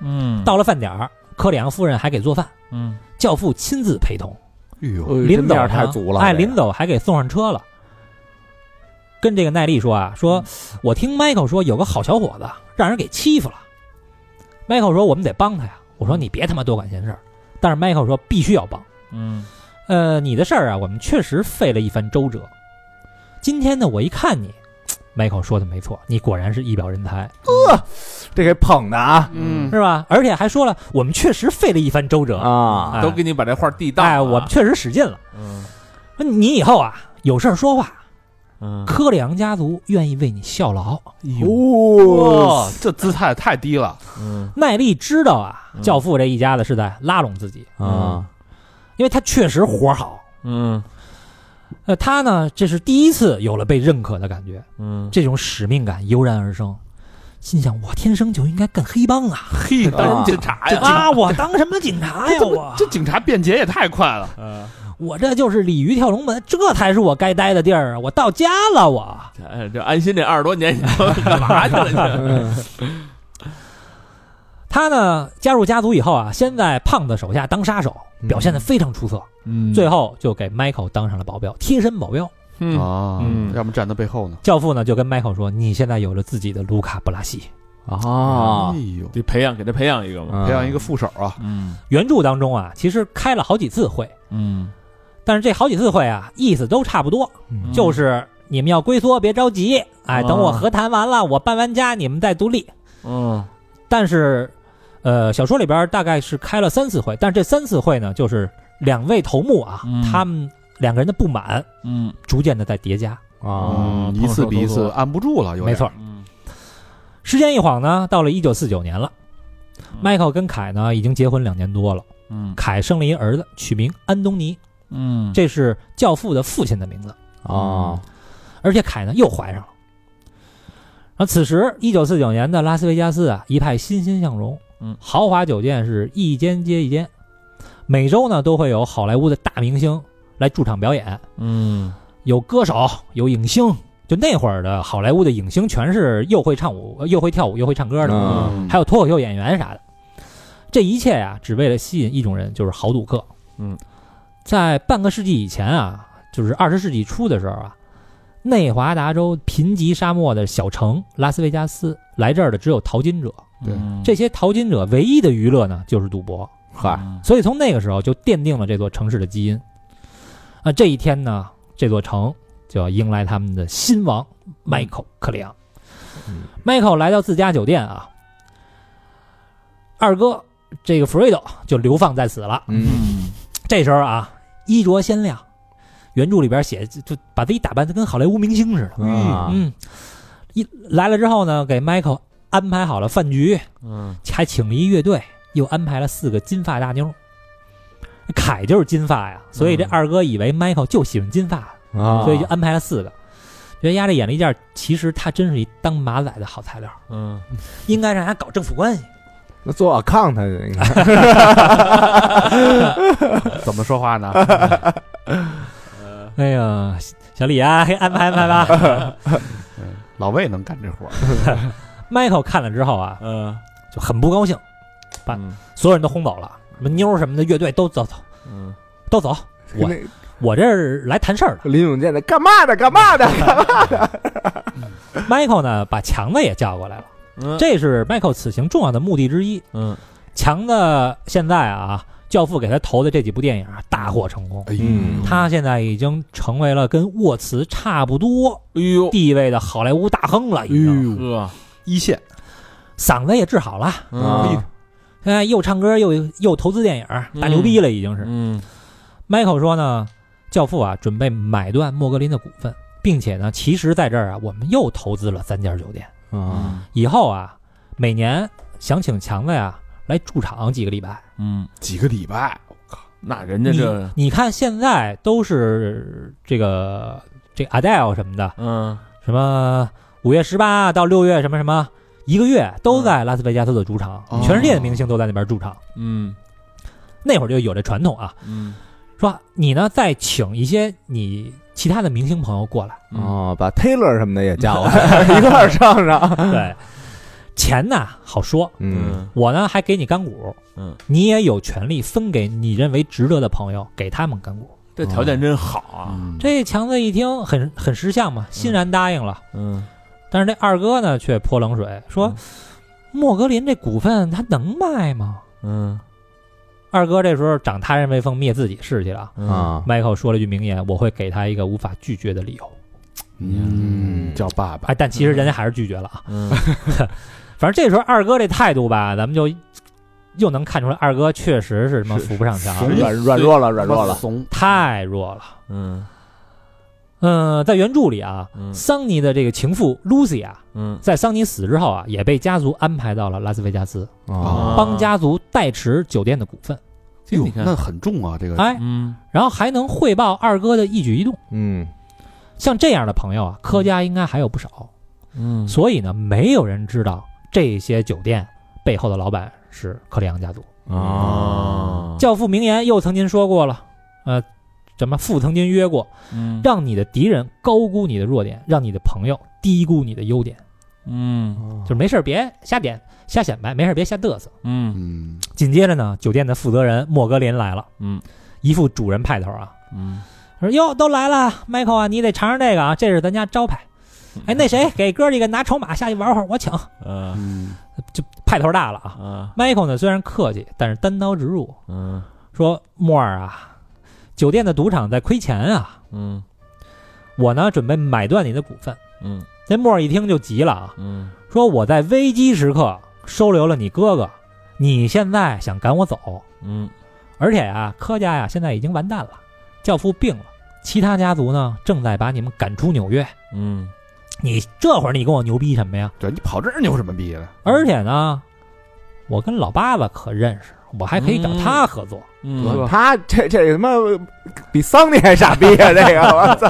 嗯
到了饭点儿，科里昂夫人还给做饭，
嗯
教父亲自陪同。
哎呦，
哎这
临走
面儿
呢
太足了，
哎，
这个
临走还给送上车了。
嗯
跟这个耐力说啊，说我听 Michael 说有个好小伙子让人给欺负了， Michael 说我们得帮他呀。我说
嗯
你别他妈多管闲事儿，但是 Michael 说必须要帮。
嗯
呃，你的事儿啊，我们确实费了一番周折。今天呢，我一看你，Michael 说的没错，你果然是一表人才，
嗯呃这给捧的啊
嗯
是吧？而且还说了，我们确实费了一番周折，
啊！
哎
都给你把这话递到了啊。
哎，我们确实使劲了。
嗯
你以后啊，有事儿说话，
嗯，
科里昂家族愿意为你效劳。
哎
哦，
哇，这姿态太低了，
嗯
耐力知道啊，
嗯
教父这一家子是在拉拢自己，
啊，
因为他确实活儿好。
嗯
呃，他呢，这是第一次有了被认可的感觉，
嗯，
这种使命感油然而生。心想，我天生就应该干黑帮啊！
嘿，当
啊
然警察呀，
啊，我当什么警察呀？
这
我
这警察辩解也太快了，
我这就是鲤鱼跳龙门，这才是我该待的地儿啊！我到家了，我。
哎这安心这二十多年，你都干嘛去了？
他呢，加入家族以后啊，先在胖子手下当杀手，表现得非常出色，
嗯
最后就给 Michael 当上了保镖，贴身保镖。
嗯，
啊
嗯
要么站在背后呢，
教父呢就跟 Michael 说：“你现在有了自己的卢卡·布拉西。
啊
哎，呦，
得培养，给他培养一个嘛。
培
培养一个副手啊，
嗯”
原著当中啊，其实开了好几次会，
嗯，
但是这好几次会啊，意思都差不多，
嗯
就是你们要龟缩，别着急，哎，
啊
等我和谈完了，我搬完家，你们再独立。
嗯
但是，呃，小说里边大概是开了三次会，但是这三次会呢，就是两位头目啊，
嗯
他们两个人的不满
嗯
逐渐的在叠加。
啊，
嗯
一次比一次按不住了，有点
没，错，
嗯
时间一晃呢，到了一九四九年了。
嗯
Michael 跟凯呢已经结婚两年多了，
嗯
凯生了一儿子，取名安东尼，
嗯，
这是教父的父亲的名字。
哦
嗯
啊，
而且凯呢又怀上了。而此时，一九四九年的拉斯维加斯啊，一派欣欣向荣，
嗯
豪华酒店是一间接一间，每周呢都会有好莱坞的大明星来驻场表演，
嗯
有歌手，有影星。就那会儿的好莱坞的影星，全是又会唱舞、呃又会跳舞、又会唱歌的，
嗯
嗯，
还有脱口秀演员啥的。这一切呀、只为了吸引一种人，就是豪赌客。
嗯，
在半个世纪以前啊，就是二十世纪初的时候啊，内华达州贫瘠沙漠的小城拉斯维加斯，来这儿的只有淘金者。
对
嗯
这些淘金者唯一的娱乐呢，就是赌博。
嗨，
嗯
所以从那个时候就奠定了这座城市的基因。啊，这一天呢，这座城就要迎来他们的新王迈克克里昂。迈克来到自家酒店啊，二哥这个弗瑞德就流放在此了。
嗯
这时候啊，衣着鲜亮，原著里边写就就把自己打扮的跟好莱坞明星似的。
啊，
嗯，一来了之后呢，给 Michael 安排好了饭局，
嗯
还请了一乐队，又安排了四个金发大妞。凯就是金发呀，所以这
嗯
二哥以为 Michael 就喜欢金发，
啊，
嗯所以就安排了四个。觉得丫这眼力劲儿，其实他真是一当马仔的好材料，
嗯
应该让他搞政府关系。
那做 account 的应该
怎么说话 呢？
哎呀，小李啊，给安排安排 吧。
老魏能干这活儿，
Michael 看了之后啊，
嗯，
就很不高兴，把
嗯
所有人都轰走了，什么妞儿什么的，乐队都走走
嗯
都走，我
那
我这儿来谈事儿的。
林永健的干嘛的干嘛的，
Michael 呢，把强子也叫过来了，
嗯
这是 Michael 此行重要的目的之一。
嗯
强子现在啊，教父给他投的这几部电影啊，大获成功。
哎呦，
嗯
他现在已经成为了跟沃茨差不多
哎呦，
地位的好莱坞大亨了，已经、
哎呦，
呵，
一线，哎
嗓子也治好了，
啊
现在又唱歌又又投资电影，大牛逼了，已经是。
嗯
Michael 说呢，教父啊准备买断莫格林的股份，并且呢，其实在这儿啊，我们又投资了三家酒店，
啊，
以后啊，每年想请强子呀来驻场几个礼拜。
嗯
几个礼拜，
那人家
你
这，
你看现在都是这个这个 Adele 什么的，
嗯
什么五月十八到六月什么什么，一个月都在拉斯维加斯的主场，
哦
全世界的明星都在那边驻场。
嗯
那会儿就有这传统啊，
嗯
说你呢再请一些你其他的明星朋友过来，
嗯
哦，把 Taylor 什么的也叫过来一块儿上上，
对，钱呢好说，
嗯，
我呢还给你干股，
嗯，
你也有权利分给你认为值得的朋友，给他们干股。
这条件真好啊。
嗯
这强子一听很很识相嘛，欣然答应了。
嗯
嗯但是这二哥呢却泼冷水说。莫格林这股份他能卖吗？
嗯
二哥这时候长他人威风，灭自己士气了。
嗯
啊，
迈克说了一句名言：“我会给他一个无法拒绝的理由。
嗯，叫爸”爸，
哎，但其实人家还是拒绝了啊。
嗯
反正这时候二哥这态度吧，咱们就又能看出来，二哥确实是什么扶不上墙，啊
软软弱了，软弱了，
怂，
太弱了。
嗯
嗯，在原著里啊，
嗯
桑尼的这个情妇 Lucy 啊，
嗯
在桑尼死之后啊，也被家族安排到了拉斯维加斯，
啊
帮家族代持酒店的股份。
哟
你，看
那很重啊，这个
哎，
嗯
然后还能汇报二哥的一举一动。
嗯
像这样的朋友啊，柯家应该还有不少。
嗯
所以呢，没有人知道这些酒店背后的老板是克里昂家族。
啊
教父名言又曾经说过了，呃，什么父曾经约过，
嗯
让你的敌人高估你的弱点，让你的朋友低估你的优点。
嗯
就是没事儿别瞎点瞎显摆，没事儿别瞎嘚瑟。
嗯
嗯，
紧接着呢，酒店的负责人莫格林来了，
嗯，
一副主人派头啊，
嗯
说哟都来了，Michael 啊，你得尝尝这个啊，这是咱家招牌。哎，那谁给哥几个拿筹码下去玩会儿，我请。
呃
嗯，
就派头大了啊。
啊
Michael 呢虽然客气，但是单刀直入，
嗯
说莫尔啊，酒店的赌场在亏钱啊，
嗯
我呢准备买断你的股份。
嗯
那莫尔一听就急了啊，
嗯
说我在危机时刻收留了你哥哥，你现在想赶我走，
嗯
而且啊，柯家呀现在已经完蛋了，教父病了，其他家族呢正在把你们赶出纽约，
嗯
你这会儿你跟我牛逼什么呀？
对你跑这儿牛什么逼了？
而且呢，我跟老八子可认识，我还可以找他合作。
嗯
他这这他妈比桑尼还傻逼啊！这个我操，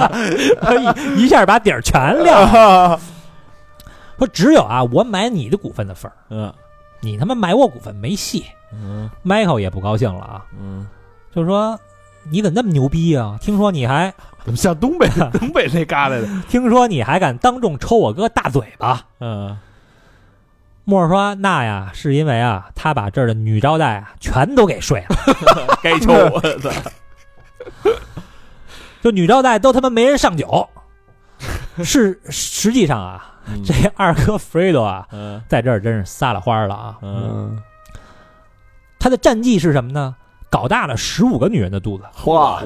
哎一下把底儿全撂。说只有啊，我买你的股份的份儿，
嗯
你他妈买我股份没戏。
嗯
Michael 也不高兴了啊，
嗯
就说你怎么那么牛逼啊？听说你还
怎么像东北东北那旮 旯的？
听说你还敢当众抽我哥大嘴巴？
嗯
莫尔说：“那呀，是因为啊，他把这儿的女招待啊全都给睡了，
该抽
嗯
我操！
就女招待都他妈没人上酒。 是实际上啊，
嗯
这二哥 Fredo 啊，
嗯
在这儿真是撒了花了啊。
嗯
他的战绩是什么呢？搞大了十五个女人的肚子，
哇，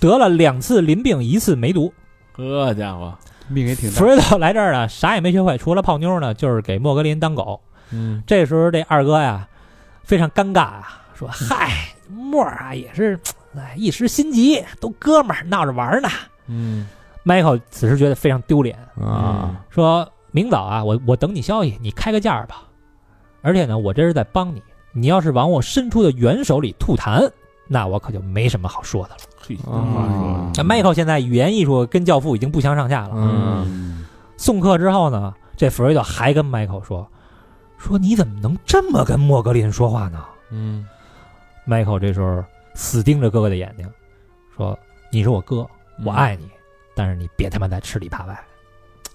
得了两次淋病，一次梅毒。
呵家伙，
命也挺
弗瑞德来这儿呢，啊啥也没学会，除了泡妞呢，就是给莫格林当狗。
嗯
这时候这二哥呀，非常尴尬啊，说：“
嗯
嗨，莫儿啊，也是，哎，一时心急，都哥们儿闹着玩儿呢。
嗯
”Michael 此时觉得非常丢脸，
啊
说：“明早啊，我我等你消息，你开个价儿吧。而且呢，我这是在帮你，你要是往我伸出的援手里吐痰，那我可就没什么好说的了。”
嘿，嗯
啊
那 Michael 现在语言艺术跟教父已经不相上下了。
嗯
送客之后呢，这弗瑞德还跟 Michael 说：“说你怎么能这么跟莫格林说话呢
嗯
？”Michael 这时候死盯着哥哥的眼睛，说：“你是我哥，
嗯
我爱你，但是你别他妈再吃里扒外。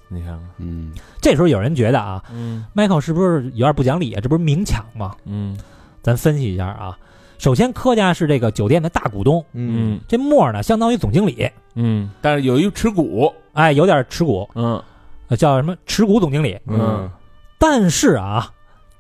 你看看，
嗯，”
这时候有人觉得啊
嗯
，Michael 是不是有点不讲理啊？这不是明抢吗？
嗯
咱分析一下啊。首先，柯家是这个酒店的大股东，
嗯
嗯
这莫尔呢相当于总经理，
嗯
但是有一持股，
哎，有点持股，
嗯
呃叫什么持股总经理。
嗯
但是啊，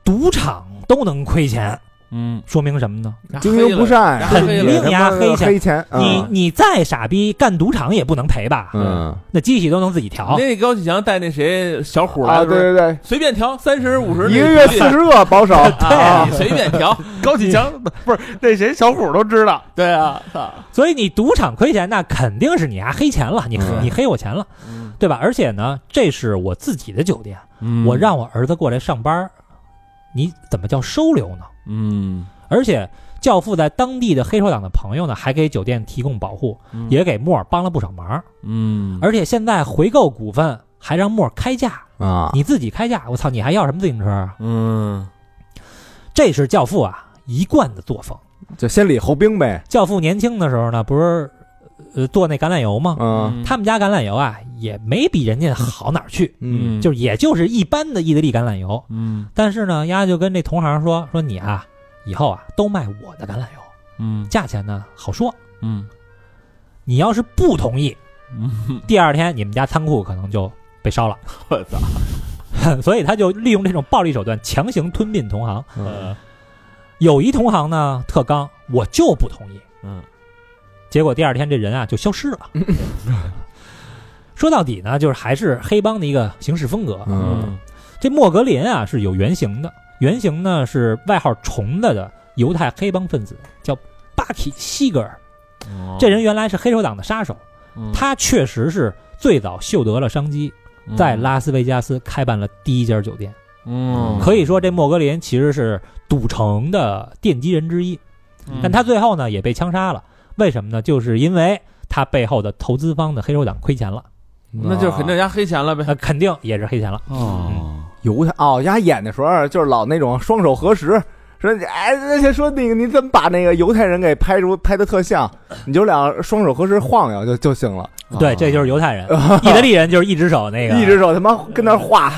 赌场都能亏钱，
嗯
说明什么呢？
经营不善，
肯定
也他妈
黑钱
黑钱，啊
你你再傻逼，干赌场也不能赔吧？
嗯
那机器都能自己调。
那高启强带那谁小虎来
啊，
的时候
对对
随便调三十五
嗯
十，
对，一个月四十个保守，
啊，
啊
你随 便调，
高启强不是那谁小虎都知道，
对啊，操，
所以你赌场亏钱，那肯定是你啊黑钱了，你、
嗯
你黑我钱了，对吧？而且呢，这是我自己的酒店，
嗯
我让我儿子过来上班，你怎么叫收留呢？
嗯
而且教父在当地的黑手党的朋友呢，还给酒店提供保护，
嗯
也给莫尔帮了不少忙。
嗯
而且现在回购股份还让莫尔开价，
啊
你自己开价，我操，你还要什么自行车啊？
嗯
这是教父啊一贯的作风。
就先礼后兵呗，
教父年轻的时候呢，不是呃做那橄榄油吗？
嗯
他们家橄榄油啊，也没比人家好哪儿去，
嗯
就是也就是一般的意大利橄榄油。
嗯
但是呢，丫就跟这同行说说你啊，以后啊都卖我的橄榄油，
嗯
价钱呢好说。
嗯
你要是不同意，
嗯
第二天你们家仓库可能就被烧了。
我操，
所以他就利用这种暴力手段强行吞并同行。
嗯
有一同行呢特刚，我就不同意。
嗯
结果第二天这人啊就消失了。 说到底呢，就是还是黑帮的一个行事风格。
嗯
这莫格林啊是有原型的，原型呢是外号虫子的犹太黑帮分子，叫巴基西格尔。
嗯，
这人原来是黑手党的杀手，
嗯
他确实是最早嗅得了商机，在，拉斯维加斯开办了第一家酒店。
嗯，
可以说，这莫格林其实是赌城的奠基人之一。
嗯，
但他最后呢也被枪杀了，为什么呢？就是因为他背后的投资方的黑手党亏钱了，
嗯
那就是
啊
肯定人家黑钱了呗。
呃，肯定也是黑钱了。
哦，
犹太哦，丫演的时候就是老那种双手合十，说哎，那些说那个你怎么把那个犹太人给拍出拍的特像，你就俩双手合十晃悠就就行了，
啊
对，这就是犹 太人，意大利人就是一只手那个，
一只手他妈跟那儿画，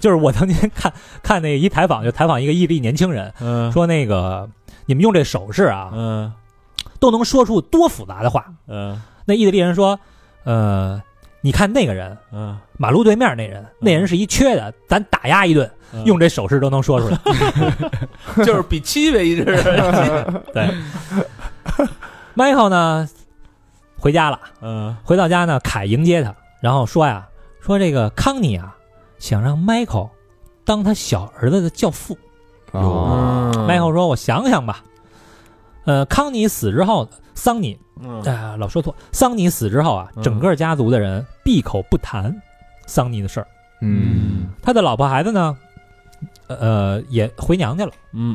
就是我曾经看看那个一采访，就采访一个意大利年轻人，
嗯
说那个你们用这手势啊，
嗯
都能说出多复杂的话。
嗯
那意大利人说，呃，你看那个人，
嗯，
马路对面那人，那人是一缺的，咱打压一顿，
呃嗯
用这手势都能 说出来。
就是比七呗，一直
Michael 呢，回家了。
嗯
回到家呢，凯迎接他，然后说呀，说这个康妮啊，想让 Michael 当他小儿子的教父。
嗯
哦 Michael 说：“我想想吧。”呃，康妮死之后，桑尼啊、
嗯
老说错，桑尼死之后啊，
嗯
整个家族的人闭口不谈桑尼的事儿。
嗯
他的老婆孩子呢，呃，也回娘家了，
嗯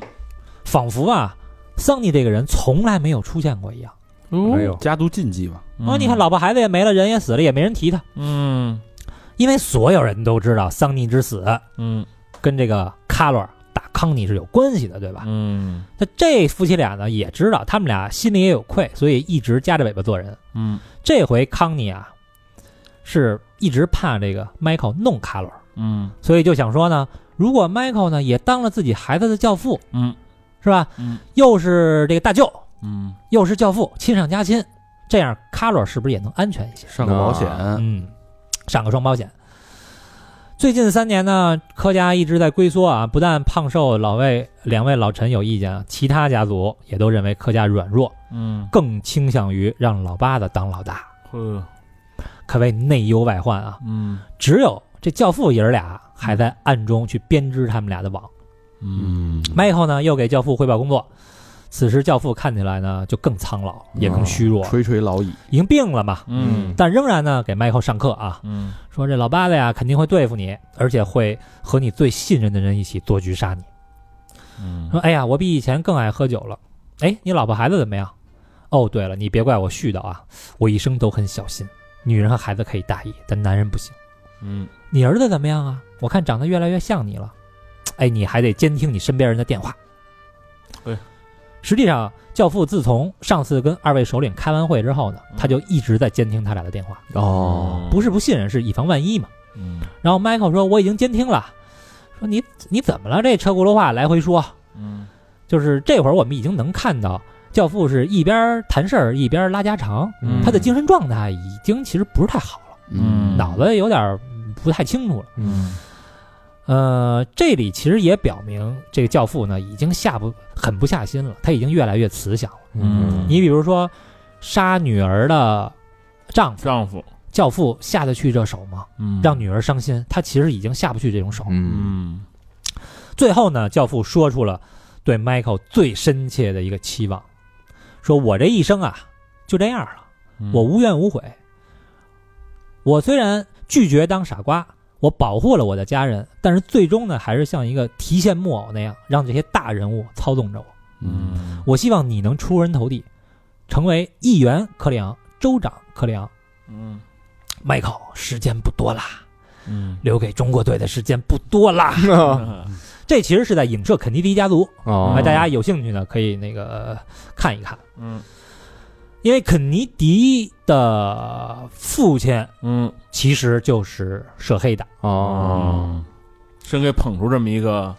仿佛啊，桑尼这个人从来没有出现过一样。
哎呦
家族禁忌嘛，
啊，你看，老婆孩子也没了，人也死了，也没人提他，
嗯
因为所有人都知道桑尼之死
嗯
跟这个卡罗尔打康妮是有关系的，对吧？
嗯
那这夫妻俩呢也知道，他们俩心里也有愧，所以一直夹着尾巴做人。
嗯
这回康妮啊，是一直怕这个 Michael 弄卡罗尔，
嗯
所以就想说呢，如果 Michael 呢也当了自己孩子的教父，
嗯
是吧？
嗯
又是这个大舅，
嗯
又是教父，亲上加亲，这样卡罗尔是不是也能安全一些？
上个保险，
嗯，上个双保险。最近三年呢，柯家一直在龟缩啊，不但胖瘦老魏两位老臣有意见，啊，其他家族也都认为柯家软弱，
嗯，
更倾向于让老八子当老大，可谓内忧外患啊。
嗯
只有这教父爷儿俩还在暗中去编织他们俩的网。
嗯
嗯，
Michael 呢，又给教父汇报工作。此时教父看起来呢就更苍老，也
哦
更虚弱，
垂垂老矣，
已经病了嘛，
嗯
但仍然呢给 Michael 上课啊，
嗯
说这老八子呀肯定会对付你，而且会和你最信任的人一起做局杀你。
嗯
说哎呀，我比以前更爱喝酒了。哎，你老婆孩子怎么样？哦，对了，你别怪我絮叨啊，我一生都很小心。女人和孩子可以大意，但男人不行。
嗯
你儿子怎么样啊？我看长得越来越像你了。哎，你还得监听你身边人的电话。
对，
实际上，教父自从上次跟二位首领开完会之后呢，他就一直在监听他俩的电话，
哦
不是不信任，是以防万一嘛。
嗯
然后 Michael 说：“我已经监听了。”说你你怎么了？这车轱辘话来回说，
嗯
就是这会儿我们已经能看到，教父是一边谈事儿一边拉家常，
嗯
他的精神状态已经其实不是太好了，
嗯
脑子有点儿不太清楚了。
嗯
呃，这里其实也表明，这个教父呢已经下不很不下心了，他已经越来越慈祥了。
嗯，
你比如说，杀女儿的丈夫
丈夫，
教父下得去这手吗？
嗯，
让女儿伤心，他其实已经下不去这种手了。
嗯，
嗯
最后呢，教父说出了对 Michael 最深切的一个期望，说我这一生啊就这样了，
嗯
我无怨无悔。我虽然拒绝当傻瓜，我保护了我的家人，但是最终呢，还是像一个提线木偶那样，让这些大人物操纵着我。
嗯
我希望你能出人头地，成为议员克里昂、州长克里昂。
嗯
Michael，时间不多啦，
嗯
留给中国队的时间不多啦。这其实是在影射肯尼迪家族。
哦
哎，大家有兴趣呢，可以那个看一看，
嗯
因为肯尼迪的父亲
嗯
其实就是涉黑的，
哦，
哦，真给捧出这么一个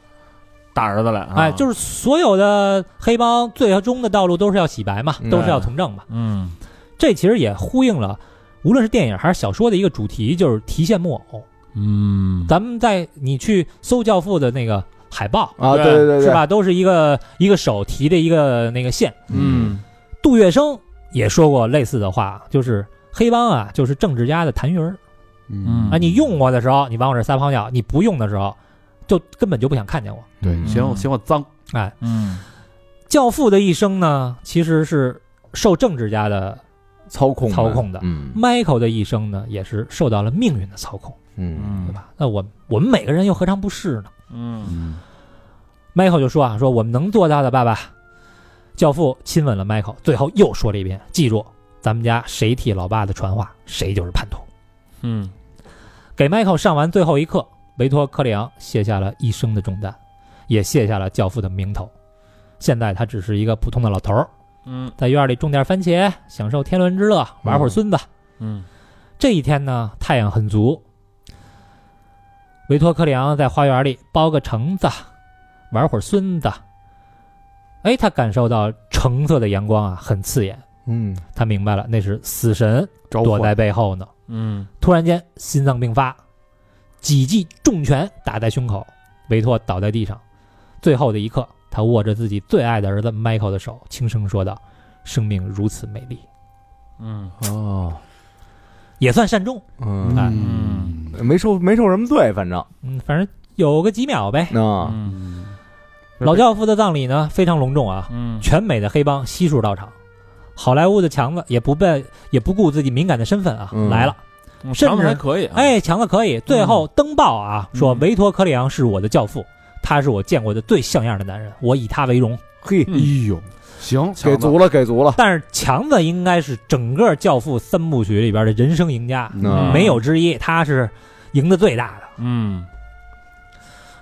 大儿子来啊，
哎，就是是所有的黑帮最终的道路都是要洗白嘛，
嗯
都是要从政嘛。
嗯
这其实也呼应了，无论是电影还是小说的一个主题，就是提线木偶。
嗯，
咱们在你去搜《教父》的那个海报
啊，
对
对对对，
是？吧，都是一个一个手提的一个那个线。
嗯
杜月笙也说过类似的话，就是黑帮啊，就是政治家的痰盂儿
嗯
啊。你用我的时候，你往我这撒泡尿；你不用的时候，就根本就不想看见我。
对，嫌我
嗯
嫌我脏，
嗯
教父的一生呢，其实是受政治家的
操控
操控的。
嗯
Michael 的一生呢，也是受到了命运的操控，
嗯
对
嗯
吧？那我我们每个人又何尝不是呢
嗯
嗯，
？Michael 就说啊，说我们能做到的，爸爸。教父亲吻了 Michael，最后又说了一遍：记住，咱们家谁替老爸的传话，谁就是叛徒。
嗯
给 Michael 上完最后一课，维托·科里昂卸下了一生的重担，也卸下了教父的名头。现在他只是一个普通的老头儿，
嗯
在院里种点番茄，享受天伦之乐，玩会儿孙子。
嗯
这一天呢，太阳很足。维托·克里昂在花园里包个橙子，玩会儿孙子。哎，他感受到橙色的阳光啊，很刺眼。
嗯，
他明白了，那是死神
招
躲
魂
在背后呢。
嗯
突然间心脏病发，几记重拳打在胸口，维托倒在地上。最后的一刻，他握着自己最爱的儿子 Michael 的手，轻声说道：“生命如此美丽。
嗯
哦，”
也算善终，
嗯，
哎
嗯
没受没受什么罪，反正
嗯，反正有个几秒呗。
啊，
嗯
老教父的葬礼呢非常隆重啊，
嗯
全美的黑帮悉数到场，好莱坞的强子也不被也不顾自己敏感的身份啊、
嗯
来了。
嗯，
甚
长得
至
还可以啊，
哎，强子可以，最后登报啊，
嗯
说维托·科里昂是我的教父，他是我见过的最像样的男人，我以他为荣。
嘿，
哎呦，行，
给足了，给足了，
但是强子应该是整个《教父》三部曲里边的人生赢家，
那
没有之一，他是赢得最大的。
嗯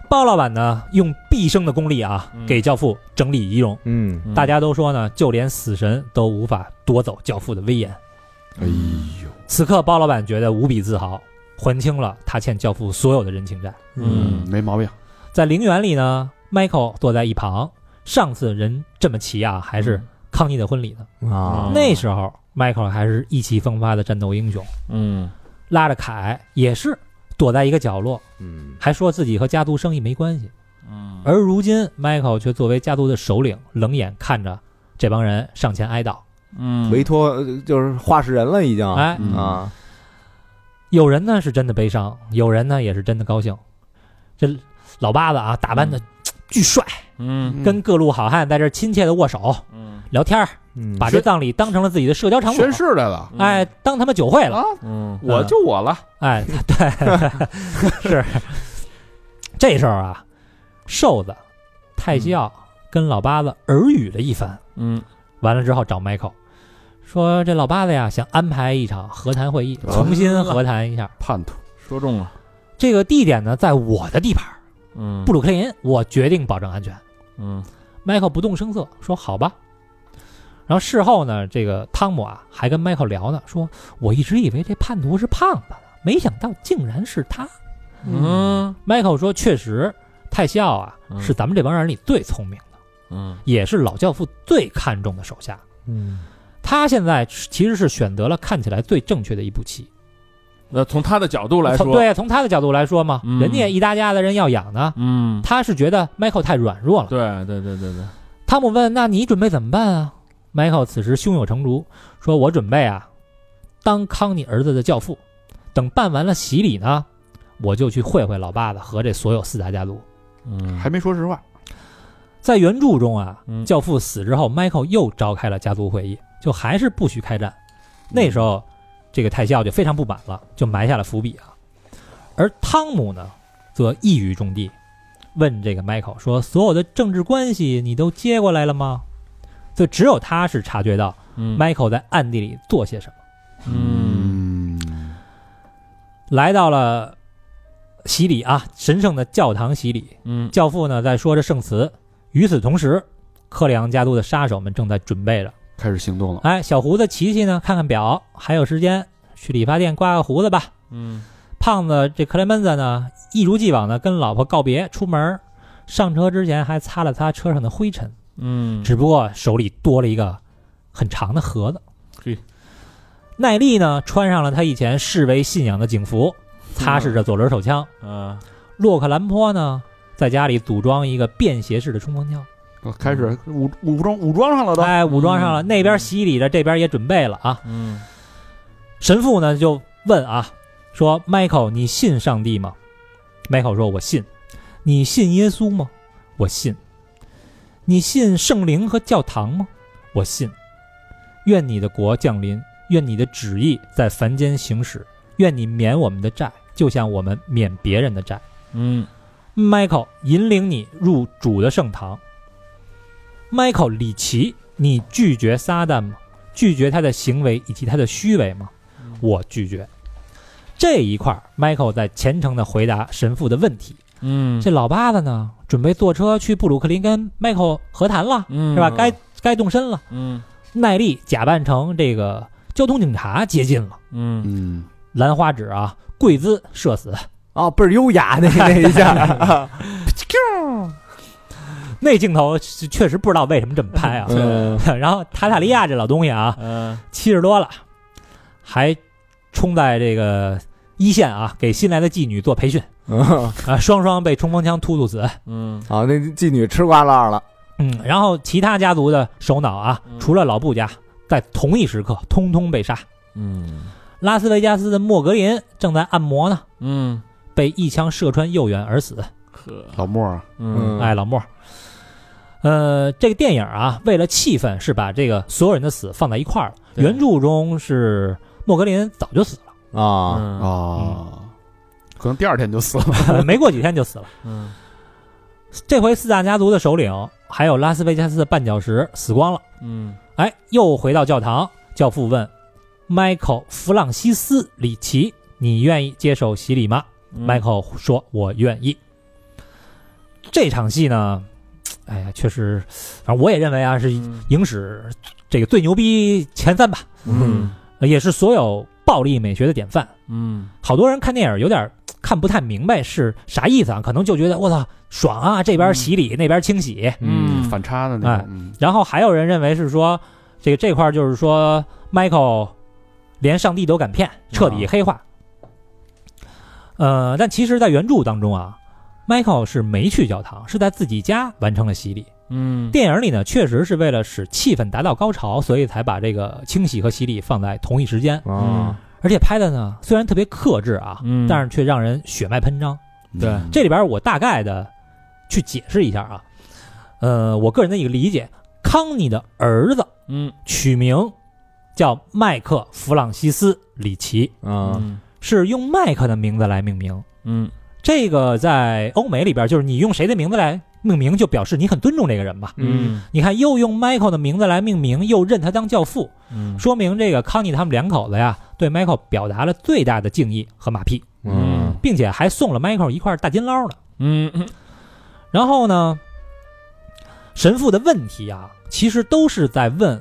包老板呢，用毕生的功力啊，
嗯
给《教父》整理仪容。
嗯，
嗯
大家都说呢，就连死神都无法夺走《教父》的威严。
哎呦，
此刻，包老板觉得无比自豪，还清了他欠《教父》所有的人情债。
嗯
没毛病，
在陵园里呢，Michael 坐在一旁。上次人这么齐啊，还是康妮的婚礼呢。
啊，
那时候，Michael 还是意气风发的战斗英雄，
嗯
拉着凯也是躲在一个角落，
嗯，
还说自己和家族生意没关系。
嗯
而如今，Michael 却作为家族的首领，冷眼看着这帮人上前哀悼。
嗯
维托呃就是化石人了，已经
哎，
嗯
啊，
有人呢是真的悲伤，有人呢也是真的高兴。这老八子啊，打扮的巨帅，
嗯
跟各路好汉在这儿亲切的握手
嗯
聊天儿，
嗯
把这葬礼当成了自己的社交场所
宣。誓来了，
嗯
哎，当他妈酒会了，
嗯
我就我了，
哎， 对，是这时候啊，瘦子泰西奥跟老八子耳语了一番，
嗯
完了之后找 Michael 说：“这老八子呀，想安排一场和谈会议，重新和谈一下。
叛徒，
说中了，
这个地点呢，在我的地盘儿
嗯
布鲁克林，我决定保证安全。
嗯
”Michael 不动声色说：“好吧。”然后事后呢，这个汤姆啊还跟 Michael 聊呢，说：“我一直以为这叛徒是胖子呢，没想到竟然是他。”
嗯
Michael 说：“确实，泰西奥啊、
嗯
是咱们这帮人里最聪明的，
嗯
也是老教父最看重的手下。
嗯
他现在其实是选择了看起来最正确的一步棋。
那从他的角度来
从
说，
对，从啊他的角度来说嘛，
嗯
人家一大家子人要养呢。
嗯，
他是觉得 Michael 太软弱了。
对对对对对，
汤姆问：“那你准备怎么办啊？”Michael 此时胸有成竹，说：“我准备啊，当康妮儿子的教父。等办完了洗礼呢，我就去会会老爸子和这所有四大家族。”
嗯，
还没说实话，
在原著中啊，
嗯
教父死之后，Michael 又召开了家族会议，就还是不许开战。那时候，这个泰西奥就非常不满了，就埋下了伏笔啊。而汤姆呢，则一语中的，问这个 Michael 说：“所有的政治关系你都接过来了吗？”所以只有他是察觉到
嗯
Michael 在暗地里做些什么。
嗯
来到了洗礼啊，神圣的教堂洗礼，
嗯
教父呢在说着圣词。与此同时，克里昂家族的杀手们正在准备着。
开始行动了，
哎，小胡子琪琪呢，看看表，还有时间，去理发店刮个胡子吧。
嗯
胖子这克雷门子呢，一如既往的跟老婆告别，出门。上车之前还擦了擦车上的灰尘，
嗯
只不过手里多了一个很长的盒子
嘿。
耐力呢，穿上了他以前视为信仰的警服，擦拭着左轮手枪。
嗯，
啊
洛克兰坡呢，在家里组装一个便携式的冲锋枪，
开始武武装武装上了都。
哎，武装
嗯
上了，那边洗礼着，这边也准备了啊。
嗯，
神父呢就问啊，说：“Michael，你信上帝吗？”Michael 说：“我信。”你信耶稣吗？我信。你信圣灵和教堂吗？我信。愿你的国降临，愿你的旨意在凡间行使，愿你免我们的债，就像我们免别人的债。
嗯，
Michael 引领你入主的圣堂。Michael 里奇，你拒绝撒旦吗？拒绝他的行为以及他的虚伪吗？我拒绝。这一块儿，Michael 在虔诚地回答神父的问题。
嗯，
这老八子呢，准备坐车去布鲁克林跟 Michael 和谈了，
嗯
是吧？该该动身了。
嗯
耐力假扮成这个交通警察接近了，
嗯
嗯，
兰花指啊，跪姿射死。
啊，倍儿优雅那那一下，
那镜头是确实不知道为什么这么拍啊。
嗯，
然后塔塔利亚这老东西啊，
呃
嗯
七十多了，还冲在这个一线啊，给新来的妓女做培训
嗯
啊，双双被冲锋枪突突死。
嗯
好，那妓女吃瓜烂了，
嗯，然后其他家族的首脑啊，
嗯
除了老布家，在同一时刻通通被杀。
嗯
拉斯维加斯的莫格林正在按摩呢，
嗯，
被一枪射穿右眼而死。
呵，
老莫啊，
嗯
哎，老莫。呃，这个电影啊，为了气氛是把这个所有人的死放在一块儿了。
对
原著中是莫格林早就死
啊，
嗯
嗯
啊
啊，可能第二天就死了。
了， 没过几天就死了。
嗯
这回四大家族的首领还有拉斯维加斯的绊脚石死光了。
嗯
哎，又回到教堂，教父问 Michael 弗朗西斯里奇：“你愿意接受洗礼吗、m
嗯
i
嗯
c h a e l 说：“我愿意。”这场戏呢，哎呀，确实，反正我也认为啊，是
嗯
影史这个最牛逼前三吧，
嗯
呃也是所有暴力美学的典范。
嗯
好多人看电影有点看不太明白是啥意思啊，可能就觉得我操爽啊，这边洗礼，那边清洗，
嗯
反差的那
哎
种。嗯
然后还有人认为是说，这个这块儿就是说，Michael 连上帝都敢骗，彻底黑化。呃，但其实，在原著当中啊，Michael 是没去教堂，是在自己家完成了洗礼。
嗯
电影里呢，确实是为了使气氛达到高潮，所以才把这个清洗和洗礼放在同一时间。
啊，
而且拍的呢，虽然特别克制啊，
嗯
但是却让人血脉喷张。
对
嗯
这里边我大概的去解释一下啊，呃，我个人的一个理解，康妮的儿子
嗯
取名叫麦克·弗朗西斯·里奇，
嗯，
是用麦克的名字来命名。
嗯
这个在欧美里边，就是你用谁的名字来命名，就表示你很尊重这个人吧。
嗯
你看，又用 Michael 的名字来命名，又认他当教父，
嗯
说明这个康妮他们两口子呀，对 Michael 表达了最大的敬意和马屁，
嗯，
并且还送了 Michael 一块大金捞呢。
嗯
然后呢，神父的问题啊，其实都是在问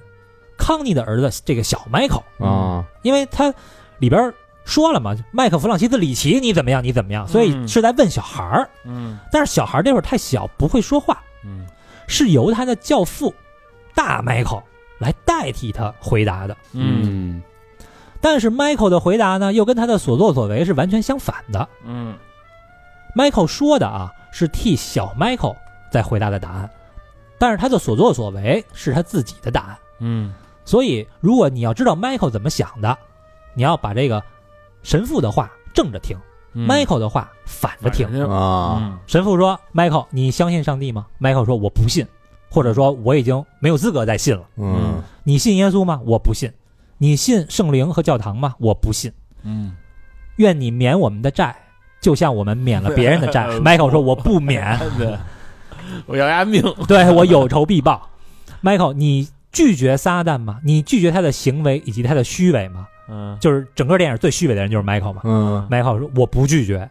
康妮的儿子这个小 Michael，
啊，
因为他里边说了嘛，麦克弗朗西斯里奇你怎么样，你怎么样，所以
嗯
是在问小孩儿。
嗯
但是小孩儿这会儿太小，不会说话，
嗯
是由他的教父大 Michael 来代替他回答的。
嗯
但是 Michael 的回答呢，又跟他的所作所为是完全相反的。
嗯
Michael 说的啊，是替小 Michael 在回答的答案，但是他的所作所为是他自己的答案。
嗯
所以，如果你要知道 Michael 怎么想的，你要把这个神父的话正着听、m i c h a e l 的话反着听。
啊，
嗯
神父说：“Michael，你相信上帝吗？”Michael 说：“我不信，或者说我已经没有资格再信了。
嗯，
你信耶稣吗？我不信。你信圣灵和教堂吗？我不信。
嗯
愿你免我们的债，就像我们免了别人的 债。”Michael 说：“我不免。”
对，我要押命，
对我有仇必报。Michael，你拒绝撒旦吗？你拒绝他的行为以及他的虚伪吗？
嗯
就是整个电影最虚伪的人就是 Michael 嘛。
嗯，
Michael 说：“我不拒绝。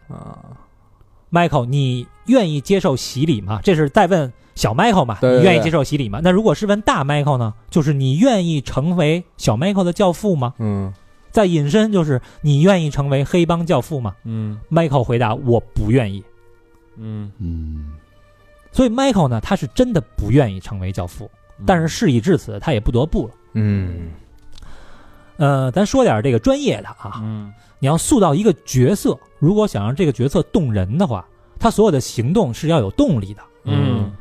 ”Michael，你愿意接受洗礼吗？这是在问小 Michael 嘛？
对对
你愿意
对
接受洗礼吗？那如果是问大 Michael 呢？就是你愿意成为小 Michael 的教父吗？
嗯，
再引申就是你愿意成为黑帮教父吗
嗯
？Michael 回答：“我不愿意。
嗯，
嗯，”
所以 Michael 呢，他是真的不愿意成为教父，但是事已至此，他也不得不了。
嗯，
呃，咱说点这个专业的啊，
嗯，
你要塑造一个角色，如果想让这个角色动人的话，他所有的行动是要有动力的。
嗯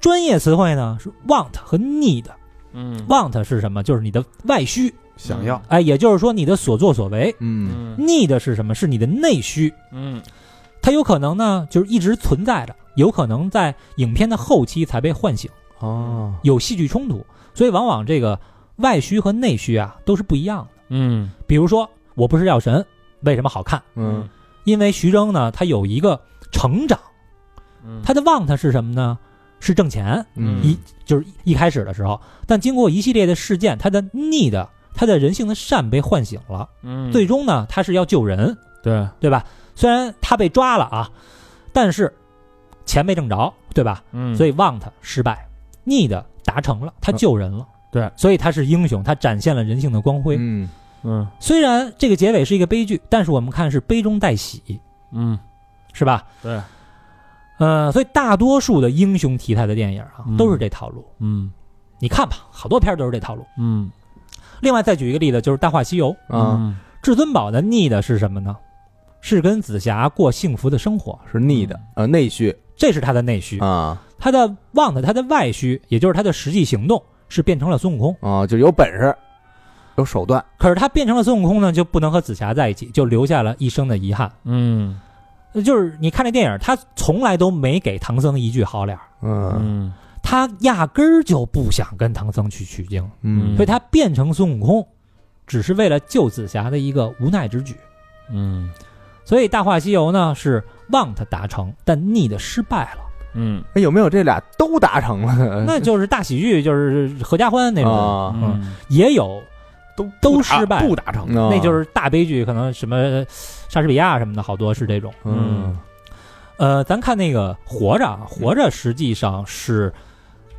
专业词汇呢是 want 和 need。
嗯
want 是什么？就是你的外需，
想要
哎，也就是说你的所作所为。
嗯，
嗯
need 是什么？是你的内需，
嗯
它有可能呢就是一直存在着，有可能在影片的后期才被唤醒，
哦，
有戏剧冲突，所以往往这个外需和内需啊都是不一样的。
嗯
比如说，我不是药神，为什么好看？
嗯
因为徐峥呢，他有一个成长，
嗯
他的 want 是什么呢？是挣钱，
嗯
一就是一开始的时候，但经过一系列的事件，他的 need，他的人性的善被唤醒了，
嗯
最终呢，他是要救人，
对，
对吧？虽然他被抓了啊，但是钱没挣着，对吧？
嗯
所
以
以 want 失败，need 达成了，他救人了。
对，
所以他是英雄，他展现了人性的光辉。
嗯
嗯
虽然这个结尾是一个悲剧，但是我们看是悲中带喜，
嗯
是吧？
对，
呃，所以大多数的英雄题材的电影啊，
嗯
都是这套路。
嗯
你看吧，好多片儿都是这套路。
嗯
另外再举一个例子，就是《大话西游》，
啊，
嗯
至尊宝的 need 是什么呢？是跟紫霞过幸福的生活，
是 need 呃内需
这是他的内需。
啊
他的 want，他的外需，也就是他的实际行动，是变成了孙悟空。
啊，就有本事，有手段，
可是他变成了孙悟空呢，就不能和紫霞在一起，就留下了一生的遗憾。
嗯
呃就是你看这电影，他从来都没给唐僧一句好脸儿，
嗯
嗯
他压根儿就不想跟唐僧去取经，
嗯
所以他变成孙悟空，只是为了救紫霞的一个无奈之举。
嗯
所以《大话西游呢》是 want 达成，但 need 失败了，
嗯
哎有没有这俩都达成了？
那就是大喜剧，就是合家欢那种，
啊
嗯
也有
都
都
不达
失败
不达成。
那
那
就是大悲剧，可能什么莎士比亚什么的，好多是这种。
嗯
呃，咱看那个《活着》啊，《活着》实际上是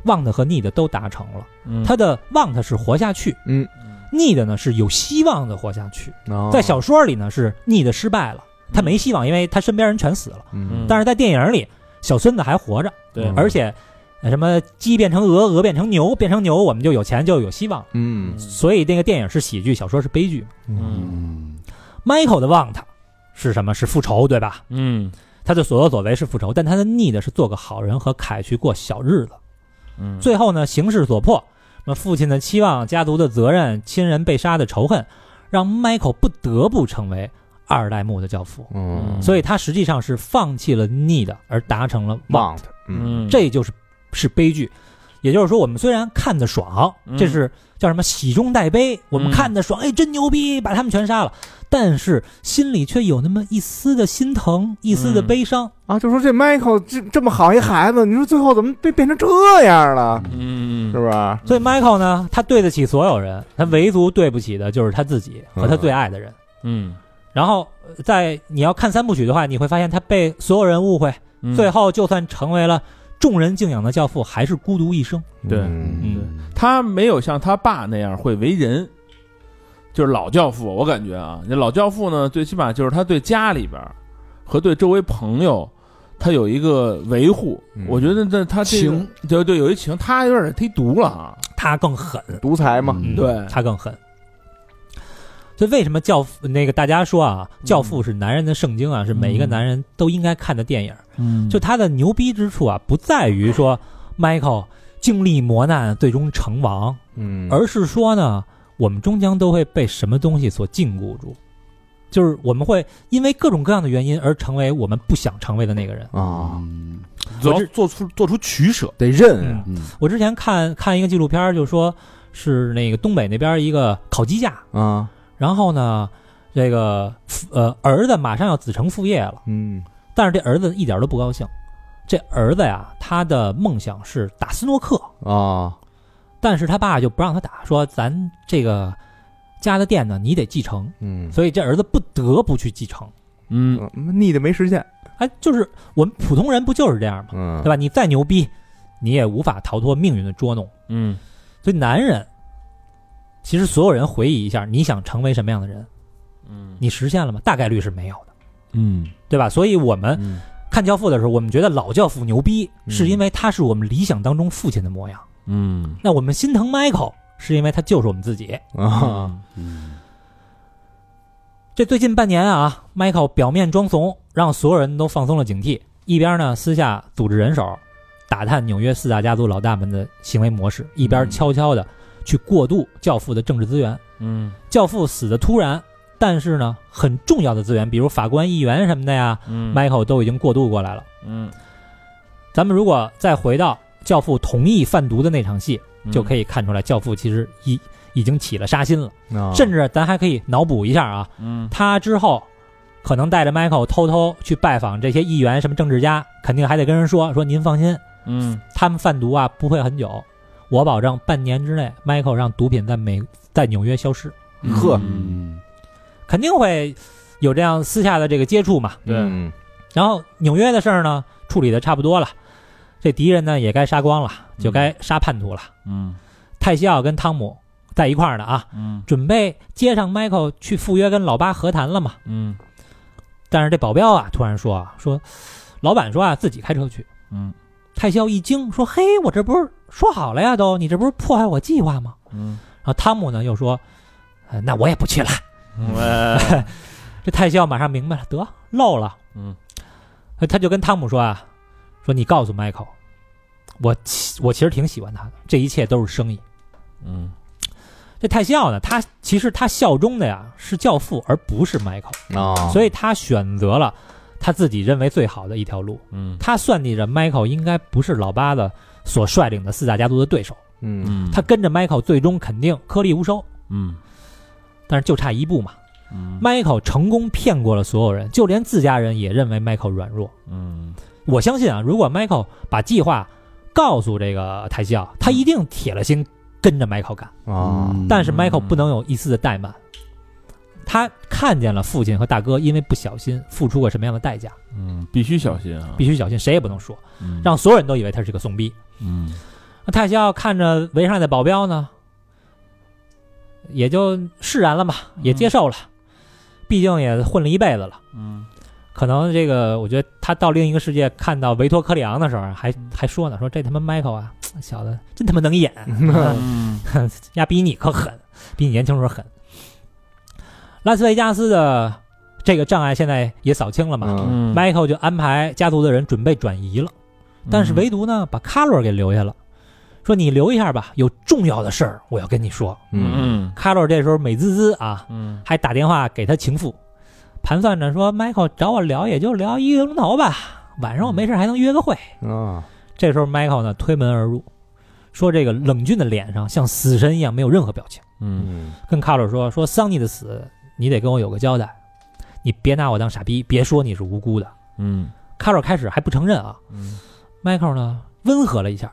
want 和 need 都达成了。
嗯
他的 want 是活下去，
嗯
，need 呢是有希望的活下去。
哦
嗯在小说里呢是 need 失败了，他没希望，因为他身边人全死了。
嗯
但是在电影里，小孙子还活着，
对
而且呃什么鸡变成鹅，鹅变成牛，变成牛我们就有钱，就有希望。
嗯
所以那个电影是喜剧，小说是悲剧。
嗯
嗯，
Michael 的 want 是什么？是复仇，对吧？
嗯
他的所作所为是复仇，但他的 need 是做个好人和凯去过小日子。
嗯
最后呢，形势所迫，那么父亲的期望、家族的责任、亲人被杀的仇恨，让 Michael 不得不成为二代目的教父。
嗯
所以他实际上是放弃了 need 而达成了 want，
want 嗯
嗯
这就是是悲剧。也就是说，我们虽然看得爽，
嗯
这是叫什么喜中带悲，我们
嗯
看得爽，哎，真牛逼，把他们全杀了，但是心里却有那么一丝的心疼，一丝的
嗯
悲伤。
啊，就说这 Michael 这这么好一孩子，你说最后怎么被变成这样了？
嗯
是不是？
所以 Michael 呢，他对得起所有人，他唯独对不起的就是他自己和他最爱的人。
嗯
然后呃在你要看三部曲的话，你会发现他被所有人误会，
嗯
最后就算成为了众人敬仰的教父，还是孤独一生。
对
嗯
嗯
他没有像他爸那样会为人，就是老教父。我感觉啊，这老教父呢，最起码就是他对家里边儿和对周围朋友，他有一个维护。
嗯
我觉得这他这个
情
对对有一情，他有点忒毒了啊。
他更狠，
独裁嘛，
嗯
对，
他更狠。所以为什么教父那个大家说啊，《教父》是男人的圣经啊，是每一个男人都应该看的电影。
嗯
就他的牛逼之处啊，不在于说 Michael 经历磨难最终成王，
嗯
而是说呢，我们终将都会被什么东西所禁锢住，就是我们会因为各种各样的原因而成为我们不想成为的那个人。
啊，
嗯，总要做出做出取舍。
得认啊
嗯，
我之前看看一个纪录片儿，就说是那个东北那边一个烤鸡架，
啊，
然后呢，这个呃儿子马上要子承父业了，
嗯
但是这儿子一点都不高兴。这儿子呀，他的梦想是打斯诺克，
啊，
但是他爸就不让他打，说咱这个家的店呢，你得继承。
嗯，
所以这儿子不得不去继承。
嗯
逆的没实现，
哎，就是我们普通人不就是这样吗？
嗯
对吧？你再牛逼，你也无法逃脱命运的捉弄。
嗯
所以男人，其实所有人回忆一下，你想成为什么样的人，
嗯
你实现了吗？大概率是没有的，
嗯
对吧？所以我们
嗯
看《教父》的时候，我们觉得老教父牛逼，
嗯
是因为他是我们理想当中父亲的模样。
嗯
那我们心疼 Michael，是因为他就是我们自己。
啊，
嗯
这最近半年啊，Michael 表面装怂，让所有人都放松了警惕，一边呢私下组织人手打探纽约四大家族老大们的行为模式，一边
嗯
悄悄的去过渡《教父》的政治资源。
嗯
《教父》死的突然，但是呢很重要的资源，比如法官、议员什么的呀
嗯
，Michael 都已经过渡过来了。
嗯，
咱们如果再回到《教父》同意贩毒的那场戏，就可
以
以看出来，《教父》其实已已经起了杀心了。
啊
嗯甚至咱还可以脑补一下啊，
嗯
他之后可能带着 Michael 偷偷去拜访这些议员、什么政治家，肯定还得跟人说说您放心，
嗯
他们贩毒啊不会很久，我保证半年之内，Michael 让毒品在美在纽约消失，
呵
嗯
肯定会有这样私下的这个接触嘛。
对
嗯
然后纽约的事儿呢处理的差不多了，这敌人呢也该杀光了，就该杀叛徒了。
嗯
泰西奥跟汤姆在一块儿呢啊，
嗯
准备接上 Michael 去赴约跟老八和谈了嘛。
嗯
但是这保镖啊，突然说啊，说老板说啊，自己开车去。
嗯，
泰肖一惊，说：“嘿，我这不是说好了呀都，你这不是破坏我计划吗
嗯，？”
然后汤姆呢又说、呃那我也不去了。
哎
这泰肖马上明白了，得漏了。
嗯
呃，他就跟汤姆说啊，说你告诉 Michael，我其我其实挺喜欢他的，这一切都是生意。
嗯
这泰西奥呢，他其实他效忠的呀是教父，而不是 Michael，
啊，
所以他选择了他自己认为最好的一条路。
嗯
他算计着 Michael 应该不是老八的所率领的四大家族的对手，
嗯
嗯，
他跟着 Michael 最终肯定颗粒无收，
嗯
但是就差一步嘛。
嗯
Michael 成功骗过了所有人，就连自家人也认为 Michael 软弱。
嗯
我相信啊，如果 Michael 把计划告诉这个泰西奥，他一定铁了心跟着 Michael 干。
啊，
但是 Michael
嗯
不能有一丝的怠慢，他看见了父亲和大哥因为不小心付出过什么样的代价，
嗯，必须小心啊，
必须小心，谁也不能说，
嗯
让所有人都以为他是个怂逼。
嗯
那泰西奥看着围上来的保镖呢，也就释然了嘛，也接受了，毕竟也混了一辈子了。
嗯
可能这个，我觉得他到另一个世界看到维托科里昂的时候啊，还还说呢，说这他妈 Michael 啊，小子真他妈能演，啊
嗯
呀比你可狠，比你年轻时候狠。拉斯维加斯的这个障碍现在也扫清了嘛、
嗯
嗯
m i c h a e l 就安排家族的人准备转移了。但
嗯
是唯独呢，把卡洛尔给留下了，说你留一下吧，有重要的事儿我要跟你说。
嗯
嗯
卡洛尔这时候美滋滋啊，
嗯
还打电话给他情妇，盘算着说，Michael 找我聊也就聊一个钟头吧，晚上我没事还能约个会。
啊，
这时候 Michael 呢推门而入，说这个冷峻的脸上像死神一样没有任何表情，
嗯
嗯
跟卡洛尔说说桑尼的死你得跟我有个交代，你别拿我当傻逼，别说你是无辜的。
嗯
卡洛尔开始还不承认啊，
嗯
Michael 呢温和了一下，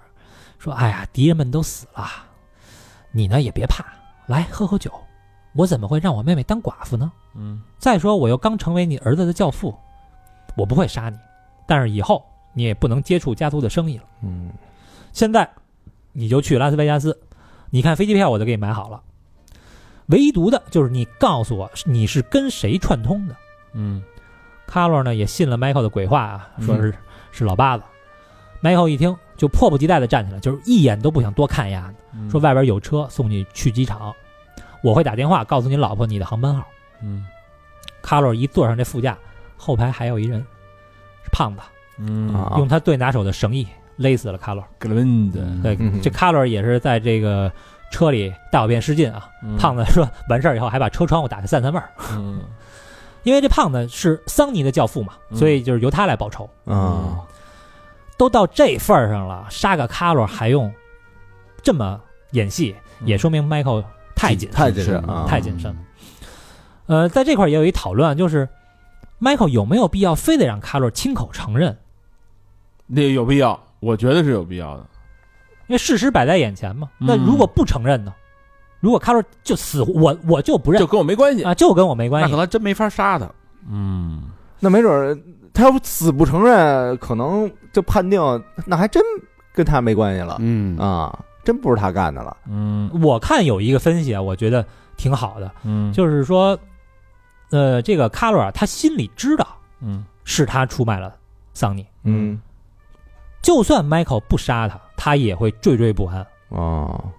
说：“哎呀，敌人们都死了，你呢也别怕，来喝口酒。我怎么会让我妹妹当寡妇呢？
嗯
再说我又刚成为你儿子的教父，我不会杀你，但是以后你也不能接触家族的生意了。
嗯
现在你就去拉斯维加斯，你看飞机票我都给你买好了，唯独的就是你告诉我你是跟谁串通的。”
嗯
卡洛尔呢也信了 Michael 的鬼话啊，说是、是老八子。Michael 一听就迫不及待地站起来，就是一眼都不想多看一眼，
嗯
说外边有车送你去机场，我会打电话告诉你老婆你的航班号。
嗯
卡洛尔一坐上这副驾，后排还有一人，是胖子，
嗯
啊，
用他最拿手的绳艺勒死了卡洛尔。
格伦的
对，
嗯
这卡洛尔也是在这个车里大小便失禁啊。胖子说完事儿以后还把车窗户打开散散味儿，
嗯
因为这胖子是桑尼的教父嘛，
嗯
所以就是由他来报仇。嗯
啊，
都到这份儿上了，杀个卡洛还用这么演戏，
嗯
也说明 Michael 太谨慎，
太谨慎
嗯
啊，
太谨慎了。呃，在这块儿也有一讨论，就是 Michael 有没有必要非得让卡洛亲口承认？
那有必要，我觉得是有必要的。
因为事实摆在眼前嘛。
嗯
那如果不承认呢？如果卡洛就死活我我就不认
就跟我没关系。
啊，就跟我没
那
关
可
系。
能真没法杀他。
嗯，
那没准儿他要死不承认，可能就判定那还真跟他没关系了
嗯
啊，真不是他干的了。
嗯
我看有一个分析啊，我觉得挺好的，
嗯
就是说，呃，这个卡洛尔他心里知道
嗯
是他出卖了桑尼，
嗯
就算 Michael 不杀他，他也会惴惴不安，
哦，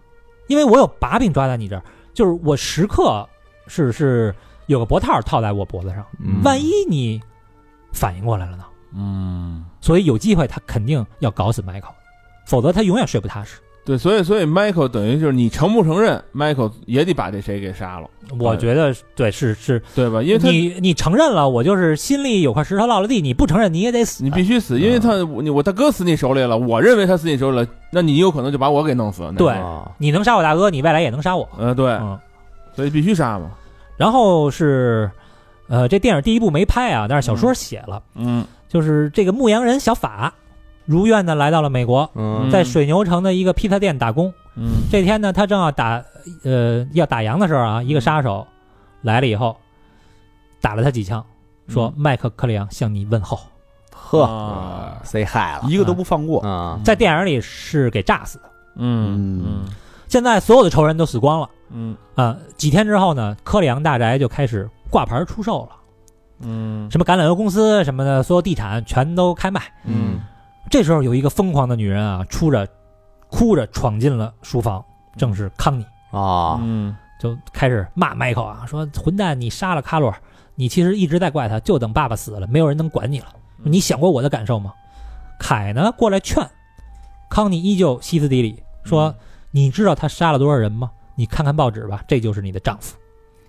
因为我有把柄抓在你这儿，就是我时刻是是有个脖套套在我脖子上，
嗯
万一你反应过来了呢？
嗯，
所以有机会他肯定要搞死 Michael，否则他永远睡不踏实。
对，所以所以 Michael 等于就是你承不承认，Michael 也得把这谁给杀了，
我觉得对，是是，
对吧？因为他
你你承认了，我就是心里有块石头落了地，你不承认你也得死。
你必须死，因为他我你我大哥死你手里了，我认为他死你手里了，那你有可能就把我给弄死。那
对
啊
你能杀我大哥，你未来也能杀我。
呃，对，
嗯，
所以必须杀嘛。
然后是，呃，这电影第一部没拍啊，但是小说写了，
嗯，
就是这个牧羊人小法，如愿的来到了美国，
嗯
在水牛城的一个披萨店打工。
嗯
这天呢，他正要打呃要打烊的时候啊，
嗯
一个杀手来了以后，打了他几枪，说：“
嗯
麦克克里昂向你问候。
呵
啊
，say hi
一个都不放过。
了啊”
在电影里是给炸死的。
嗯嗯
现在所有的仇人都死光了
嗯
啊、几天之后呢，科里昂大宅就开始挂牌出售了，
嗯
什么橄榄油公司什么的，所有地产全都开卖。
嗯
这时候有一个疯狂的女人啊，出着哭着闯进了书房，正是康妮。
啊，
嗯
就开始骂 Michael 啊，说混蛋，你杀了卡洛尔，你其实一直在怪他，就等爸爸死了，没有人能管你了。你想过我的感受吗？凯呢过来劝，康妮依旧歇斯底里说：“
嗯
你知道他杀了多少人吗？你看看报纸吧，这就是你的丈夫。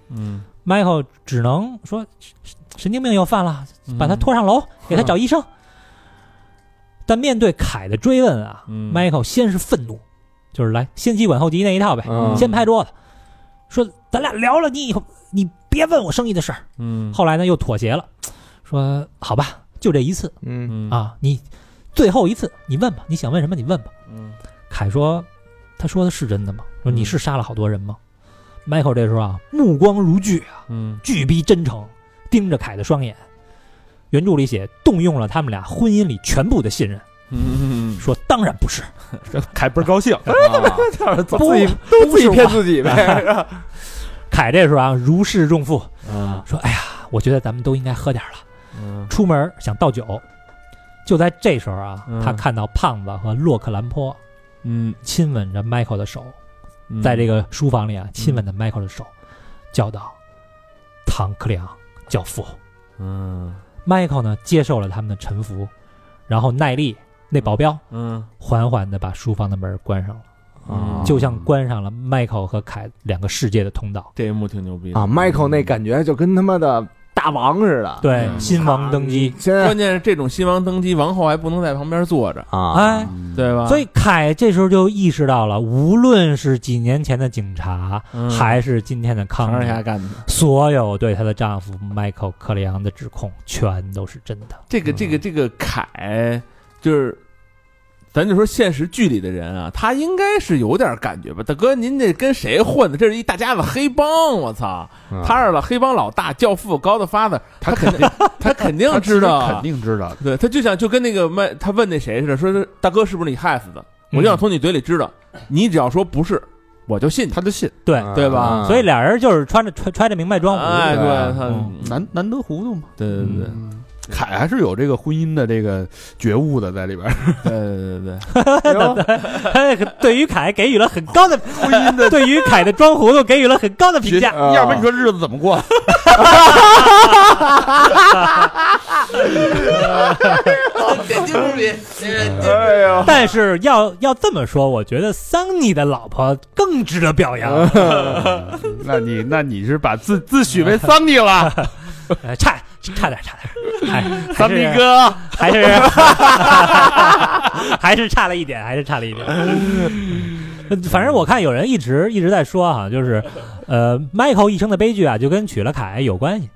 嗯，
”Michael 只能说神神经病又犯了，
嗯
把他拖上楼，给他找医生。但面对凯的追问啊、
嗯
m i c h a e l 先是愤怒，就是来先急晚后急那一套呗，
嗯
先拍桌子，说咱俩聊了，你以后你别问我生意的事儿。
嗯
后来呢，又妥协了，说好吧，就这一次
嗯
嗯
啊，你最后一次，你问吧，你想问什么你问吧。
嗯
凯说，他说的是真的吗？说你是杀了好多人吗？Michael 这时候啊，目光如炬啊，
嗯
巨逼真诚，盯着凯的双眼。原著里写动用了他们俩婚姻里全部的信任，
嗯
说当然不是，
凯倍儿高 兴，嗯
不
都啊自己骗自己呗，
凯这时候啊，如释重负，
啊
说：“哎呀，我觉得咱们都应该喝点儿了。
嗯”
出门想倒酒，就在这时候啊，
嗯
他看到胖子和洛克兰坡
嗯，
亲吻着 Michael 的手，
嗯
在这个书房里啊，亲吻着 Michael 的手，叫道：“唐克里昂教父。
嗯
”Michael 呢，接受了他们的臣服，然后耐力那保镖
嗯
缓缓地把书房的门关上了，
啊
嗯
就像关上了 Michael 和凯两个世界的通道。
这一幕挺牛逼的
啊，Michael 那感觉就跟他妈的大王似的，
对，
嗯
新王登基。
现 在
关键是这种新王登基，王后还不能在旁边坐着，
啊，
哎，
嗯
对吧？
所以凯这时候就意识到了，无论是几年前的警察，
嗯
还是今天的
唐
康
人
妮，
街干的。
所有对她的丈夫 Michael 克里昂的指控，全都是真的。
这个这个这个凯，就是咱就说现实剧里的人啊，他应该是有点感觉吧？大哥，您这跟谁混的？这是一大家子黑帮，我操！
嗯
他是老黑帮老大，教父高的发的，
他肯 定
他肯定
他
知
啊
道，啊
肯定知道。
对，他就想就跟那个麦，他问那谁似的，说是大哥是不是你害死的？我就想从你嘴里知道，你只要说不是，我就信你。
他就信，
对，
啊
对吧
所以俩人就是穿着穿穿着明白装
嗯哎，
糊，
对，
对
他
嗯
难难得糊涂嘛。嗯
对对对对
凯还是有这个婚姻的这个觉悟的在里边儿，
对对对，
哎对于凯给予了很高的 对于凯的装糊涂给予了很高的评价。
要不然你说日子怎么过？
点睛如笔，
哎呦，
但是要要这么说，我觉得桑尼的老婆更值得表扬。
那你那你是把自自诩为桑尼了，
呃，差差点，差点，哎，
桑尼哥，
还是还是差了一点，还是差了一点。反正我看有人一直一直在说哈、就是呃，Michael 一生的悲剧啊，就跟娶了凯有关系。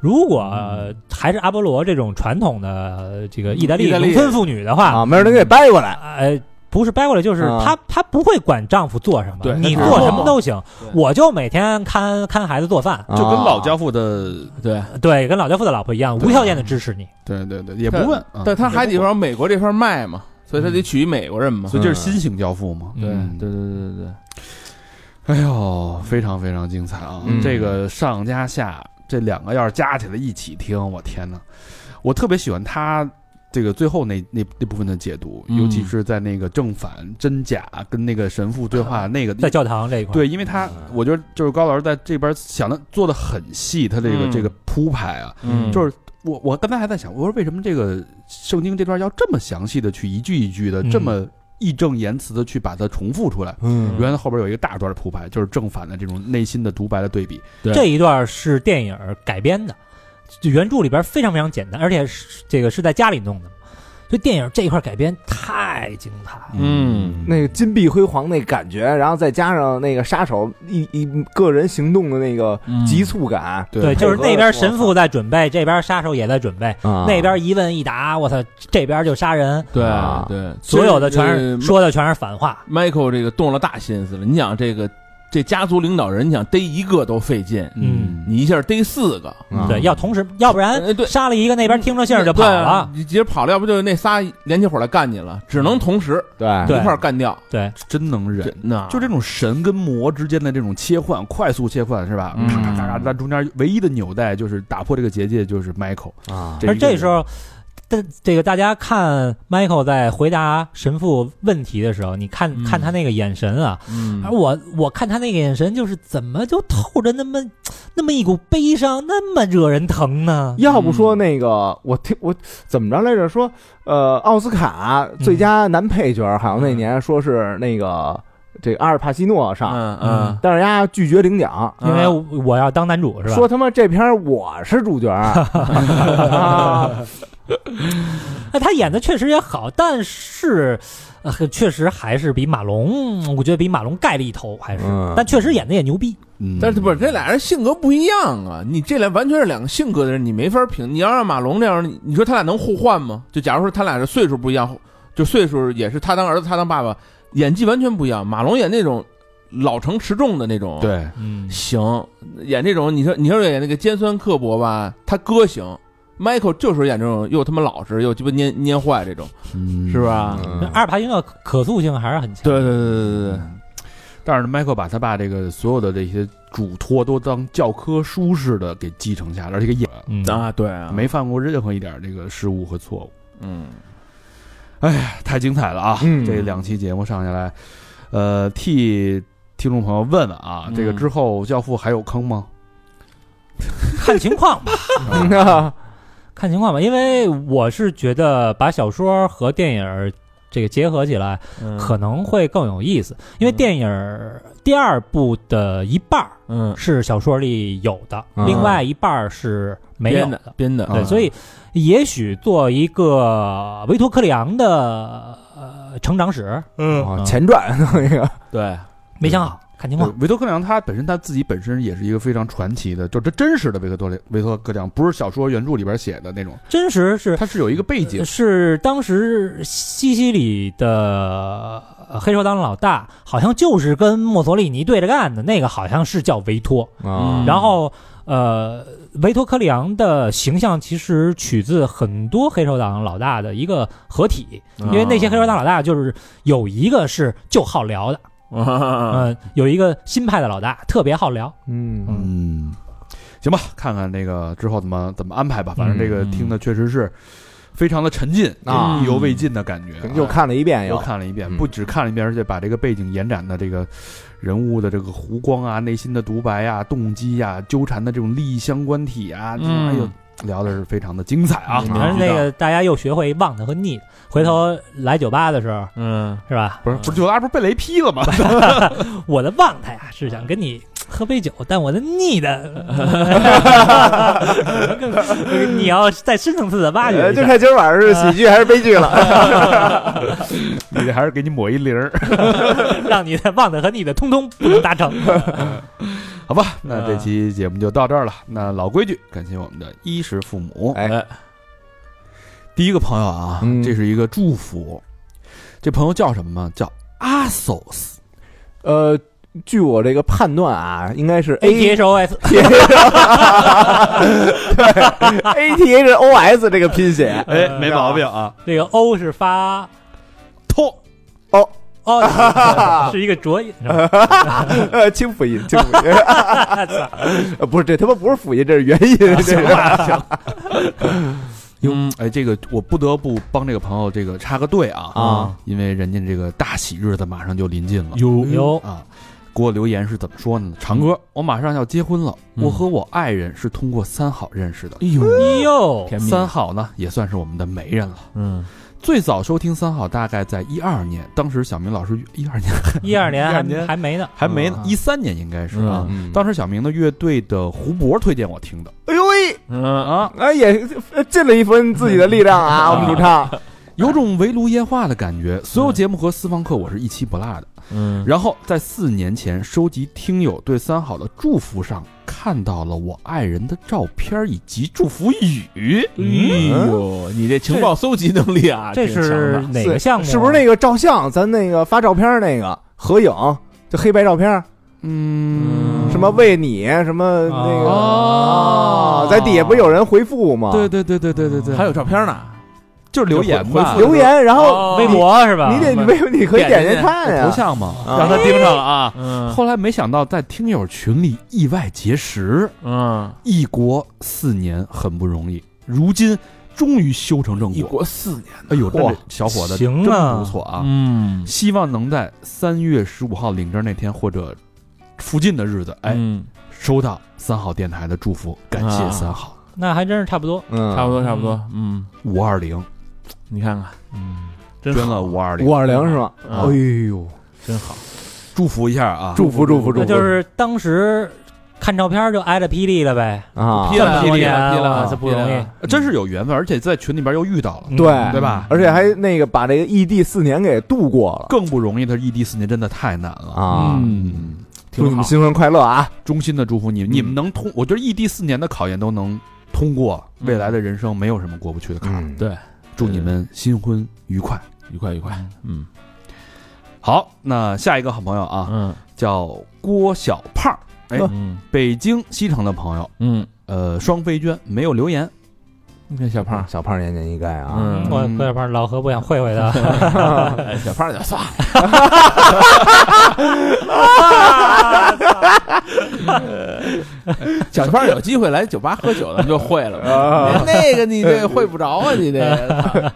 如果、呃还是阿波罗这种传统的呃这个意大利
意大利
农村妇女的话，
啊，没准能给掰过来，
呃，不是掰过来，就是
啊
她她不会管丈夫做什么，
对
你
她
做
只
什么都行，我就每天看看孩子做饭，
就
就跟老教父的，对
对，跟老教父的老婆一样，
对
无条件的支持你。
对对对，也不问，啊
但他还得往美国这块卖嘛，所以他得娶一美国人嘛。
所以就是新型教父嘛。
对
嗯
对对对对对，
哎呦，非常非常精彩啊！
嗯
这个上加下这两个要是加起来一起听，我天哪！我特别喜欢他这个最后那那那部分的解读，
嗯
尤其是在那个正反真假跟那个神父对话那个
在教堂这一块，，
对，因为他我觉得就是高老师在这边想的做的很细，他这个、
嗯
这个铺排啊，
嗯
就是我我刚才还在想，我说为什么这个圣经这段要这么详细的去一句一句的、
嗯
这么义正言辞的去把它重复出来？
嗯
原来后边有一个大段铺排，就是正反的这种内心的独白的对比。
这一段是电影改编的，就原著里边非常非常简单，而且是这个是在家里弄的，所以电影这一块改编太精彩了。
嗯
那个金碧辉煌那感觉，然后再加上那个杀手一一个人行动的那个急促感，
嗯对，就是那边神
我
父在准备，这边杀手也在准备，
啊
那边一问一答，我操，这边就杀人，
对
啊
对，
所有的全
这
是
呃
个
说的全是反话。
Michael 这个动了大心思了。你想这个这家族领导人，你想逮一个都费劲，
嗯
你一下逮四个，嗯
嗯
啊
对，要同时，要不然
呃
哎对
杀了一个，那边听着信儿就跑了。
啊
对，啊你直接跑了，要不就那仨联起伙来干你了，只能同时
对
对
一块儿干掉。
对，
真能忍
这。那
就这种神跟魔之间的这种切换，快速切换是吧？
嗯
咔咔咔咔，但中间唯一的纽带就是打破这个结界，就是 Michael。
啊，
这
而
一个
这
人
时候，这这个大家看 Michael 在回答神父问题的时候，你看
嗯
看他那个眼神啊，
嗯
而我我看他那个眼神，就是怎么就透着那么那么一股悲伤，那么惹人疼呢？
要不说那个我听我怎么着来着？说呃，奥斯卡最佳男配角好像那年说是那个这个阿尔帕西诺上，
嗯嗯，
但是人家拒绝领奖。
因为我我要当男主是吧？
说他妈这片儿我是主角儿啊！
那他演的确实也好，但是，呃，确实还是比马龙，我觉得比马龙盖了一头，还是，
嗯
但确实演的也牛逼。
嗯
但是不是这俩人性格不一样啊？你这俩完全是两个性格的人，你没法评。你要让马龙这样，你你说他俩能互换吗？就假如说他俩是岁数不一样，就岁数也是他当儿子，他当爸爸，演技完全不一样。马龙演那种老成持重的那种，，
对，
嗯，
行；演这种你说你说演那个尖酸刻薄吧，他哥行。Michael 就是演这种又他妈老实又鸡巴蔫蔫坏这种，
嗯
是？吧？
那阿尔帕西诺可可塑性还是很强。
对对对对对对，
但是 Michael 把他爸这个所有的这些嘱托都当教科书似的给继承下来，而且也
嗯，
啊对啊，
没犯过任何一点这个失误和错误，
嗯
太精彩了啊！
嗯
这两期节目上下来，呃，替听众朋友问问啊，
嗯
这个之后《教父》还有坑吗？
看情况吧，看情况吧，因为我是觉得把小说和电影儿这个结合起来
嗯
可能会更有意思，因为
嗯
电影儿第二部的一半儿
嗯
是小说里有的，
嗯
另外一半儿是没嗯有
编的编的，
对，所以也许做一个维托克里昂的呃成长史，嗯
哦前传那个，
对，
没想好，看情况
对。维托克里昂他本身他自己本身也是一个非常传奇的，就这真实的维托维托克里昂，不是小说原著里边写的那种，
真实是
他是有一个背景。
是当时西西里的呃黑手党老大，好像就是跟墨索里尼对着干的那个，好像是叫维托。
嗯
然后呃，维托克里昂的形象其实取自很多黑手党老大的一个合体，
啊
因为那些黑手党老大就是有一个是就好聊的。
啊，
嗯，有一个新派的老大特别好聊，
嗯
嗯，行吧，看看那个之后怎么怎么安排吧。反正这个
嗯
听的确实是非常的沉浸
啊嗯
意犹未尽的感觉。
又看了一遍
又
又，
看了一遍，
嗯
不只看了一遍，而且把这个背景延展的这个人物的这个弧光啊、内心的独白啊、动机啊、纠缠的这种利益相关体啊，
嗯
哎呦，聊的是非常的精彩啊！
嗯
反 正那个大家又学会忘的和腻的。回头来酒吧的时候，
嗯，
是吧？
不是不是，九大不是被雷 劈了吗？
我的忘他呀，是
啊
想跟你喝杯酒，但我的 腻的，你要再深层次的挖掘
呃
一
就
下。
看今儿晚上是喜剧还是悲剧了。
你这还是给你抹一 零儿，
让你的忘的和腻的通通不能达成。
好吧？
嗯
那这期节目就到这儿了。那老规矩，感谢我们的衣食父母。
嗯
哎
第一个朋友啊
嗯，
这是一个祝福，这朋友叫什么呢？叫阿索斯。
呃，据我这个判断啊，应该是
A T
A
H O S，
T A T H O S 这个拼写，
哎，
呃
没毛病啊，
这个 O 是发
托。
哦，是一个浊音，是吧？
呃，轻辅音，轻辅音，
啊
呃不是这他妈不是辅音，这是元音，这是
行吧，行。
哟
嗯，
哎，这个我不得不帮这个朋友这个插个队啊
啊，
因为人家这个大喜日子马上就临近了
有有
啊。给我留言是怎么说呢？长哥，我马上要结婚了，
嗯
我和我爱人是通过三好认识的。
哟，
甜蜜，
哎三好呢，也算是我们的媒人了。
嗯，
最早收听三好大概在一二年，当时小明老师一二年
一二年
12
还
年
还没呢，
还没呢
啊，
一三年应该是啊。
嗯
当时小明的乐队的胡博推荐我听的
哎呦喂，
嗯，
啊，
哎也尽了一分自己的力量啊，我们主唱
有种围炉夜话的感觉。所有节目和私房课我是一期不落的。
嗯，
然后在四年前收集听友对三好的祝福上，看到了我爱人的照片以及祝福语。
哎呦，你这情报搜集能力啊，
这
挺强
是
的
哪个项目啊？
是不是那个照相？咱那个发照片儿那个合影，就黑白照片儿，
嗯，
什么为你，什么那个
哦
啊，在底下不是有人回复吗？
对对对对对对对，
还有照片呢，
就是留言吧，
留言，然后
哦
微博是吧？
你得你为你可以啊点进看
头
呀。
像嘛，
啊
让他盯上了啊。
嗯
后来没想到在听友群里意外结识，
嗯，
异国四年很不容易，如今终于修成正
一
果。
国四年，
哎呦，
哇
这小伙子
行
真
啊
不错啊！
嗯，
希望能在三月十五号领证那天或者附近的日子，哎，
嗯，
收到三好电台的祝福，感谢
啊
三好
那还真是差不多。
嗯，
差不多差不多，嗯，
五二零，
你看
捐
看，
了五二零，
五二零是吗？
啊
哎呦，
真好，
祝福一下啊！
祝福祝福祝
那
福！
就是当时看照片就挨着霹雳了呗，
啊
劈，
这么
了
多
劈
年
哦了劈
哇
了，
这不容易
劈了，
呃真是有缘分，而且在群里边又遇到了，
嗯
对
对吧？
而且还那个把这个异地四年给度过了
更不容易，他异地四年真的太难了
啊
嗯，
祝你们新婚快乐啊！
衷心的祝福你，你们能通，我觉得异地四年的考验都能通过，
嗯
未来的人生没有什么过不去的坎儿。
嗯，
祝你们新婚愉快。
愉快愉快，嗯
好，那下一个好朋友啊，
嗯
叫郭小胖，哎，
嗯
北京西城的朋友，
嗯，
呃，双飞娟没有留言，
你看小胖，
小胖年年应该啊，
嗯，
我郭小胖老何不想会会他，
哎小胖就算了，小胖有机会来酒吧喝酒，咱们就会 了吧。那个你这会不着啊，你这个，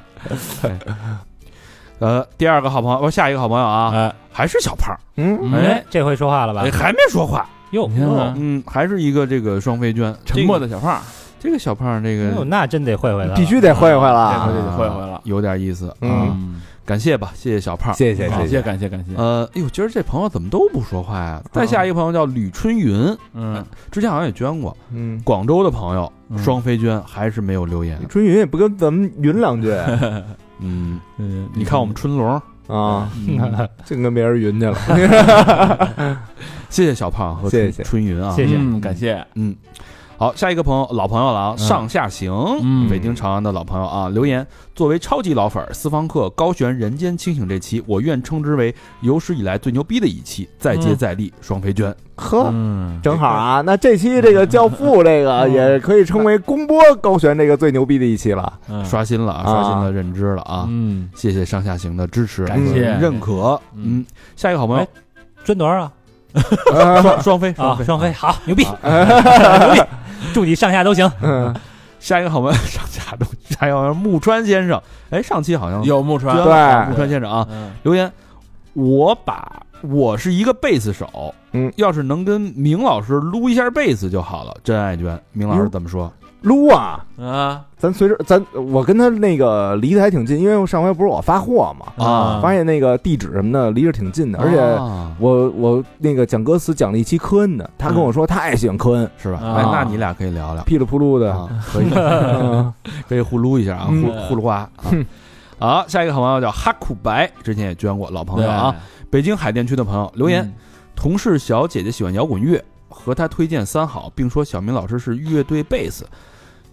呃，第二个好朋友，不，下一个好朋友啊，
哎
还是小胖，
嗯，
哎，
这回说话了吧
哎，？还没说话，
哟，
你看看
嗯，还是一个这个双飞娟，
沉默的小胖，
这个小胖，这
哟
个
那真得会会他，
必须得会会了
这回
啊。
就得会会了。
有点意思，啊
嗯，
嗯，
感谢吧，嗯谢谢小胖，
谢谢
感
谢
谢
谢，
感谢感谢，
呃，哎呦，今儿这朋友怎么都不说话呀？再下一个朋友叫吕春云，
嗯，
之前好像也捐过，
嗯，
广州的朋友
嗯
双飞捐，还是没有留言。
春云也不跟咱们云两 句
嗯，
嗯，
你看我们春龙，
啊，
嗯
净跟别人云去了。
谢谢小胖和
谢
春
谢
春云啊，
谢谢
嗯，感谢，
嗯。好，下一个朋友，老朋友了啊，上下行，
嗯
北京长安的老朋友啊，留言作为超级老粉儿，私房课高悬人间清醒这期，我愿称之为有史以来最牛逼的一期，再接
嗯
再厉，双飞捐，
呵，
嗯，
正好啊，那这期这个《教父》这
嗯
个也可以称为公播高悬这个最牛逼的一期 了。
嗯
刷新了啊，刷新了认知了啊，
嗯，
谢谢上下行的支持，
感
谢
嗯认可。
嗯
嗯，下一个好朋友
哎捐多少啊？
哎
双双飞，双
啊，
飞，
双飞好牛逼， 牛逼，祝你上下都行。
嗯，
下一个好朋友上下东，下一个好朋友木川先生，哎，上期好像
有木川，
捐
对
了木川先生啊，
嗯
留言，我把我是一个贝斯手，
嗯，
要是能跟明老师撸一下贝斯就好了，真爱捐。明老师怎么说？
撸啊，
啊
咱随时咱我跟他那个离得还挺近，因为上回不是我发货嘛，
啊
发现那个地址什么的离着挺近的，而且
啊
我我那个讲歌词讲了一期科恩的，他跟我说他也喜欢科恩，
是吧？
啊
哎，那你俩可以 聊聊
噼里扑噜的，
啊，可以
嗯
可以互撸一下啊，
嗯
互互撸啊。啊好，下一个好朋友叫哈库白，之前也捐过，老朋友啊，，北京海淀区的朋友留
对
言，，同事小姐姐喜欢摇滚乐，和她推荐三好，并说小明老师是乐队贝斯。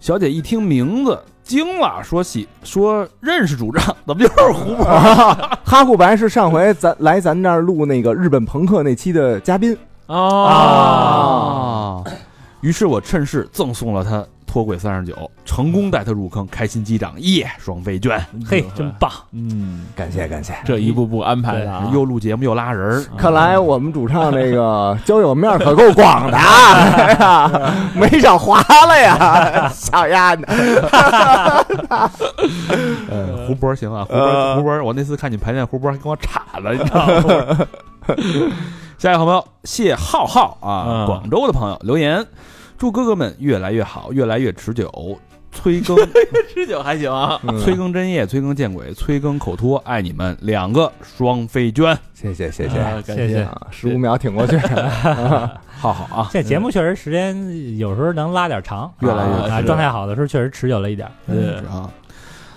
小姐一听名字惊了，说喜说认识主唱，怎么又是胡博？
哈库白是上回咱来咱这儿录那个日本朋克那期的嘉宾，
哦，
啊于是我趁势赠送了她脱轨三十九，成功带他入坑，开心击掌，耶，爽飞卷，
嘿，
啊
真棒！
嗯，
感谢感谢。
这一步步安排的啊，
又录节目又拉人儿，
看来我们主唱这个交友面可够广的啊，哎呀没少划了呀，小丫头。
嗯
呃，胡波行啊，胡波，胡波，我那次看你排练，胡波还跟我岔了，你知 道
哦
吗？下一个好朋友谢浩浩啊，
嗯
广州的朋友留言，祝哥哥们越来越好，越来越持久，催 更嗯
吃酒还行啊，
催更真夜，催更见鬼，催更口托，爱你们两个双飞娟，
谢谢谢谢
啊感
嗯谢谢
谢，
啊，十五秒挺过去，
浩浩啊，
这节目确实时间有时候能拉点长，
越来越
啊
是
状态好的时候确实持久了一点。
嗯
啊。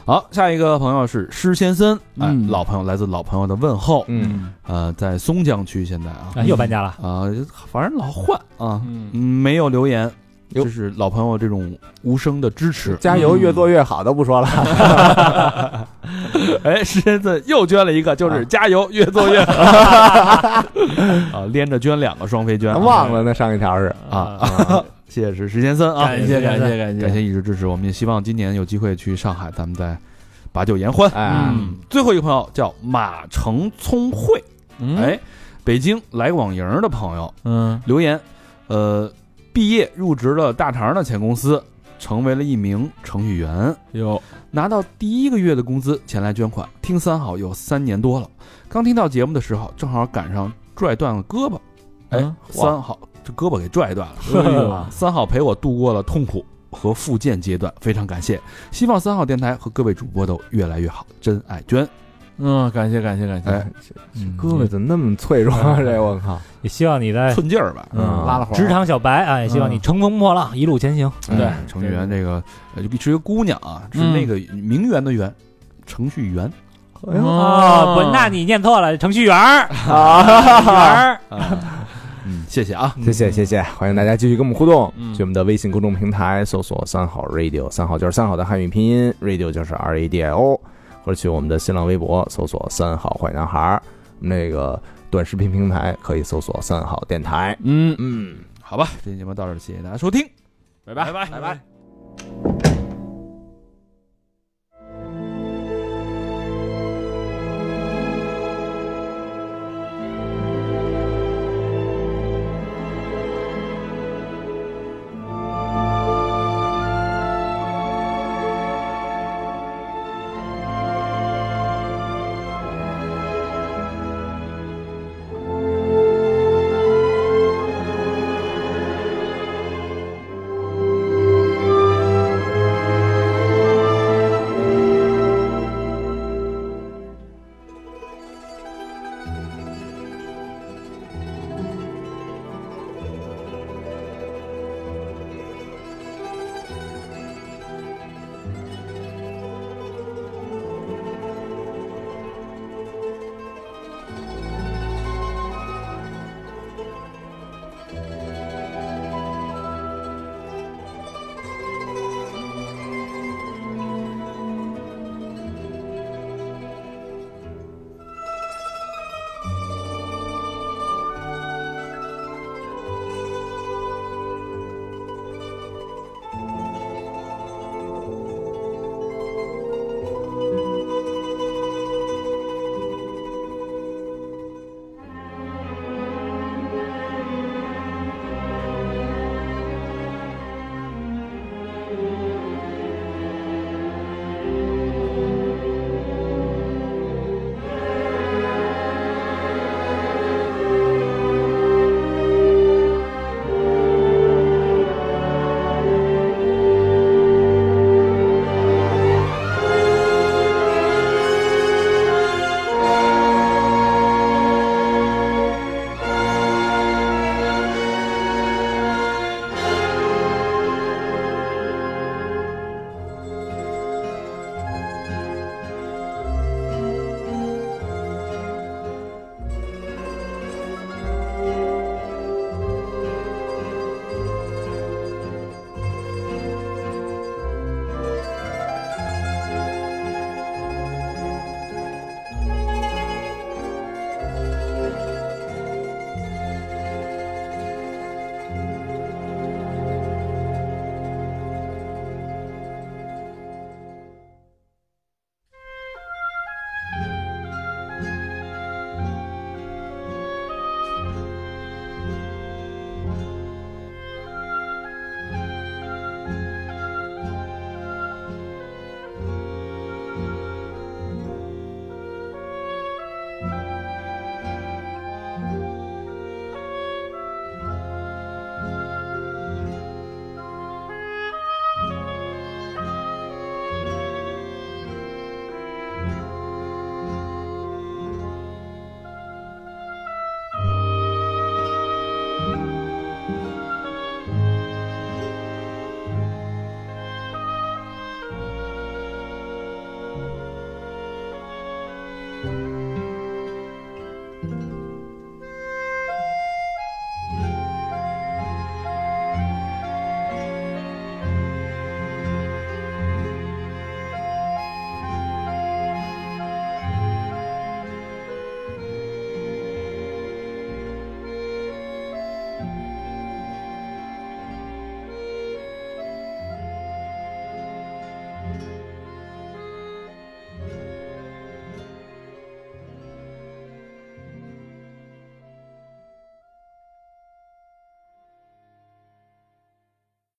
好，下一个朋友是施先生，哎，
嗯
老朋友来自老朋友的问候，
嗯，
呃，在松江区现在啊
啊，又搬家了，
啊、反正老换啊，
哎嗯
嗯，没有留言，
哟
就是老朋友这种无声的支持。
加油，越做越好都不说了，
哎，石先子又捐了一个，
啊
就是加油，越做 越好啊，连着捐两个双飞捐啊，
忘了那上一条是
啊，谢谢石石先生啊，
感谢感谢感
感
谢，
谢一直支持，我们也希望今年有机会去上海，咱们再把酒言欢。
哎
嗯，最后一个朋友叫马成聪慧，
嗯
哎，北京来网营的朋友，
嗯
留言，呃，毕业入职了大肠的前公司，成为了一名程序员，
有
拿到第一个月的工资前来捐款，听三好有三年多了。刚听到节目的时候，正好赶上拽断了胳膊，哎，
嗯
三好这胳膊给拽断了。
哎 呦
三好陪我度过了痛苦和复健阶段，非常感谢。希望三好电台和各位主播都越来越好。真爱娟，
嗯，感谢感谢感谢
哎，
嗯
胳膊怎么那么脆弱啊？这我靠，
也希望你在
寸劲儿吧。
嗯
拉了会儿，
职场小白啊，也希望你乘风破浪，一路前行。
哎对
嗯程序员这个呃是一个姑娘啊，是
嗯
那个名媛的媛，程序员。
哎呦
啊
哦，不，那你念错了，程序员儿，程序员儿，
啊， 嗯，谢谢啊。
啊谢谢谢谢，欢迎大家继续跟我们互动，
嗯
去我们的微信公众平台搜索“三好 radio”，三好就是三好的汉语拼音，radio 就是 R A D I O，或者去我们的新浪微博搜索“三好坏男孩儿”，那个短视频平台可以搜索“三好电台”。
嗯，
嗯，
好吧，这期节目到这儿，谢谢大家收听，
拜拜拜
拜拜。